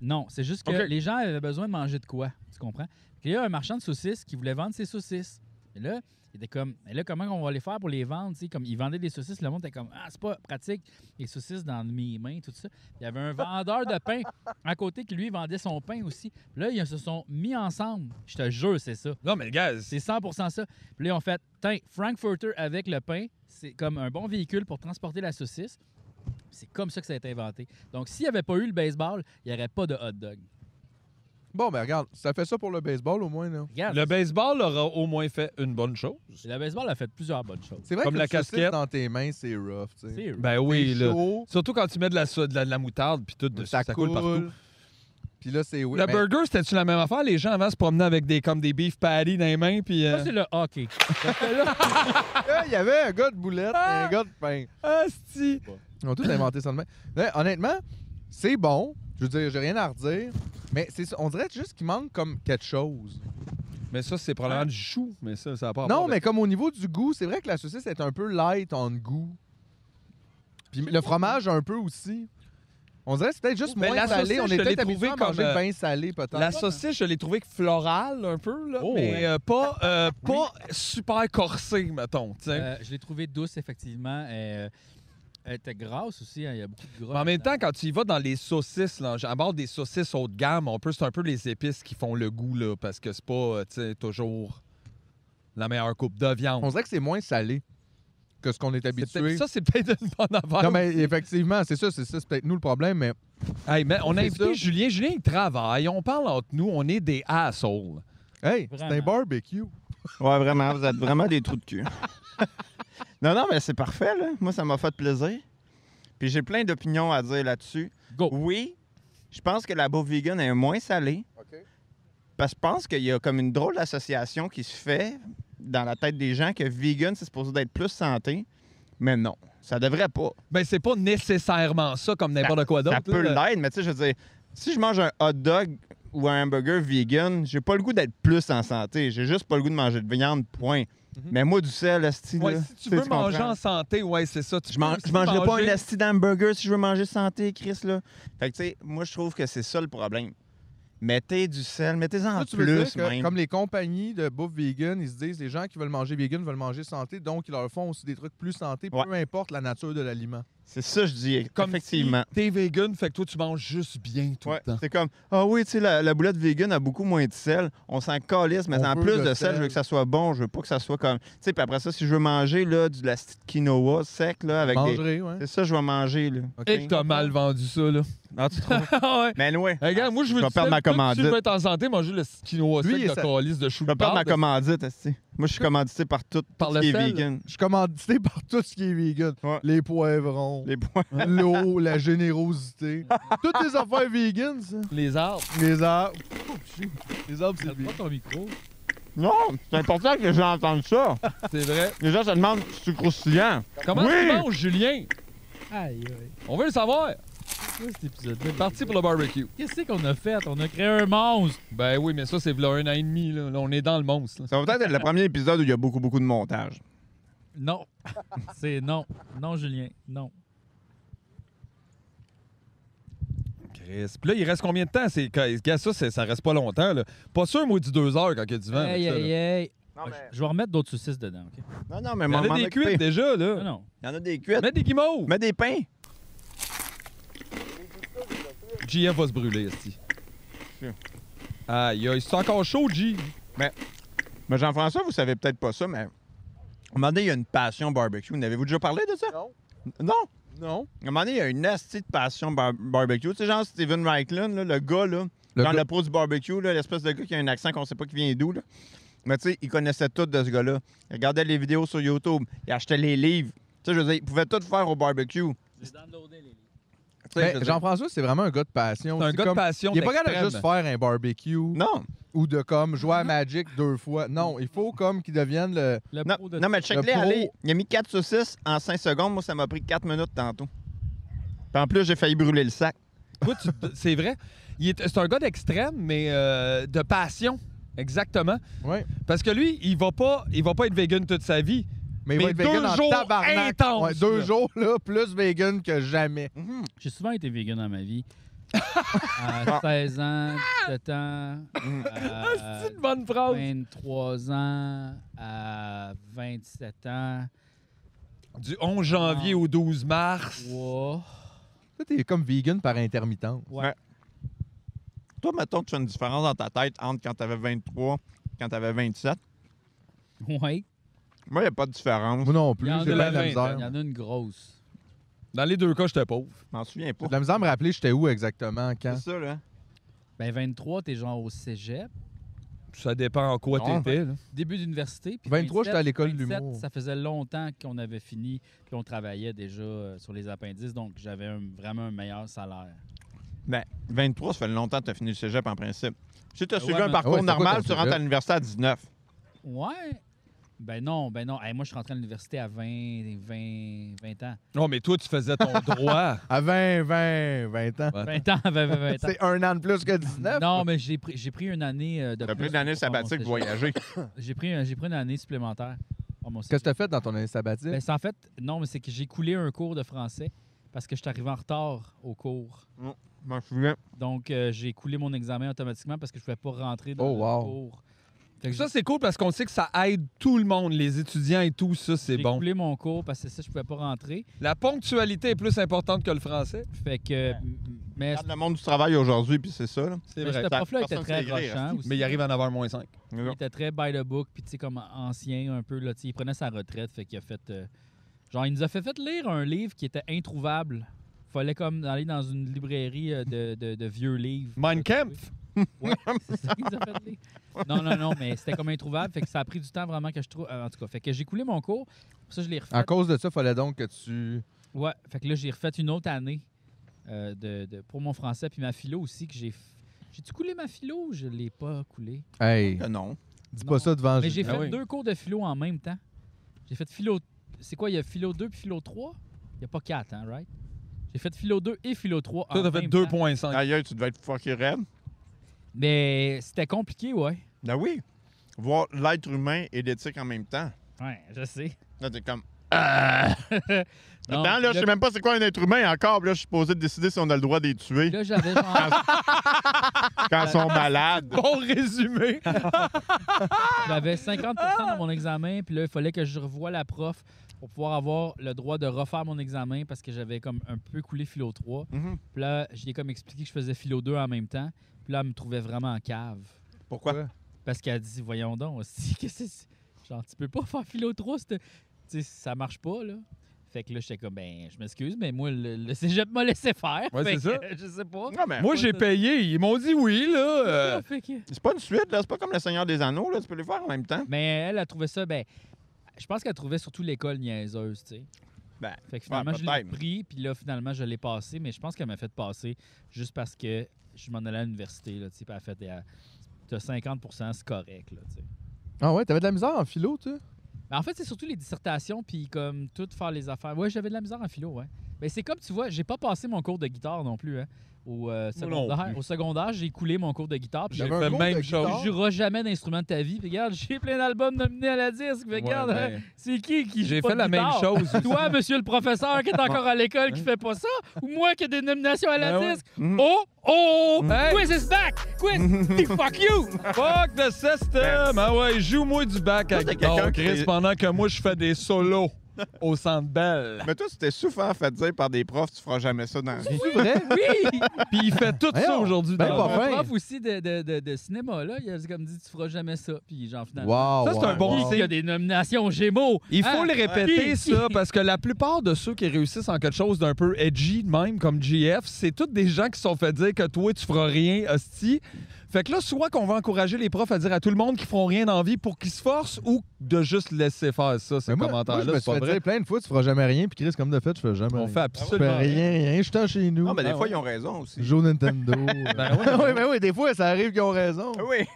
non, c'est juste que
Ok.
les gens avaient besoin de manger de quoi, tu comprends? Puis là, il y a un marchand de saucisses qui voulait vendre ses saucisses. Et là, il était comme, mais là, comment on va les faire pour les vendre? tu sais, Comme, ils vendaient des saucisses, le monde était comme, ah, c'est pas pratique, les saucisses dans mes mains, tout ça. Il y avait un vendeur de pain à côté qui, lui, vendait son pain aussi. Puis là, ils se sont mis ensemble. Je te jure, c'est ça.
Non, mais gars,
C'est 100 ça. Puis là, on fait, tiens, Frankfurter avec le pain, c'est comme un bon véhicule pour transporter la saucisse. C'est comme ça que ça a été inventé. Donc, s'il n'y avait pas eu le baseball, il n'y aurait pas de hot dog.
Bon, mais regarde, ça fait ça pour le baseball au moins. Là.
Regarde,
le baseball aura au moins fait une bonne chose.
le baseball a fait plusieurs bonnes choses.
C'est vrai
Comme
que
la
le saucisse
casquette.
dans tes mains, c'est rough. tu sais.
C'est-
Ben oui,
C'est
là.
chaud,
Surtout quand tu mets de la, so- de la, de la moutarde puis tout dessus,
ça,
ça, coule, ben partout.
Puis là, c'est... oui, Ben,
le
mais-
burger, c'était-tu la même affaire? Les gens avant se promenaient avec des comme des beef patties dans les mains puis
Ça,
euh,
c'est le hockey. Parce que là,
Ah, Il y avait un gars de boulette
Ah!
et un gars de pain.
Asti!
Ils ont tous inventé ça de même. Mais honnêtement, c'est bon. Je veux dire, j'ai rien à redire. Mais c'est ça, on dirait juste qu'il manque comme quelque chose.
Mais ça, c'est probablement du chou, mais ça, ça a pas rapport
Non, mais
avec-
comme au niveau du goût, c'est vrai que la saucisse est un peu light en goût. Puis le fromage un peu aussi. On dirait que c'est peut-être juste
Mais
moins
la
salé.
saucisse,
On
je
est
l'ai
peut-être habitué
trouvée
à manger
comme, euh,
bien salé peut-être.
La saucisse, je l'ai trouvée florale un peu, là,
Oh,
mais
ouais.
euh, pas, euh, pas super corsée, mettons. tu sais.
euh, je l'ai trouvé douce, effectivement. Euh, elle était grasse aussi. hein, Il y a beaucoup de gras.
Mais en même
là-dedans.
temps, quand tu y vas dans les saucisses, là, à bord des saucisses haut de gamme, on peut, c'est un peu les épices qui font le goût, là, parce que c'est pas euh, tu sais, toujours la meilleure coupe de viande.
On dirait que c'est moins salé que ce qu'on est
C'est peut-être-
habitué.
ça, c'est peut-être une bonne affaire.
Non, mais effectivement, c'est ça, c'est ça, c'est peut-être nous le problème, mais
Hey, mais on a
C'est
invité
ça.
Julien. Julien, il travaille. On parle entre nous. On est des assholes.
hey, c'est un
Vraiment.
barbecue.
*laughs* Ouais, vraiment, vous êtes vraiment des trous de cul. *laughs* non, non, mais c'est parfait, là. Moi, ça m'a fait plaisir. Puis j'ai plein d'opinions à dire là-dessus.
Go.
Oui, je pense que la bouffe vegan est moins salée. Parce que je pense qu'il y a comme une drôle d'association qui se fait dans la tête des gens que vegan, c'est supposé d'être plus santé. Mais non, ça devrait pas.
Ben, c'est pas nécessairement ça comme n'importe quoi d'autre.
Ça peut
là.
l'être, mais tu sais, je veux dire, si je mange un hot dog ou un hamburger vegan, j'ai pas le goût d'être plus en santé. J'ai juste pas le goût de manger de viande, point. Mais moi, du sel, asti,
Mhm. Ouais,
là,
si tu
sais,
veux manger
comprends?
en santé, ouais, c'est ça. Tu
Je, mange,
peux
je mangerai pas
manger-
un asti d'hamburger si je veux manger santé, Chris, là. Fait que, tu sais, moi, je trouve que c'est ça le problème. Mettez du sel, mettez-en
Ça, tu veux dire
plus,
que,
même.
comme les compagnies de bouffe vegan, ils se disent les gens qui veulent manger vegan veulent manger santé, donc ils leur font aussi des trucs plus santé, peu
Ouais.
importe la nature de l'aliment.
C'est ça, je dis,
Comme
effectivement.
si T'es vegan, fait que toi, tu manges juste bien tout
Ouais,
le temps.
c'est comme, ah oui, tu sais, la, la boulette vegan a beaucoup moins de sel. On s'en calisse, mais
On
en
veut
plus
le
de sel, je veux
sel.
que ça soit bon. Je veux pas que ça soit comme. Tu sais, puis après ça, si je veux manger, là, du de la petite quinoa sec, là, avec des.
Manger, ouais.
C'est ça, je vais manger, là.
OK.
Et que
*laughs*
t'as mal vendu ça, là.
Ah, tu trouves?
*laughs* Ah ouais.
Mais ouais.
Hey, gars, moi, je veux
Je vais
du
perdre
sel.
ma
Toi, Si tu
commandite.
veux être en santé, manger le quinoa
Lui,
sec
il
de
est-
calice de chou
Je vais
de
perdre ma
barbe.
commandite, esti. Moi, je suis commandité par tout, tout
Par
ce
le
qui est
sel?
vegan.
Je suis commandité par tout ce qui est vegan.
Ouais.
Les
*laughs*
poivrons,
Les points.
l'eau, la générosité. Toutes les affaires vegan, ça.
Les arbres.
Les arbres. Les arbres, c'est
Regarde
vegan.
pas ton micro.
Non, c'est important que les gens entendent ça.
C'est vrai.
Les gens se demandent si c'est croustillant.
Comment
Oui!
tu manges, Julien?
Aïe, aïe.
On veut le savoir.
C'est quoi cet épisode-là? les
Parti
gars?
pour le barbecue.
Qu'est-ce qu'on a fait? On a créé un monstre.
Ben oui, mais ça, c'est v'là un an et demi. Là. Là, on est dans le monstre. là.
Ça va peut-être être le premier épisode où il y a beaucoup, beaucoup de montage.
Non. *laughs* C'est non. Non, Julien. Non.
Chris. Puis là, il reste combien de temps? C'est, gars, ça, c'est- ça reste pas longtemps. là. Pas sûr, moi, du deux heures quand il y a du vent.
Aïe,
là, tout ça,
aïe,
là.
aïe.
Non,
Je- Je vais remettre d'autres saucisses dedans, OK?
non, non, mais
Il y en
m'en
a des
occuper.
cuites déjà, là.
Non, Ah non.
Il y en a des cuites.
Mets des guimauves.
Mets des pains.
JF va se brûler, esti. Aïe, aïe, c'est encore chaud, G.
Mais Jean-François, vous savez peut-être pas ça, mais à un moment donné, il y a une passion barbecue. N'avez-vous déjà parlé de ça? Non. Non?
Non.
À un moment donné, il y a une asti de passion bar- barbecue. Tu sais, genre Steven Reichlin, là, le gars, là,
Le
dans
gars-
le pro du barbecue, là, l'espèce de gars qui a un accent qu'on sait pas qui vient d'où. Là. Mais tu sais, il connaissait tout de ce gars-là. Il regardait les vidéos sur YouTube. Il achetait les livres. Tu sais, je veux dire, il pouvait tout faire au barbecue. Tu sais, je veux
Ben,
dire-
Jean-François, c'est vraiment un gars de passion.
C'est un gars de
comme-
passion.
Il est pas capable de
extrême.
juste faire un barbecue
Non,
ou de comme jouer à Magic deux fois. Non, il faut comme qu'il devienne le.
Le
non,
pro de
non, mais
le
check-les,
pro-
allez. Il a mis 4 saucisses en 5 secondes. Moi, ça m'a pris 4 minutes tantôt. Puis en plus, j'ai failli brûler le sac.
Toi, tu- c'est vrai. Il est- c'est un gars d'extrême, mais euh, de passion. Exactement.
Ouais.
Parce que lui, il va pas, il va pas être vegan toute sa vie.
Mais il va
Mais
être vegan
deux
en
jours
tabarnak.
intenses,
Ouais, deux
là.
jours, là, plus vegan que jamais.
J'ai souvent été vegan dans ma vie. à 16 ans, 17 ans, à
Ah, C'est une bonne phrase.
23 ans, à 27 ans,
Du 11 janvier au 12 mars.
Wow.
Toi, t'es comme vegan par intermittence.
Toi, mettons, tu as une différence dans ta tête entre quand t'avais 23 et quand t'avais 27.
Ouais.
Moi, il n'y a pas de différence.
Moi non
Il
plus,
y en
j'ai
a
bien de la
vingt,
misère.
Il y en a une grosse.
Dans les deux cas, j'étais pauvre.
Je m'en souviens pas.
J'ai de la misère à me rappeler j'étais où exactement, quand.
C'est ça, là.
Ben 23, t'es genre au cégep,
Ça dépend en quoi
Non,
t'étais. là.
début d'université. Puis
23,
27,
j'étais à l'école de
27,
l'humour.
Ça faisait longtemps qu'on avait fini, puis on travaillait déjà euh, sur les appendices, donc j'avais un- vraiment un meilleur salaire.
Ben, 23, ça fait longtemps que tu as fini le cégep en principe. Si tu as
Ouais,
suivi un
mais-
parcours
Ah Ouais, c'est quoi
normal,
ton
tu rentres
cégep?
à l'université à 19.
Ouais. Ben non, ben non. Hey, moi, je suis rentré à l'université à 20, 20, 20 ans.
Non, mais toi, tu faisais ton droit.
À 20, 20, 20 ans.
Ouais.
20 ans, 20, 20, 20 ans.
C'est un an de plus que 19.
Non, mais j'ai pris, j'ai pris une année euh, de
Tu as pris
plus
une
Ah,
année
pour faire mon
sabbatique
cégep.
pour voyager.
J'ai pris, un- j'ai pris une année supplémentaire. pour mon
Qu'est-ce
cégep.
que t'as fait dans ton année sabbatique?
Ben, c'est en fait, non, mais c'est que j'ai coulé un cours de français parce que je suis arrivé en retard au cours.
Je m'en souviens.
Donc, euh, j'ai coulé mon examen automatiquement parce que je ne pouvais pas rentrer dans
Oh,
le
wow.
cours. Fait que
ça,
j'ai-
c'est cool parce qu'on sait que ça aide tout le monde, les étudiants et tout. Ça, c'est
j'ai
bon.
coulé mon cours parce que ça, je pouvais pas rentrer.
La ponctualité est plus importante que le français.
Fait que. Mais,
Regarde le monde du travail aujourd'hui, puis Ah, c'est ça, là.
C'est
mais
vrai.
ce
ça-
prof-là était
personne
très
s'est hein. écrit,
rochant aussi.
Mais il arrive à en avoir moins 5.
Mais
Il
bon.
était très by the book, puis tu sais, comme ancien un peu, là, tu sais, il prenait sa retraite, fait qu'il a fait... euh, genre, il nous a fait, fait lire un livre qui était introuvable. Fallait comme aller dans une librairie euh, de, de- de vieux livres. *laughs*
Mein Kampf.
Ouais, c'est ça qu'il nous a fait lire. Non, non, non, mais c'était comme introuvable, fait que ça a pris du temps vraiment que je trouve... euh, En tout cas, fait que j'ai coulé mon cours, pour ça je l'ai refait.
À cause de ça, fallait donc que tu.
Ouais, fait que là, j'ai refait une autre année euh, de, de- pour mon français, puis ma philo aussi, que j'ai... f- J'ai-tu coulé ma philo ou je l'ai pas coulé?
Hey,
Que non.
dis
Non.
pas ça devant
Mais j'ai
Julien.
fait
Ah, oui.
deux cours de philo en même temps. J'ai fait philo. C'est quoi, il y a philo 2 puis philo 3 Il n'y a pas 4, hein, right J'ai fait philo 2 et philo 3 en
Toi, t'as fait
Ah, même temps.
2,5.
Ailleurs, tu devais être fucking raide.
Mais c'était compliqué, ouais.
Ben oui. Voir l'être humain et l'éthique en même temps.
Ouais, je sais.
Là, t'es comme.
Non,
Attends, là,
puis
je sais même pas c'est quoi un être humain encore. puis Là, je suis supposé de décider si on a le droit de les tuer
Là, j'avais genre,
quand ils *laughs* sont malades.
*laughs* Bon résumé.
j'avais 50 dans mon examen, puis là, il fallait que je revoie la prof pour pouvoir avoir le droit de refaire mon examen parce que j'avais comme un peu coulé philo 3.
Mhm.
Puis là, je lui ai comme expliqué que je faisais philo 2 en même temps. Puis là, elle me trouvait vraiment en cave.
Pourquoi?
Parce qu'elle dit, voyons *laughs* donc, aussi, qu'est-ce que c'est? Genre, tu peux pas faire philo 3, c'est- tu sais, ça marche pas, là. Fait que là, j'étais comme, ben, je m'excuse, mais moi, le, le cégep m'a laissé faire.
Ouais,
Fait
c'est
que, *laughs*
ça.
euh, Je sais pas.
Non, mais
Moi, j'ai payé. Ils m'ont dit oui, là. euh,
*laughs* Fait que-
c'est pas une suite, là. C'est pas comme Le Seigneur des Anneaux, là. Tu peux les faire en même temps.
Mais elle a trouvé ça, ben, je pense qu'elle trouvait surtout l'école niaiseuse, tu sais.
Ben,
Fait que finalement,
ouais,
je l'ai
peut-être.
pris, puis là, finalement, je l'ai passé, mais je pense qu'elle m'a fait passer juste parce que je m'en allais à l'université, là, tu sais, puis elle a fait, eh, t'as 50 c'est correct, là, tu sais.
Ah ouais, t'avais de la misère en philo, tu?
Ben, en fait, c'est surtout les dissertations, puis comme tout faire les affaires. Ouais, j'avais de la misère en philo, ouais. Mais c'est comme tu vois, j'ai pas passé mon cours de guitare non plus, hein. Au, euh,
Moi non
secondaire,
plus.
au secondaire, j'ai coulé mon cours de guitare. puis
J'ai
j'ai-
fait
cours
même
de
chose.
Tu
guitare.
joueras jamais d'instrument de ta vie. Puis regarde, j'ai plein d'albums nominés à la disque. Fait regarde, hein,
Ouais, ben,
c'est qui qui joue
J'ai
pas
fait
de
la même
guitare?
chose
*laughs* Toi, monsieur le professeur qui est encore à l'école qui fait pas ça, ou moi qui ai des nominations à la
Ben ouais.
disque.
Mhm.
Oh, oh,
Hey.
quiz is back! Quiz!
*laughs*
Fuck you!
Fuck the system! Ah ouais, joue-moi du bac à
Toi, t'es
guitare,
quelqu'un
Chris,
qui-
pendant que moi, je fais des solos au Centre Bell.
Mais toi, tu t'es souvent fait dire par des profs, tu feras jamais ça dans la vie.
C'est vrai?
Oui!
Puis il fait tout ça
Voyons,
aujourd'hui.
ben
dans-
pas
Un
fin.
prof aussi de, de, de, de cinéma, là, il a comme dit, tu feras jamais ça. Puis genre, finalement,
Wow!
Ça, c'est un
wow,
bon
wow.
il y a des nominations aux Gémeaux.
Il faut
Hein?
le répéter,
Ouais.
ça, parce que la plupart de ceux qui réussissent en quelque chose d'un peu edgy, de même comme GF, c'est tous des gens qui se sont fait dire que toi, tu feras rien, hostie. Fait que là, soit qu'on va encourager les profs à dire à tout le monde qu'ils feront rien dans la vie pour qu'ils se forcent ou de juste laisser faire ça, ces
Mais moi, moi, je
commentaires-là.
me
C'est
suis
pas
fait
vrai.
dire plein de fois, tu feras jamais rien, puis Chris, comme de fait, je fais jamais
On
rien.
fait
Je fais
absolument rien.
rien, rien, je suis en chez nous.
Non, mais des
Ah
fois,
ouais.
ils ont raison aussi.
Joe
*laughs*
Nintendo. ben oui, *laughs* ben oui, des fois, ça arrive qu'ils ont raison.
Ah Oui.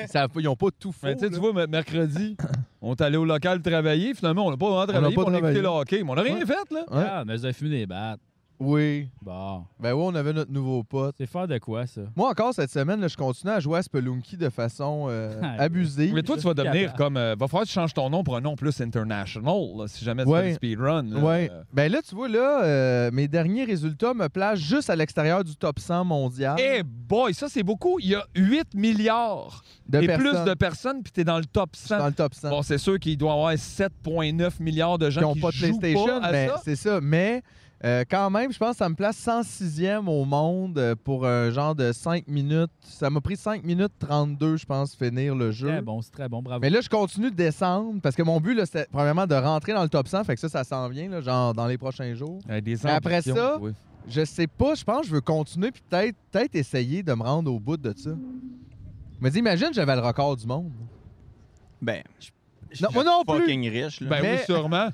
Ils savent pas- ils ont pas tout faux.
Ah Mais tu sais, tu
là.
vois, me- mercredi, on est allé au local travailler. Finalement, on n'a pas vraiment travaillé,
pas
puis on a
travaillé.
écouté le hockey. Mais on n'a rien
Ouais.
fait, là.
Ouais.
Ah, mais vous avez fumé des battes.
Oui.
Bon.
Ben oui, on avait notre nouveau pote.
C'est faire de quoi, ça?
Moi, encore cette semaine, là, je continue à jouer à Spelunky de façon euh,
*laughs* Ah,
abusée.
Mais toi, tu vas
Capable.
devenir comme. euh, va falloir que tu changes ton nom pour un nom plus international, là, si jamais tu fais
Ouais.
du speedrun. là.
Ouais.
Euh,
Ben là, tu vois, là, euh, mes derniers résultats me placent juste à l'extérieur du top 100 mondial.
Eh boy, ça c'est beaucoup. Il y a 8 milliards
de
et
personnes.
plus de personnes, puis t'es dans le top 100.
dans le top 100.
Bon, c'est sûr qu'il doit y avoir 7,9 milliards de gens
qui n'ont
qui
pas de
jouent
PlayStation,
pas à
mais
ça.
c'est ça. Mais euh, quand même, je pense que ça me place 106e au monde euh, pour un genre de 5 minutes. Ça m'a pris 5 minutes 32, je pense, finir le jeu.
Très Eh, bon, c'est très bon, bravo.
Mais là, je continue de descendre parce que mon but, là, c'était premièrement de rentrer dans le top 100, fait que ça, ça s'en vient, là, genre dans les prochains jours.
Euh, des
Mais après
ambitions,
ça,
oui.
Je sais pas, je pense que je veux continuer puis peut-être peut essayer de me rendre au bout de ça. Mais dis, imagine, j'avais le record du monde.
Ben,
Non, moi non plus.
fucking riche, là.
Ben
mais-
oui,
*laughs*
sûrement.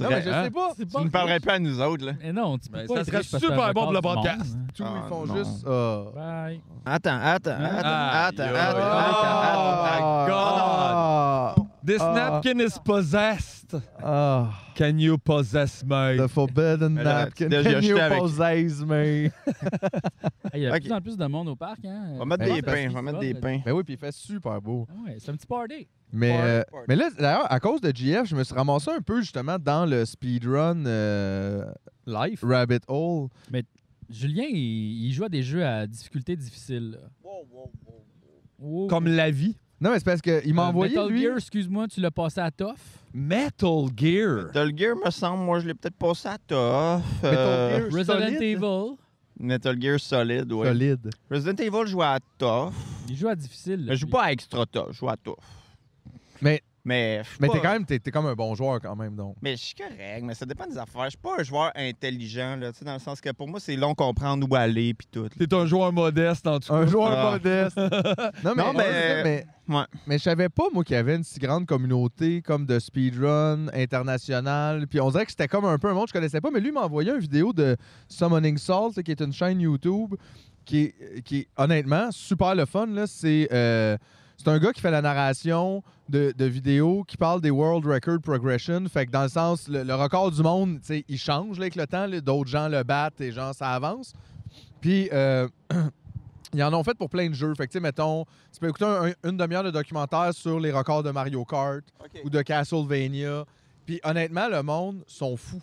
Non, mais je
hein?
sais pas.
C'est
Tu ne parlerais pas à nous autres, là.
Mais non, tu peux
Ben,
pas
ça
être
serait
riche parce que
super
t'as un
bon pour le
record du
podcast.
monde,
Tout,
Ah,
ils font
non.
juste. ah.
hein. Bye.
Attends, attends,
Ah,
attends, attends,
yo,
attends,
yo.
attends, attends.
my
Ah,
This
Ah.
napkin is possessed.
ah,
Can you possess me?
The Forbidden
Mais là, tu
Napkin.
t'es déjà
Can you
jeté avec.
possess me?
Hey, il y a de
Ok.
plus en plus de monde au parc. Hein.
On va mettre des
Ben, c'est
pains, on va mettre des pains.
Ben oui, puis il fait super beau.
Ah ouais, c'est un petit party.
Mais,
Party,
euh,
party.
mais là, d'ailleurs, à cause de GF, je me suis ramassé un peu justement dans le speedrun euh,
Life.
Rabbit Hole.
Julien, il, il joue à des jeux à difficulté difficile. là. Wow.
Comme la vie.
Non, mais c'est parce qu'il m'a
Euh,
envoyé,
Metal
lui.
Gear, excuse-moi, tu l'as passé à Toff.
Metal Gear.
Metal Gear, me semble, moi, je l'ai peut-être passé à tough. Euh,
Metal Gear
Resident
solide.
Evil.
Metal Gear solide, ouais.
Solide.
Resident Evil, je joue à tough.
Il joue à difficile. là,
Mais je joue
lui.
pas à extra tough, je joue à tough.
Mais-
Mais, je suis
Mais
pas-
t'es quand même, t'es, t'es comme un bon joueur quand même, donc.
Mais je suis correct, mais ça dépend des affaires. Je suis pas un joueur intelligent, là, tu sais, dans le sens que pour moi, c'est long de comprendre où aller puis tout. là.
T'es un joueur modeste, en tout cas.
Un joueur
Ah.
modeste. non, mais,
Non, mais-
mais,
Ouais.
mais je savais pas, moi, qu'il y avait une si grande communauté comme de speedrun international. Puis on dirait que c'était comme un peu un monde que je connaissais pas. Mais lui il m'a envoyé une vidéo de Summoning Salt, qui est une chaîne YouTube qui est, qui est honnêtement super le fun. Là. C'est, euh, c'est un gars qui fait la narration de, de vidéos qui parle des World Record Progression. Fait que dans le sens, le, le record du monde, tu sais, il change là, avec le temps. là. D'autres gens le battent et genre, ça avance. Puis, euh, *clears throat* ils en ont fait pour plein de jeux. Fait que, tu sais, mettons, tu peux écouter un- une demi-heure de documentaire sur les records de Mario Kart ou de Castlevania. Puis, honnêtement, le monde sont fous.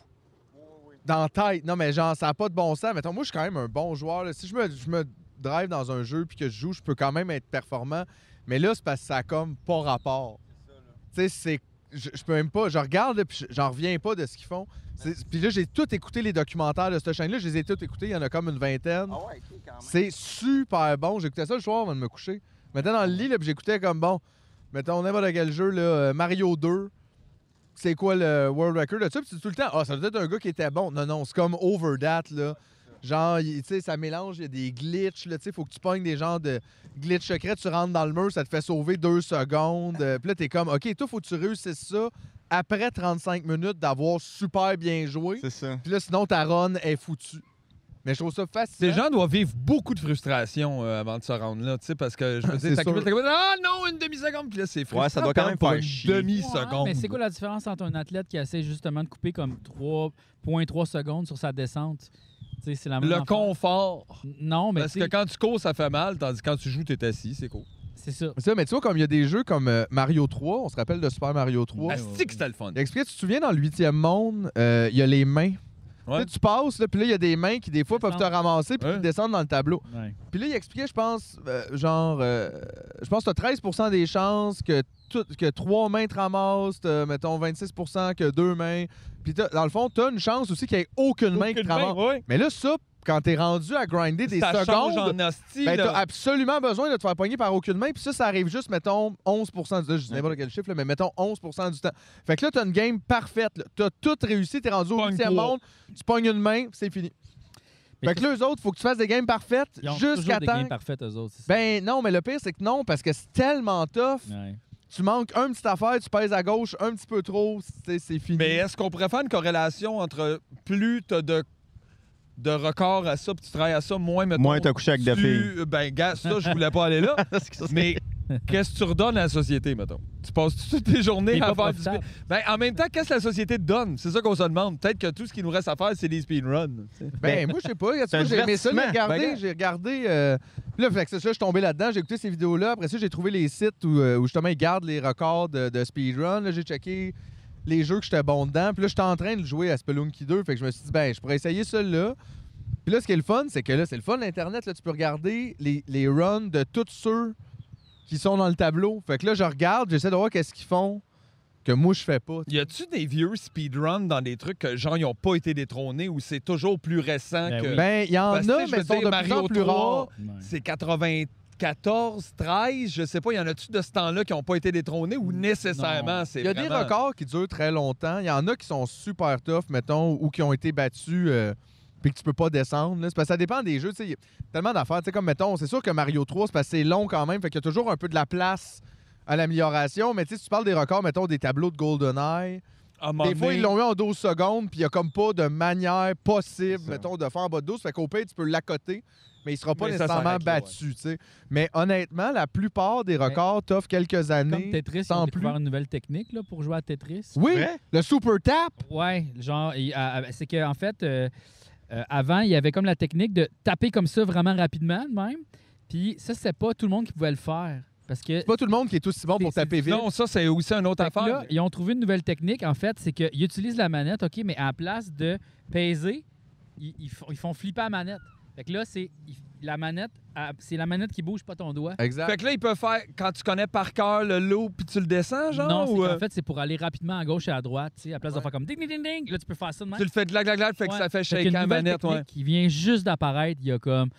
Dans la tête. Non, mais genre, ça n'a pas de bon sens. Mettons, moi, je suis quand même un bon joueur. là. Si je me, je me drive dans un jeu puis que je joue, je peux quand même être performant. Mais là, c'est parce que ça a comme pas rapport. Tu sais, c'est. Je, je peux même pas. Je regarde, là, puis je- j'en reviens pas de ce qu'ils font. C'est- Puis là, j'ai tout écouté les documentaires de cette chaîne-là. Je les ai tous écoutés. Il y en a comme une vingtaine. C'est super bon. J'écoutais ça le soir avant de me coucher. Je mettais dans le lit, là, puis j'écoutais comme bon. Mettons, n'importe quel jeu, là, euh, Mario 2. c'est quoi le world record de ça. Puis c'est tout le temps, ah, ça doit être un gars qui était bon. Non, non, c'est comme over that, là. Genre, il- tu sais, ça mélange, il y a des glitches, là, tu sais, faut que tu pognes des genres de glitch secrets, tu rentres dans le mur, ça te fait sauver deux secondes. Euh, Puis là, t'es comme, OK, toi, faut que tu réussisses ça après 35 minutes d'avoir super bien joué.
C'est
*laughs*
ça.
Puis là, sinon, ta run est foutue. Mais je trouve ça facile.
Ces gens doivent vivre beaucoup de frustration euh, avant de se rendre là, tu sais, parce que je me
C'est
dis, t'accumules,
sûr.
t'accumules, ah non, une demi-seconde, puis là, c'est frustrant.
Ouais, ça doit quand même
pour
faire
une
chier.
demi-seconde.
Mais c'est quoi la différence entre un athlète qui essaie justement de couper comme 3.3 secondes sur sa descente? Tu sais, C'est la même
Le
affaire.
confort.
Non, mais
Parce
tu
que
sais,
quand tu cours, ça fait mal, tandis que quand tu joues, t'es assis, c'est cool. Ah,
c'est ça.
Ça, mais tu vois, comme il y a des jeux comme euh, Mario 3, on se rappelle de Super Mario 3.
Asti que c'était le fun.
Explique, tu te souviens, dans le huitième monde, euh, il y a les mains.
Ouais.
Tu sais, Tu passes, là, puis là, il y a des mains qui, des fois, peuvent te
Descendre.
ramasser puis
Ouais.
qui descendent dans le tableau.
Ouais.
Puis là, il expliquait, je pense, euh, genre, euh, je pense que tu as 13 des chances que, tout- que trois mains te ramassent, t'as, mettons 26 que deux mains. Puis t'as- dans le fond, tu as une chance aussi qu'il n'y ait aucune, main qui te ramasse.
ouais.
Mais là, ça, quand t'es rendu à grinder des
Ça change
secondes,
en asti,
ben, t'as
là.
absolument besoin de te faire pogner par aucune main. Puis ça, ça arrive juste, mettons, 11 du temps. Je dis n'importe quel chiffre, là, mais mettons 11 du temps. Fait que là, t'as une game parfaite. là. T'as tout réussi, t'es rendu au
Pogne
8e
trois.
monde, tu pognes une main, puis c'est fini.
Mais
fait que là, eux autres, faut que tu fasses des games parfaites
Ils ont
jusqu'à
toujours des games
temps.
parfaites, eux autres. c'est ça.
Ben non, mais le pire, c'est que non, parce que c'est tellement tough.
Ouais.
Tu manques un petit affaire, tu pèses à gauche un petit peu trop, c'est c'est fini.
Mais est-ce qu'on pourrait faire une corrélation entre plus t'as de, de records à ça, puis tu travailles à ça, moins, mettons,
Moins t'as couché avec des
tu-
filles.
Ben, gars, ça, je voulais pas aller là. mais qu'est-ce que tu redonnes à la société, mettons? Tu passes toutes tes journées
T'es
à
pas
faire du
profitable.
speed- Ben, en même temps, qu'est-ce que la société te donne? C'est ça qu'on se demande. Peut-être que tout ce qui nous reste à faire, c'est des speedruns. tu sais.
Ben, moi, je sais pas.
C'est un
J'ai aimé ça, j'ai
divertissement.
regardé.
Ben, gars.
j'ai regardé. euh, puis là, fait que c'est ça, je suis tombé là-dedans. J'ai écouté ces vidéos-là. Après ça, j'ai trouvé les sites où, euh, où justement ils gardent les records de, de speedrun. Là, j'ai checké les jeux que j'étais bon dedans. Puis là, j'étais en train de jouer à Spelunky 2. Fait que je me suis dit, ben, je pourrais essayer celui-là. Puis là, ce qui est le fun, c'est que là, c'est le fun, l'Internet. Là, tu peux regarder les, les runs de tous ceux qui sont dans le tableau. Fait que là, je regarde, j'essaie de voir qu'est-ce qu'ils font que moi, je fais pas.
Y a-tu des vieux speedruns dans des trucs que, genre, ils ont pas été détrônés ou c'est toujours plus récent
Ben
que.
oui.
Ben, il y en
Parce que,
a,
tu sais,
mais
je
ils sont
veux
de
dire,
plus en
Mario
plus
3,
rares.
Ouais.
C'est 94, 13, je sais pas, il y en a-tu de ce temps-là qui n'ont pas été détrônés ou nécessairement
Non.
c'est
Il y a des
vraiment-
records qui durent très longtemps. Il y en a qui sont super tough, mettons, ou qui ont été battus euh, puis que tu peux pas descendre. là. C'est parce que ça dépend des jeux. tu sais, Il y a tellement d'affaires. Tu sais, Comme, mettons, c'est sûr que Mario 3, c'est parce que c'est long quand même. Fait qu'il y a toujours un peu de la place à l'amélioration. Mais tu sais, si tu parles des records, mettons, des tableaux de GoldenEye,
À un moment
des fois,
donné,
ils l'ont eu en 12 secondes puis il y a comme pas de manière possible,
C'est ça.
mettons, de faire en bas de 12. Fait qu'au pire, tu peux l'accoter. Mais il sera pas
Mais ça
nécessairement
s'arrête là, ouais.
battu, tu sais. Mais honnêtement, la plupart des records t'offrent quelques
Comme
années.
Tetris, ils
sans
ont
plus.
découvert une nouvelle technique là, pour jouer à Tetris.
Oui,
Vrai?
le super tap.
Ouais, genre, et, à- à- c'est qu'en fait, euh, euh, avant, il y avait comme la technique de taper comme ça vraiment rapidement, de même. Puis ça, c'est pas tout le monde qui pouvait le faire. Parce que
C'est pas tout le monde qui est aussi bon pour
C'est-
taper vite.
Non, ça, c'est aussi une autre
Fait que
affaire.
là, ils ont trouvé une nouvelle technique, en fait, c'est qu'ils utilisent la manette, OK, mais à la place de peser, ils, ils font, ils font flipper la manette. Fait que là, c'est ils- la manette, à- c'est la manette qui bouge pas ton doigt.
Exact.
Fait que là, ils peuvent faire, quand tu connais par cœur le lot puis tu le descends, genre,
non, c'est
ou
qu'en
euh,
fait, c'est pour aller rapidement à gauche et à droite, tu sais, à la place de
Ouais.
faire comme ding ding ding ding, là tu peux faire ça de même.
tu le fais de la glac, fait que
Ouais.
ça fait
Fait qu'il y
shaker
a une
la
nouvelle
manette, ouais.
technique qui vient juste d'apparaître il y a comme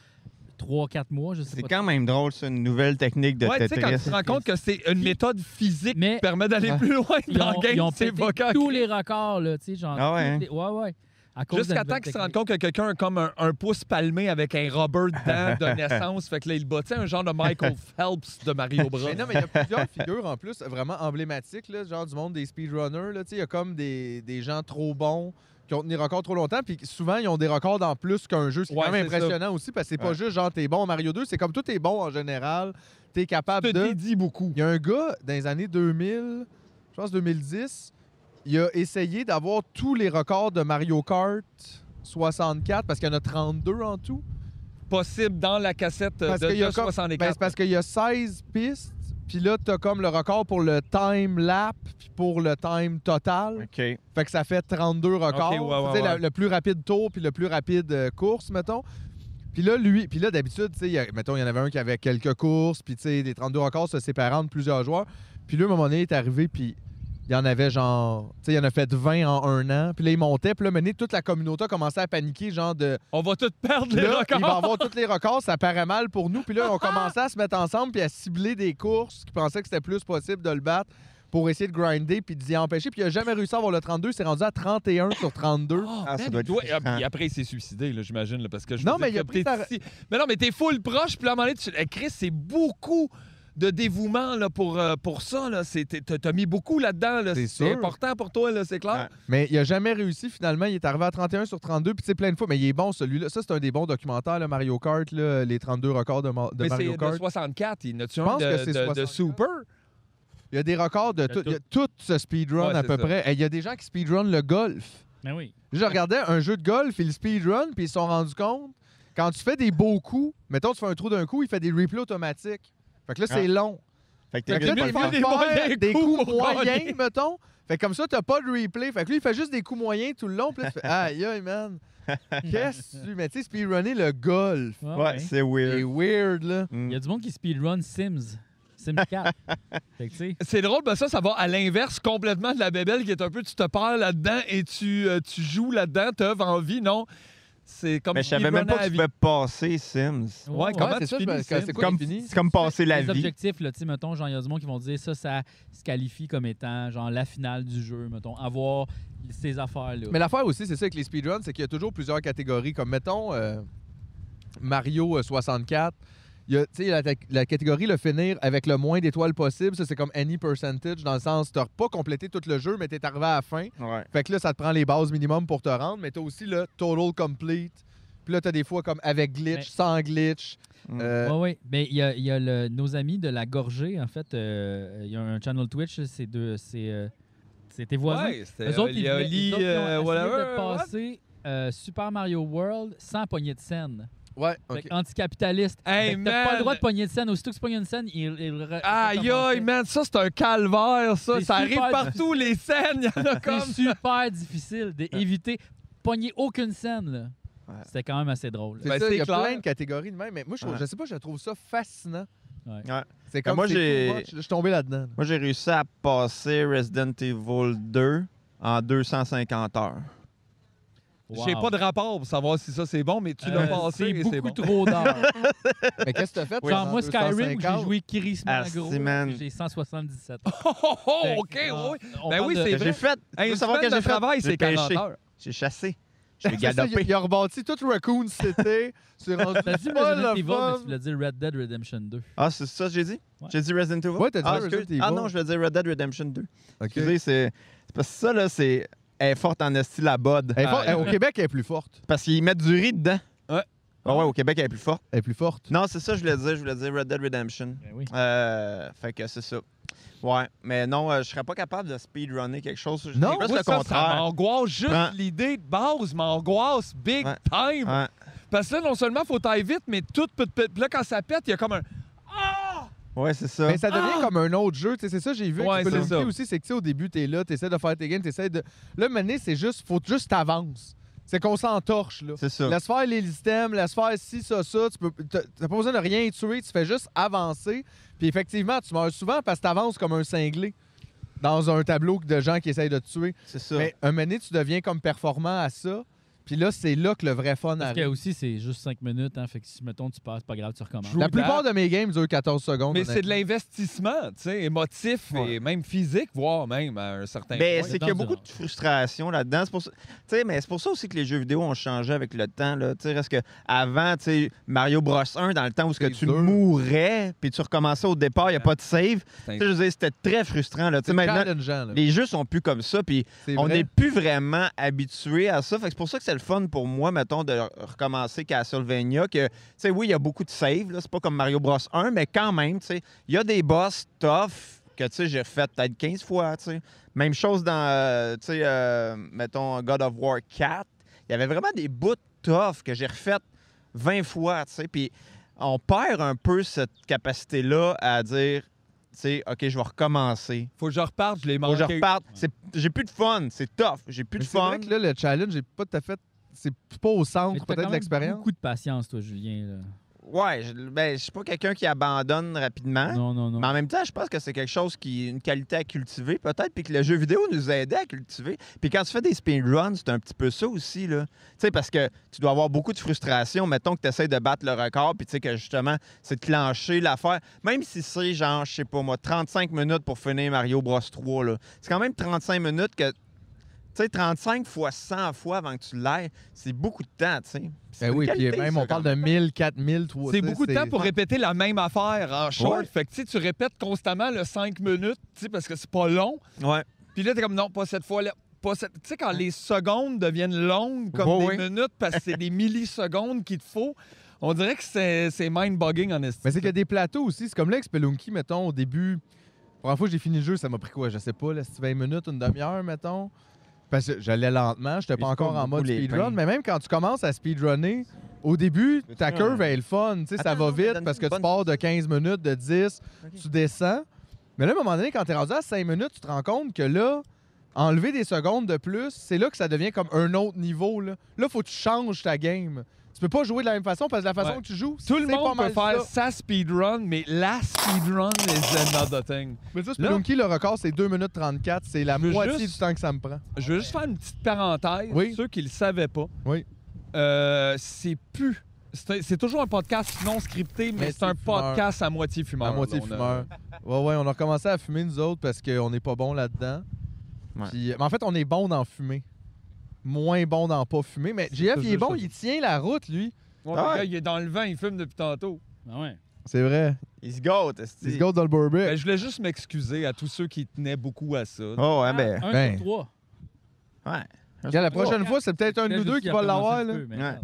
3 4 mois, je sais
C'est
pas.
quand même drôle, ça, une nouvelle technique de
Ouais, tu sais, quand tu
Tetris.
te rends compte que c'est une méthode physique
Mais-
qui permet d'aller
Ah.
plus loin
Ils
dans
ont,
le
ils
game,
ont
c'est
pété
pas quand-
tous les records là, tu sais, genre
Ah ouais, hein?
tous les- ouais ouais. À cause de la
Jusqu'à temps
nouvelle
qu'ils se rendent
technique.
compte que quelqu'un a comme un, un pouce palmé avec un rubber dedans
*laughs*
de naissance. Fait que là, il bat, tu sais, un genre de Michael Phelps de Mario Bros.
Mais non, mais il y a
*laughs*
plusieurs figures en plus vraiment emblématiques, là, genre du monde des speedrunners. là, tu sais, Il y a comme des, des gens trop bons qui ont tenu des records trop longtemps. Puis souvent, ils ont des records dans plus qu'un jeu. C'est
Ouais,
quand même
c'est ça.
impressionnant aussi parce que c'est pas
Ouais.
juste genre t'es bon à Mario 2, c'est comme tout est bon en général. T'es capable
te
de.
dédie beaucoup.
Il y a un gars dans les années 2000, je pense 2010, il a essayé d'avoir tous les records de Mario Kart 64 parce qu'il y en a 32 en tout.
Possible dans la cassette euh,
Parce
de, E
qu'il y a
de
comme-
64.
Ben, c'est parce qu'il y a 16 pistes, puis là, t'as comme le record pour le time lap, puis pour le time total.
OK. Ouais,
Fait que ça fait 32 records.
Ok, ouais, ouais,
Tu sais, la-
ouais.
le plus rapide tour, puis le plus rapide euh, course, mettons. Puis là, lui, puis là, d'habitude, tu sais, il y a- mettons, il y en avait un qui avait quelques courses, puis tu sais, les 32 records se séparant de plusieurs joueurs. Puis là, à un moment donné, il est arrivé, puis il y en avait genre, tu sais, il en a fait 20 en un an. Puis là, il montait, puis là, mené, toute la communauté a commencé à paniquer, genre de
On va tous perdre les
Là,
records.
Il va avoir tous les records, ça paraît mal pour nous. Puis là, on commençait à se mettre ensemble puis à cibler des courses qui pensaient que c'était plus possible de le battre. pour essayer de grinder puis d'y empêcher. Puis il a jamais réussi à avoir le 32, c'est rendu à 31 sur 32.
Ah, ça doit puis après, il s'est suicidé, là, j'imagine, là, parce que je
Non,
me dis
mais il a
que
pris
t'es
sa-
ici. Mais non, mais t'es full proche, puis là, à un moment donné, tu- Eh, Chris, c'est beaucoup de dévouement là, pour, euh, pour ça. Là. C'est- t'es- t'as, t'as mis beaucoup là-dedans. Là.
C'est
C'est,
sûr.
important pour toi, là, c'est clair.
Mais il a jamais réussi finalement. Il est arrivé à 31 sur 32, puis tu sais, plein de fois. Mais il est bon celui-là. Ça, c'est un des bons documentaires, là, Mario Kart, là, les 32 records de, ma- de
mais
Mario
c'est
Kart.
de 64. Il n'a-tu
Je
un
pense
de,
que c'est
de- de
64.
Super?
Il y a des records de
Il y a
tout, il y a tout ce speedrun
Ouais,
à
c'est
peu
ça.
près. Et Il y a des gens qui speedrun le golf.
Mais oui.
Je regardais un jeu de golf, ils le speedrun, puis ils se sont rendus compte, quand tu fais des beaux coups, mettons, tu fais un trou d'un coup, il fait des replays automatiques. Fait que là, c'est
Ah.
long.
Fait que t'es
Fait que là,
mieux de pas
il
le
va
faire.
faire.
faire
Des
des
moyens
coups
coups pour
moyens,
gagner.
mettons. Fait que comme ça, t'as pas de replay. Fait que lui, il fait juste des coups moyens tout le long. Puis là, tu fais, aïe, aïe, man. Qu'est-ce que tu. Mais tu sais, speedrunner le golf.
Ah,
Ouais, c'est
C'est
weird.
weird, là.
Il y a du monde qui speedrun Sims. Sims
*laughs*
4. fait que, tu sais,
C'est drôle, mais ça, ça va à l'inverse complètement de la bébelle qui est un peu tu te perds là-dedans et tu, euh, tu joues là-dedans, t'as envie, non? C'est comme
Mais je savais même
speedrunner
pas
à
que tu
vie.
pouvais passer Sims.
Ouais, comment
Ouais, c'est
tu
ça, je
finis,
me-
Sims?
c'est quoi
Comme-
qui finit?
C'est comme passer la
les
vie.
objectifs, là, tu sais, mettons, genre, il y a du monde qui vont dire ça, ça se qualifie comme étant, genre, la finale du jeu, mettons, avoir ces affaires-là.
Mais l'affaire aussi, c'est ça avec les speedruns, c'est qu'il y a toujours plusieurs catégories. Comme mettons euh, Mario euh, 64. Il y a, tu sais, la, ta- la catégorie le finir avec le moins d'étoiles possible, ça c'est comme any percentage, dans le sens t'as pas complété tout le jeu, mais t'es arrivé à la fin.
Ouais.
Fait que là, ça te prend les bases minimum pour te rendre, mais t'as aussi le total complete. Puis là, t'as des fois comme avec glitch,
Mais-
sans glitch.
Mm.
Euh,
Oui, oui. Mais il y a, il y a le- nos amis de la gorgée, en fait. euh, Il y a un channel Twitch, c'est deux. C'est euh, c'est tes voisins.
Ouais, c'était
Eux autres, ils
Oli,
voulaient-
Oli,
eux autres, ils ont
euh,
essayé
whatever,
de passer euh, Super Mario World sans poignée de scène.
Ouais,
Fait
ok.
que Anticapitaliste.
Hey,
Fait que T'as pas
man!
le droit de poignée de scène. Aussitôt que tu pognes une scène, il. il re-
Aïe, aïe, man, ça, c'est un calvaire, ça.
C'est
Ça arrive
super
partout, les scènes, il y
*laughs*
en a comme.
C'est super difficile d'éviter. Pogner aucune scène, là.
Ouais.
C'était quand même assez drôle.
C'est
Ben,
ça, il y a
c'est clair.
plein de catégories de même, mais moi, je, trouve-
Ouais.
je sais pas, je trouve ça fascinant.
Ouais.
Ouais.
C'est comme
moi,
c'est
j'ai-
too much. Je suis tombé là-dedans.
Moi, j'ai réussi à passer Resident Evil 2 en 250 heures.
J'ai pas de rapport pour savoir si ça, c'est bon, mais tu l'as
Euh,
passé
C'est
et c'est
beaucoup trop
bon.
d'heures.
*laughs* Mais qu'est-ce que t'as fait?
Genre,
pendant
moi, Skyrim,
250?
j'ai joué Kiris
Ah,
Magro.
si, man.
J'ai 177.
*laughs*
Oh, *laughs* oh, oh,
Fait que,
OK,
euh,
oui.
on
Ben
parle
oui,
de-
c'est
Que
vrai.
J'ai fait.
Hey,
veux
une
savoir que
semaine
j'ai
de
fait?
travail,
J'ai
c'est 40
pêché.
heures.
J'ai chassé. J'ai
C'est ça,
galopé.
il, a, il a rebâti toute Raccoon City sur rendu
T'as dit
pas
Resident
le
Evil,
fun.
mais tu voulais dire Red Dead Redemption 2.
Ah, c'est ça que j'ai dit?
Ouais.
J'ai dit Resident Evil?
Ouais, t'as dit
ah,
Resident
excuse. Ah
Evil.
non, je veux dire Red Dead Redemption 2.
Ok.
Excusez, c'est... c'est parce que ça, là, c'est... Elle est forte en esti, la bod.
Elle est forte-
Ah,
au Québec, elle est plus forte.
Parce qu'ils mettent du riz dedans.
Ouais.
Ah ouais, au Québec, elle est plus forte.
Elle est plus forte.
Non, c'est ça que je voulais dire. Je voulais dire Red Dead Redemption.
Ben oui.
Euh, fait que c'est ça. Ouais, mais non, euh, je serais pas capable de speedrunner quelque chose. Je-
Non,
c'est plus
Moi,
le
ça, Ça
contraire.
m'angoisse juste
Prends.
l'idée de base, m'angoisse big
Ouais.
time.
Ouais.
Parce que là, non seulement faut tailler vite, mais tout peut te péter. Puis là, quand ça pète, il y a comme un. Ah!
Ouais, c'est ça.
Mais ça devient comme un autre jeu. tu sais, C'est ça, j'ai vu. que
Ouais,
tu peux
c'est
l'expliquer
ça.
aussi, c'est que tu sais, au début, t'es là, t'essaies de faire tes games, t'essaies de. Là, maintenant, c'est juste, faut juste t'avances. C'est qu'on s'entorche, là.
C'est ça.
Laisse faire les systèmes, laisse faire ci, ça, ça. Tu peux, t'as t'as pas besoin de rien tuer, tu fais juste avancer. Puis effectivement, tu meurs souvent parce que t'avances comme un cinglé dans un tableau de gens qui essayent de te tuer.
C'est ça.
Mais un moment donné, tu deviens comme performant à ça. Puis là, c'est là que le vrai fun
Parce que
arrive.
aussi, c'est juste 5 minutes. Hein, fait que si, mettons, tu passes, pas grave, tu recommences.
True.
La plupart de mes games durent 14 secondes.
Mais c'est de
honnêtement.
l'investissement, tu sais, émotif et même physique, voire même à un certain
Ben,
point.
c'est qu'il y a beaucoup de frustration là-dedans. C'est pour ça, tu sais, mais c'est pour ça aussi que les jeux vidéo ont changé avec le temps. Là. Tu sais, Parce que avant, tu sais, Mario Bros 1, dans le temps où ce que
C'est
tu
dur.
mourais, puis tu recommençais au départ, il n'y a pas de save.
C'est
Tu sais, je veux dire, C'était très frustrant. Là. Tu sais,
C'est
Maintenant,
challengeant, là.
les jeux sont plus comme ça, puis
C'est
on
vrai.
n'est plus vraiment habitué à ça. Fait que c'est pour ça que c'est le fun pour moi, mettons, de recommencer Castlevania. Que, tu sais, oui, il y a beaucoup de saves, là. C'est pas comme Mario Bros 1, mais quand même, tu sais, il y a des boss tough que, tu sais, j'ai fait peut-être 15 fois, tu sais. Même chose dans, euh, tu sais, euh, mettons, God of War 4. Il y avait vraiment des bouts tough que j'ai refait 20 fois, tu sais. Puis on perd un peu cette capacité-là à dire, tu sais, OK, je vais recommencer.
Faut que je reparte, je l'ai
Faut que je
manqué.
reparte. C'est- J'ai plus de fun. C'est tough. J'ai plus
Mais
de
c'est
fun.
vrai que là, le challenge, j'ai pas tout à fait. C'est pas au
Mais
centre,
t'as quand
peut-être, de
même
l'expérience.
beaucoup de patience, toi, Julien. là.
Ouais, je, ben, je suis pas quelqu'un qui abandonne
Hein?
rapidement.
Non, non, non.
Mais en même temps, je pense que c'est quelque chose qui une qualité à cultiver, peut-être, puis que le jeu vidéo nous aidait à cultiver. Puis quand tu fais des speedruns, c'est un petit peu ça aussi, là. Tu sais, parce que tu dois avoir beaucoup de frustration. Mettons que tu essaies de battre le record, puis tu sais que justement, c'est de clencher l'affaire. Même si c'est, genre, je sais pas moi, 35 minutes pour finir Mario Bros 3, là. C'est quand même 35 minutes que. Tu sais, 35 fois 100 fois avant que tu l'ailles, c'est beaucoup de temps, tu sais. C'est
Ben
une
oui, puis
qualité,
même,
ça,
on parle de 1000, 4000, 3000.
C'est beaucoup de temps pour répéter la même affaire en short.
Ouais.
Fait que tu sais, tu répètes constamment le 5 minutes, tu sais, parce que c'est pas long.
Ouais.
Puis là, t'es comme non, pas cette fois-là. Pas cette... Tu sais,
Hein?
quand les secondes deviennent longues comme
Ouais,
des
ouais.
minutes parce que
*laughs*
c'est des millisecondes qu'il te faut, on dirait que c'est c'est mind-bogging en estime.
Mais c'est qu'il y a des plateaux aussi. C'est comme là, avec Spelunky, mettons, au début. La première fois que j'ai fini le jeu, ça m'a pris quoi Je sais pas, là, c'est 20 minutes, une demi-heure, mettons. Parce que j'allais lentement, j'étais pas
c'est
encore
pas
en mode
beaucoup les pains.
speedrun. Mais même quand tu commences à speedrunner, au début, ta
Ouais.
curve, elle est le fun. Tu sais, ça
Attends,
va
non, mais
vite
donne-nous
parce que
une
tu
bonne-
pars de 15 minutes, de 10, tu descends. Mais là, à un moment donné, quand t'es rendu à 5 minutes, tu te rends compte que là, enlever des secondes de plus, c'est là que ça devient comme un autre niveau. Là, là faut que tu changes ta game. Tu peux pas jouer de la même façon parce que la façon
Ouais.
que tu joues,
Tout le
c'est pas
monde peut
mal
faire
ça.
sa speedrun, mais la speedrun is another thing.
Mais ça,
Là-
Spelunky, le record, c'est 2 minutes 34. C'est la
Je veux
moitié
juste-
du temps que ça me prend.
Je veux juste faire une petite parenthèse.
Oui.
Ceux qui le savaient pas.
Oui.
Euh, c'est plus. C'est c'est toujours un podcast non scripté, mais,
Mais
c'est un
c'est fumeur.
podcast à moitié fumeur.
à moitié
là, on a- *laughs*
fumeur. Ouais, ouais, on a recommencé à fumer, nous autres, parce qu'on n'est pas bon là-dedans.
Ouais.
Puis, euh, mais en fait, on est bon d'en fumer. Moins bon d'en pas fumer. Mais JF, il est bon, il tient la route, lui.
Ouais,
Ah
le
ouais.
gars, il est dans le vent, il fume depuis tantôt.
Ah ouais.
C'est vrai.
Il se gâte, esti.
Il se gâte dans le
Ben,
bourbon.
je voulais juste m'excuser à tous ceux qui tenaient beaucoup à ça.
Oh, ouais, ben.
Un
ben.
sur trois.
Ouais.
Regarde, la prochaine fois, c'est peut-être un de nous deux qui va l'avoir. là.
Ouais.
Ouais.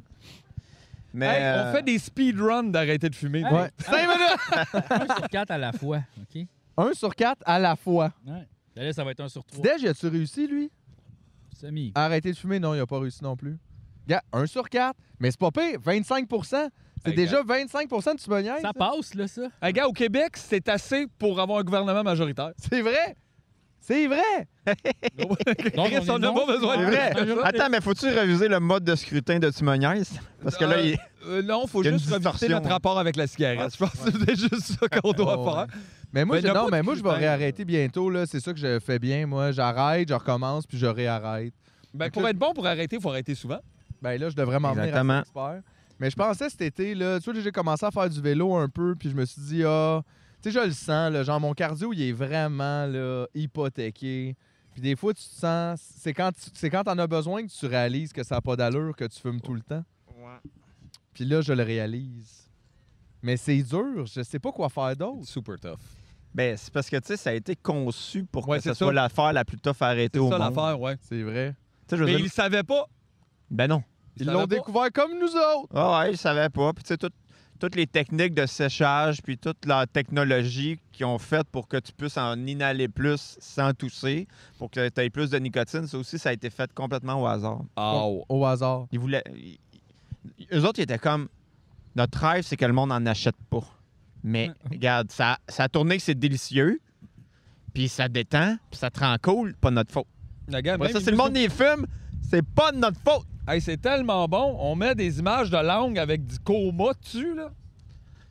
Mais.
Hey,
euh,
On fait des speedruns d'arrêter de fumer. nous.
Ouais. 5 minutes!
Un sur quatre à la fois. OK?
1 sur 4 à la fois.
Ouais. Là, ça va être un sur trois.
Dej, as-tu réussi, lui?
Samy.
à Arrêter de fumer? Non, il a pas réussi non plus. Regarde, 1 sur 4. Mais c'est pas pire, 25 C'est
Exact.
déjà 25 de timonière.
Ça passe, là, ça?
Hey, gars, au Québec, c'est assez pour avoir un gouvernement majoritaire.
C'est vrai! C'est vrai!
Donc,
Chris, on n'a pas besoin
C'est
de
vrai.
plus que ça.
Attends, mais faut-tu réviser le mode de scrutin de Timoniaise? Parce que là,
Euh,
il...
euh, non, faut
Il y a une
juste revisiter
distorsion,
notre
hein.
rapport avec la cigarette. Je pense que c'est juste ça qu'on doit
Oh,
faire.
Mais moi,
Mais
je,
il y a
non,
pas de
mais moi, je vais
critères.
réarrêter bientôt. là. C'est ça que je fais bien, moi. J'arrête, je recommence, puis je réarrête.
Ben,
Fait que
pour
là-
être bon pour arrêter, il faut arrêter souvent.
Ben là, je devrais m'en venir à
Exactement.
cet expert. Mais je pensais cet été, là, tu vois, j'ai commencé à faire du vélo un peu, puis je me suis dit, ah, tu sais, je le sens, là, genre, mon cardio, il est vraiment là, hypothéqué. Puis des fois, tu te sens, c'est quand tu c'est quand en as besoin que tu réalises que ça n'a pas d'allure, que tu fumes tout le temps. Puis là, je le réalise. Mais c'est dur, je sais pas quoi faire
Oh.
d'autre.
Super tough.
Ben, c'est parce que, tu sais, ça a été conçu pour
Ouais,
que
c'est
ce
ça.
soit l'affaire la plus tough à arrêter
C'est
au
ça
monde.
l'affaire, ouais.
C'est vrai.
Tu sais, je veux
Mais
dire-
ils le savaient pas.
Ben non.
Ils
Ça
l'ont
va pas?
découvert comme nous autres.
Ah ouais, je savais pas. Puis, tu sais, tout- toutes les techniques de séchage, puis toute la technologie qu'ils ont faite pour que tu puisses en inhaler plus sans tousser, pour que tu aies plus de nicotine, ça aussi, ça a été fait complètement au hasard.
Oh.
Au hasard.
Ils voulaient... ils- ils- Eux autres, ils étaient comme... Notre rêve, c'est que le monde n'en achète pas. Mais regarde, ça, ça a tourné que c'est délicieux, puis ça détend, puis ça te rend cool, pas notre faute.
La gars,
Après
même
ça,
ils
si le
nous
monde les fume, c'est pas de notre faute.
ont- Hey, c'est tellement bon. On met des images de langue avec du coma dessus, là.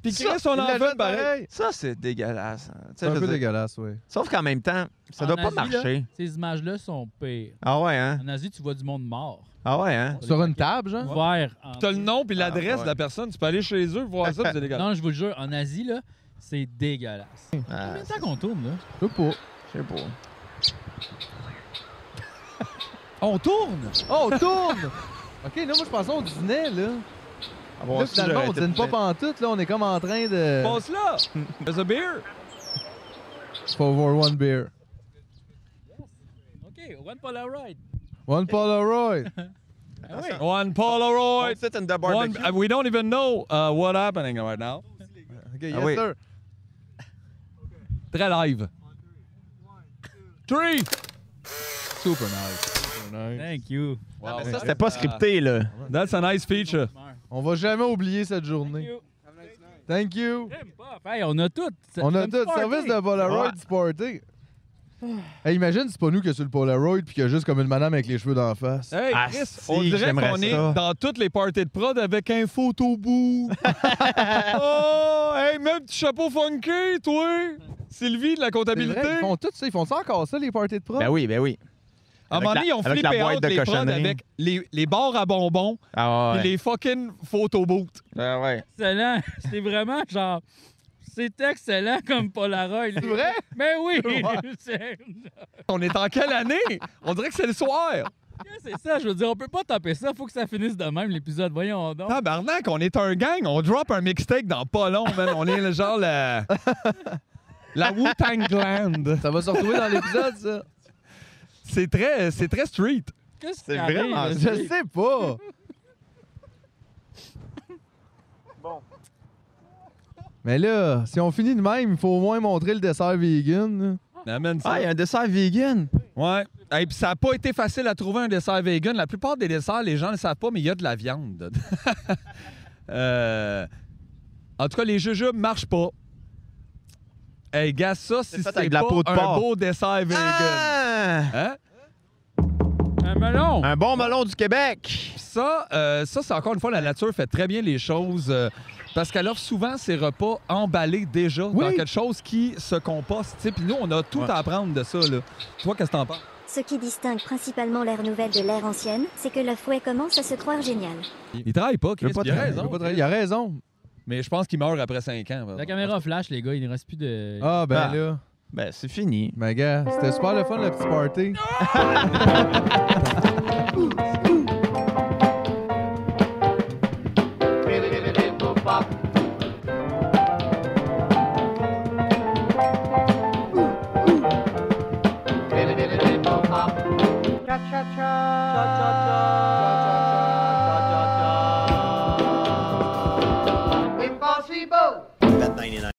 Puis
Ça,
Chris, on en
Il l'a
fait
fait
pareil.
Ça, c'est dégueulasse. hein. Tu sais,
C'est un
je
peu
veux dire,
dégueulasse, oui.
Sauf qu'en même temps, ça
En
doit pas
Asie, là,
marcher.
Ces images-là sont pires.
Ah ouais, hein?
En Asie, tu vois du monde mort.
Ah ouais, hein?
Sur une table, genre?
Ouvert. en-
T'as le nom puis l'adresse
Ah, ouais.
de la personne. Tu peux aller chez eux voir ça, puis
*laughs*
c'est légal.
Non, je vous le jure, en Asie, là, c'est dégueulasse.
Ah,
Combien de temps qu'on tourne, là?
Je sais pas.
je sais pas.
On tourne!
Oh, on tourne! *laughs* OK, là, moi, je pensais on dînait, là.
Ah, bon,
là,
si
finalement,
j'aurais
on
été
dîne pas
peut-être-
pantoute, là. On est comme en train de...
Passe là!
*laughs*
There's a beer!
For one beer.
OK, One Polaroid.
One Polaroid.
Ah oui.
One Polaroid!
That's it in the
One,
barbecue.
uh, we don't even know uh, what happening right now.
OK, yes,
oui.
sir.
Très live. Three!
Super nice.
Thank you.
ben
Ah, mais ça, c'était pas scripté, là.
That's a nice feature.
On va jamais oublier cette
Thank
journée.
you.
Thank you.
J'aime pas. Hey, on a tout.
On a tout. Service de Polaroid
Ouais.
sporté. Hey, imagine, c'est pas nous qui a sur le Polaroid puis qu'il y a juste comme une madame avec les cheveux d'en face.
Hey,
Ah,
Chris,
si,
on dirait
j'aimerais
qu'on est
ça.
dans toutes les parties de prod avec un
*laughs*
photobout. oh, hey, même petit chapeau funky, toi. Sylvie de la
C'est vrai,
comptabilité.
ils font tout ça, ils font ça encore ça, les parties de prod.
Ben oui, ben oui.
À un
Avec
moment
la-
donné, ils ont
avec la
flippé
boîte
out
de
les prods
cochonnerie.
avec les, les barres à bonbons
Ah
et
ouais.
les fucking photoboots.
Ah ouais.
Excellent. *laughs* C'est vraiment genre. C'est excellent comme Polaroid. C'est
vrai?
Mais Ben oui!
Ouais.
*laughs* C'est
On est en quelle année? On dirait que c'est le soir.
c'est ça, je veux dire, on peut pas taper ça, faut que ça finisse de même l'épisode. Voyons
Oh.
donc.
Tabarnak, on est un gang. On drop un mixtape dans pas long, man. On est le
*laughs*
genre la... La Wu-Tang Land.
Ça va se retrouver dans l'épisode, ça.
C'est très, c'est très street.
Qu'est-ce
C'est
qui
*laughs*
arrive,
vraiment
là?
ça.
Je sais pas.
Bon.
Mais là, si on finit de même, il faut au moins montrer le dessert vegan. là.
Amène ça.
Ah, il y a un dessert vegan.
Ouais. Et puis ça n'a pas été facile à trouver un dessert vegan. La plupart des desserts, les gens ne le savent pas, mais il y a de la viande. *laughs* dedans. Euh, En tout cas, les jujubes ne marchent pas. Hey, gars, ça, si
fait
c'est pas
avec de la peau de
un
porc.
beau dessert vegan.
Ah!
Hein?
Un melon!
Un bon melon du Québec.
Puis ça, euh, ça c'est encore une fois, la nature fait très bien les choses euh, parce qu'elle offre souvent ses repas emballés déjà dans
Oui.
quelque chose qui se composte. tu sais. Puis nous, on a tout à apprendre de ça. Là. Toi, qu'est-ce que t'en penses?
Ce qui distingue principalement l'ère nouvelle de l'ère ancienne, c'est que le fouet commence à se croire génial.
Il travaille pas,
Il
Chris.
veut pas
il a
travailler,
raison.
il veut pas travailler. Il a raison.
Mais je pense qu'il meurt après 5 ans.
La caméra flash, les gars, il ne reste plus de.
Ah, ben
Ah.
là.
Ben, c'est fini.
Ma gars, c'était super le fun, le petit party.
Cha-cha-cha.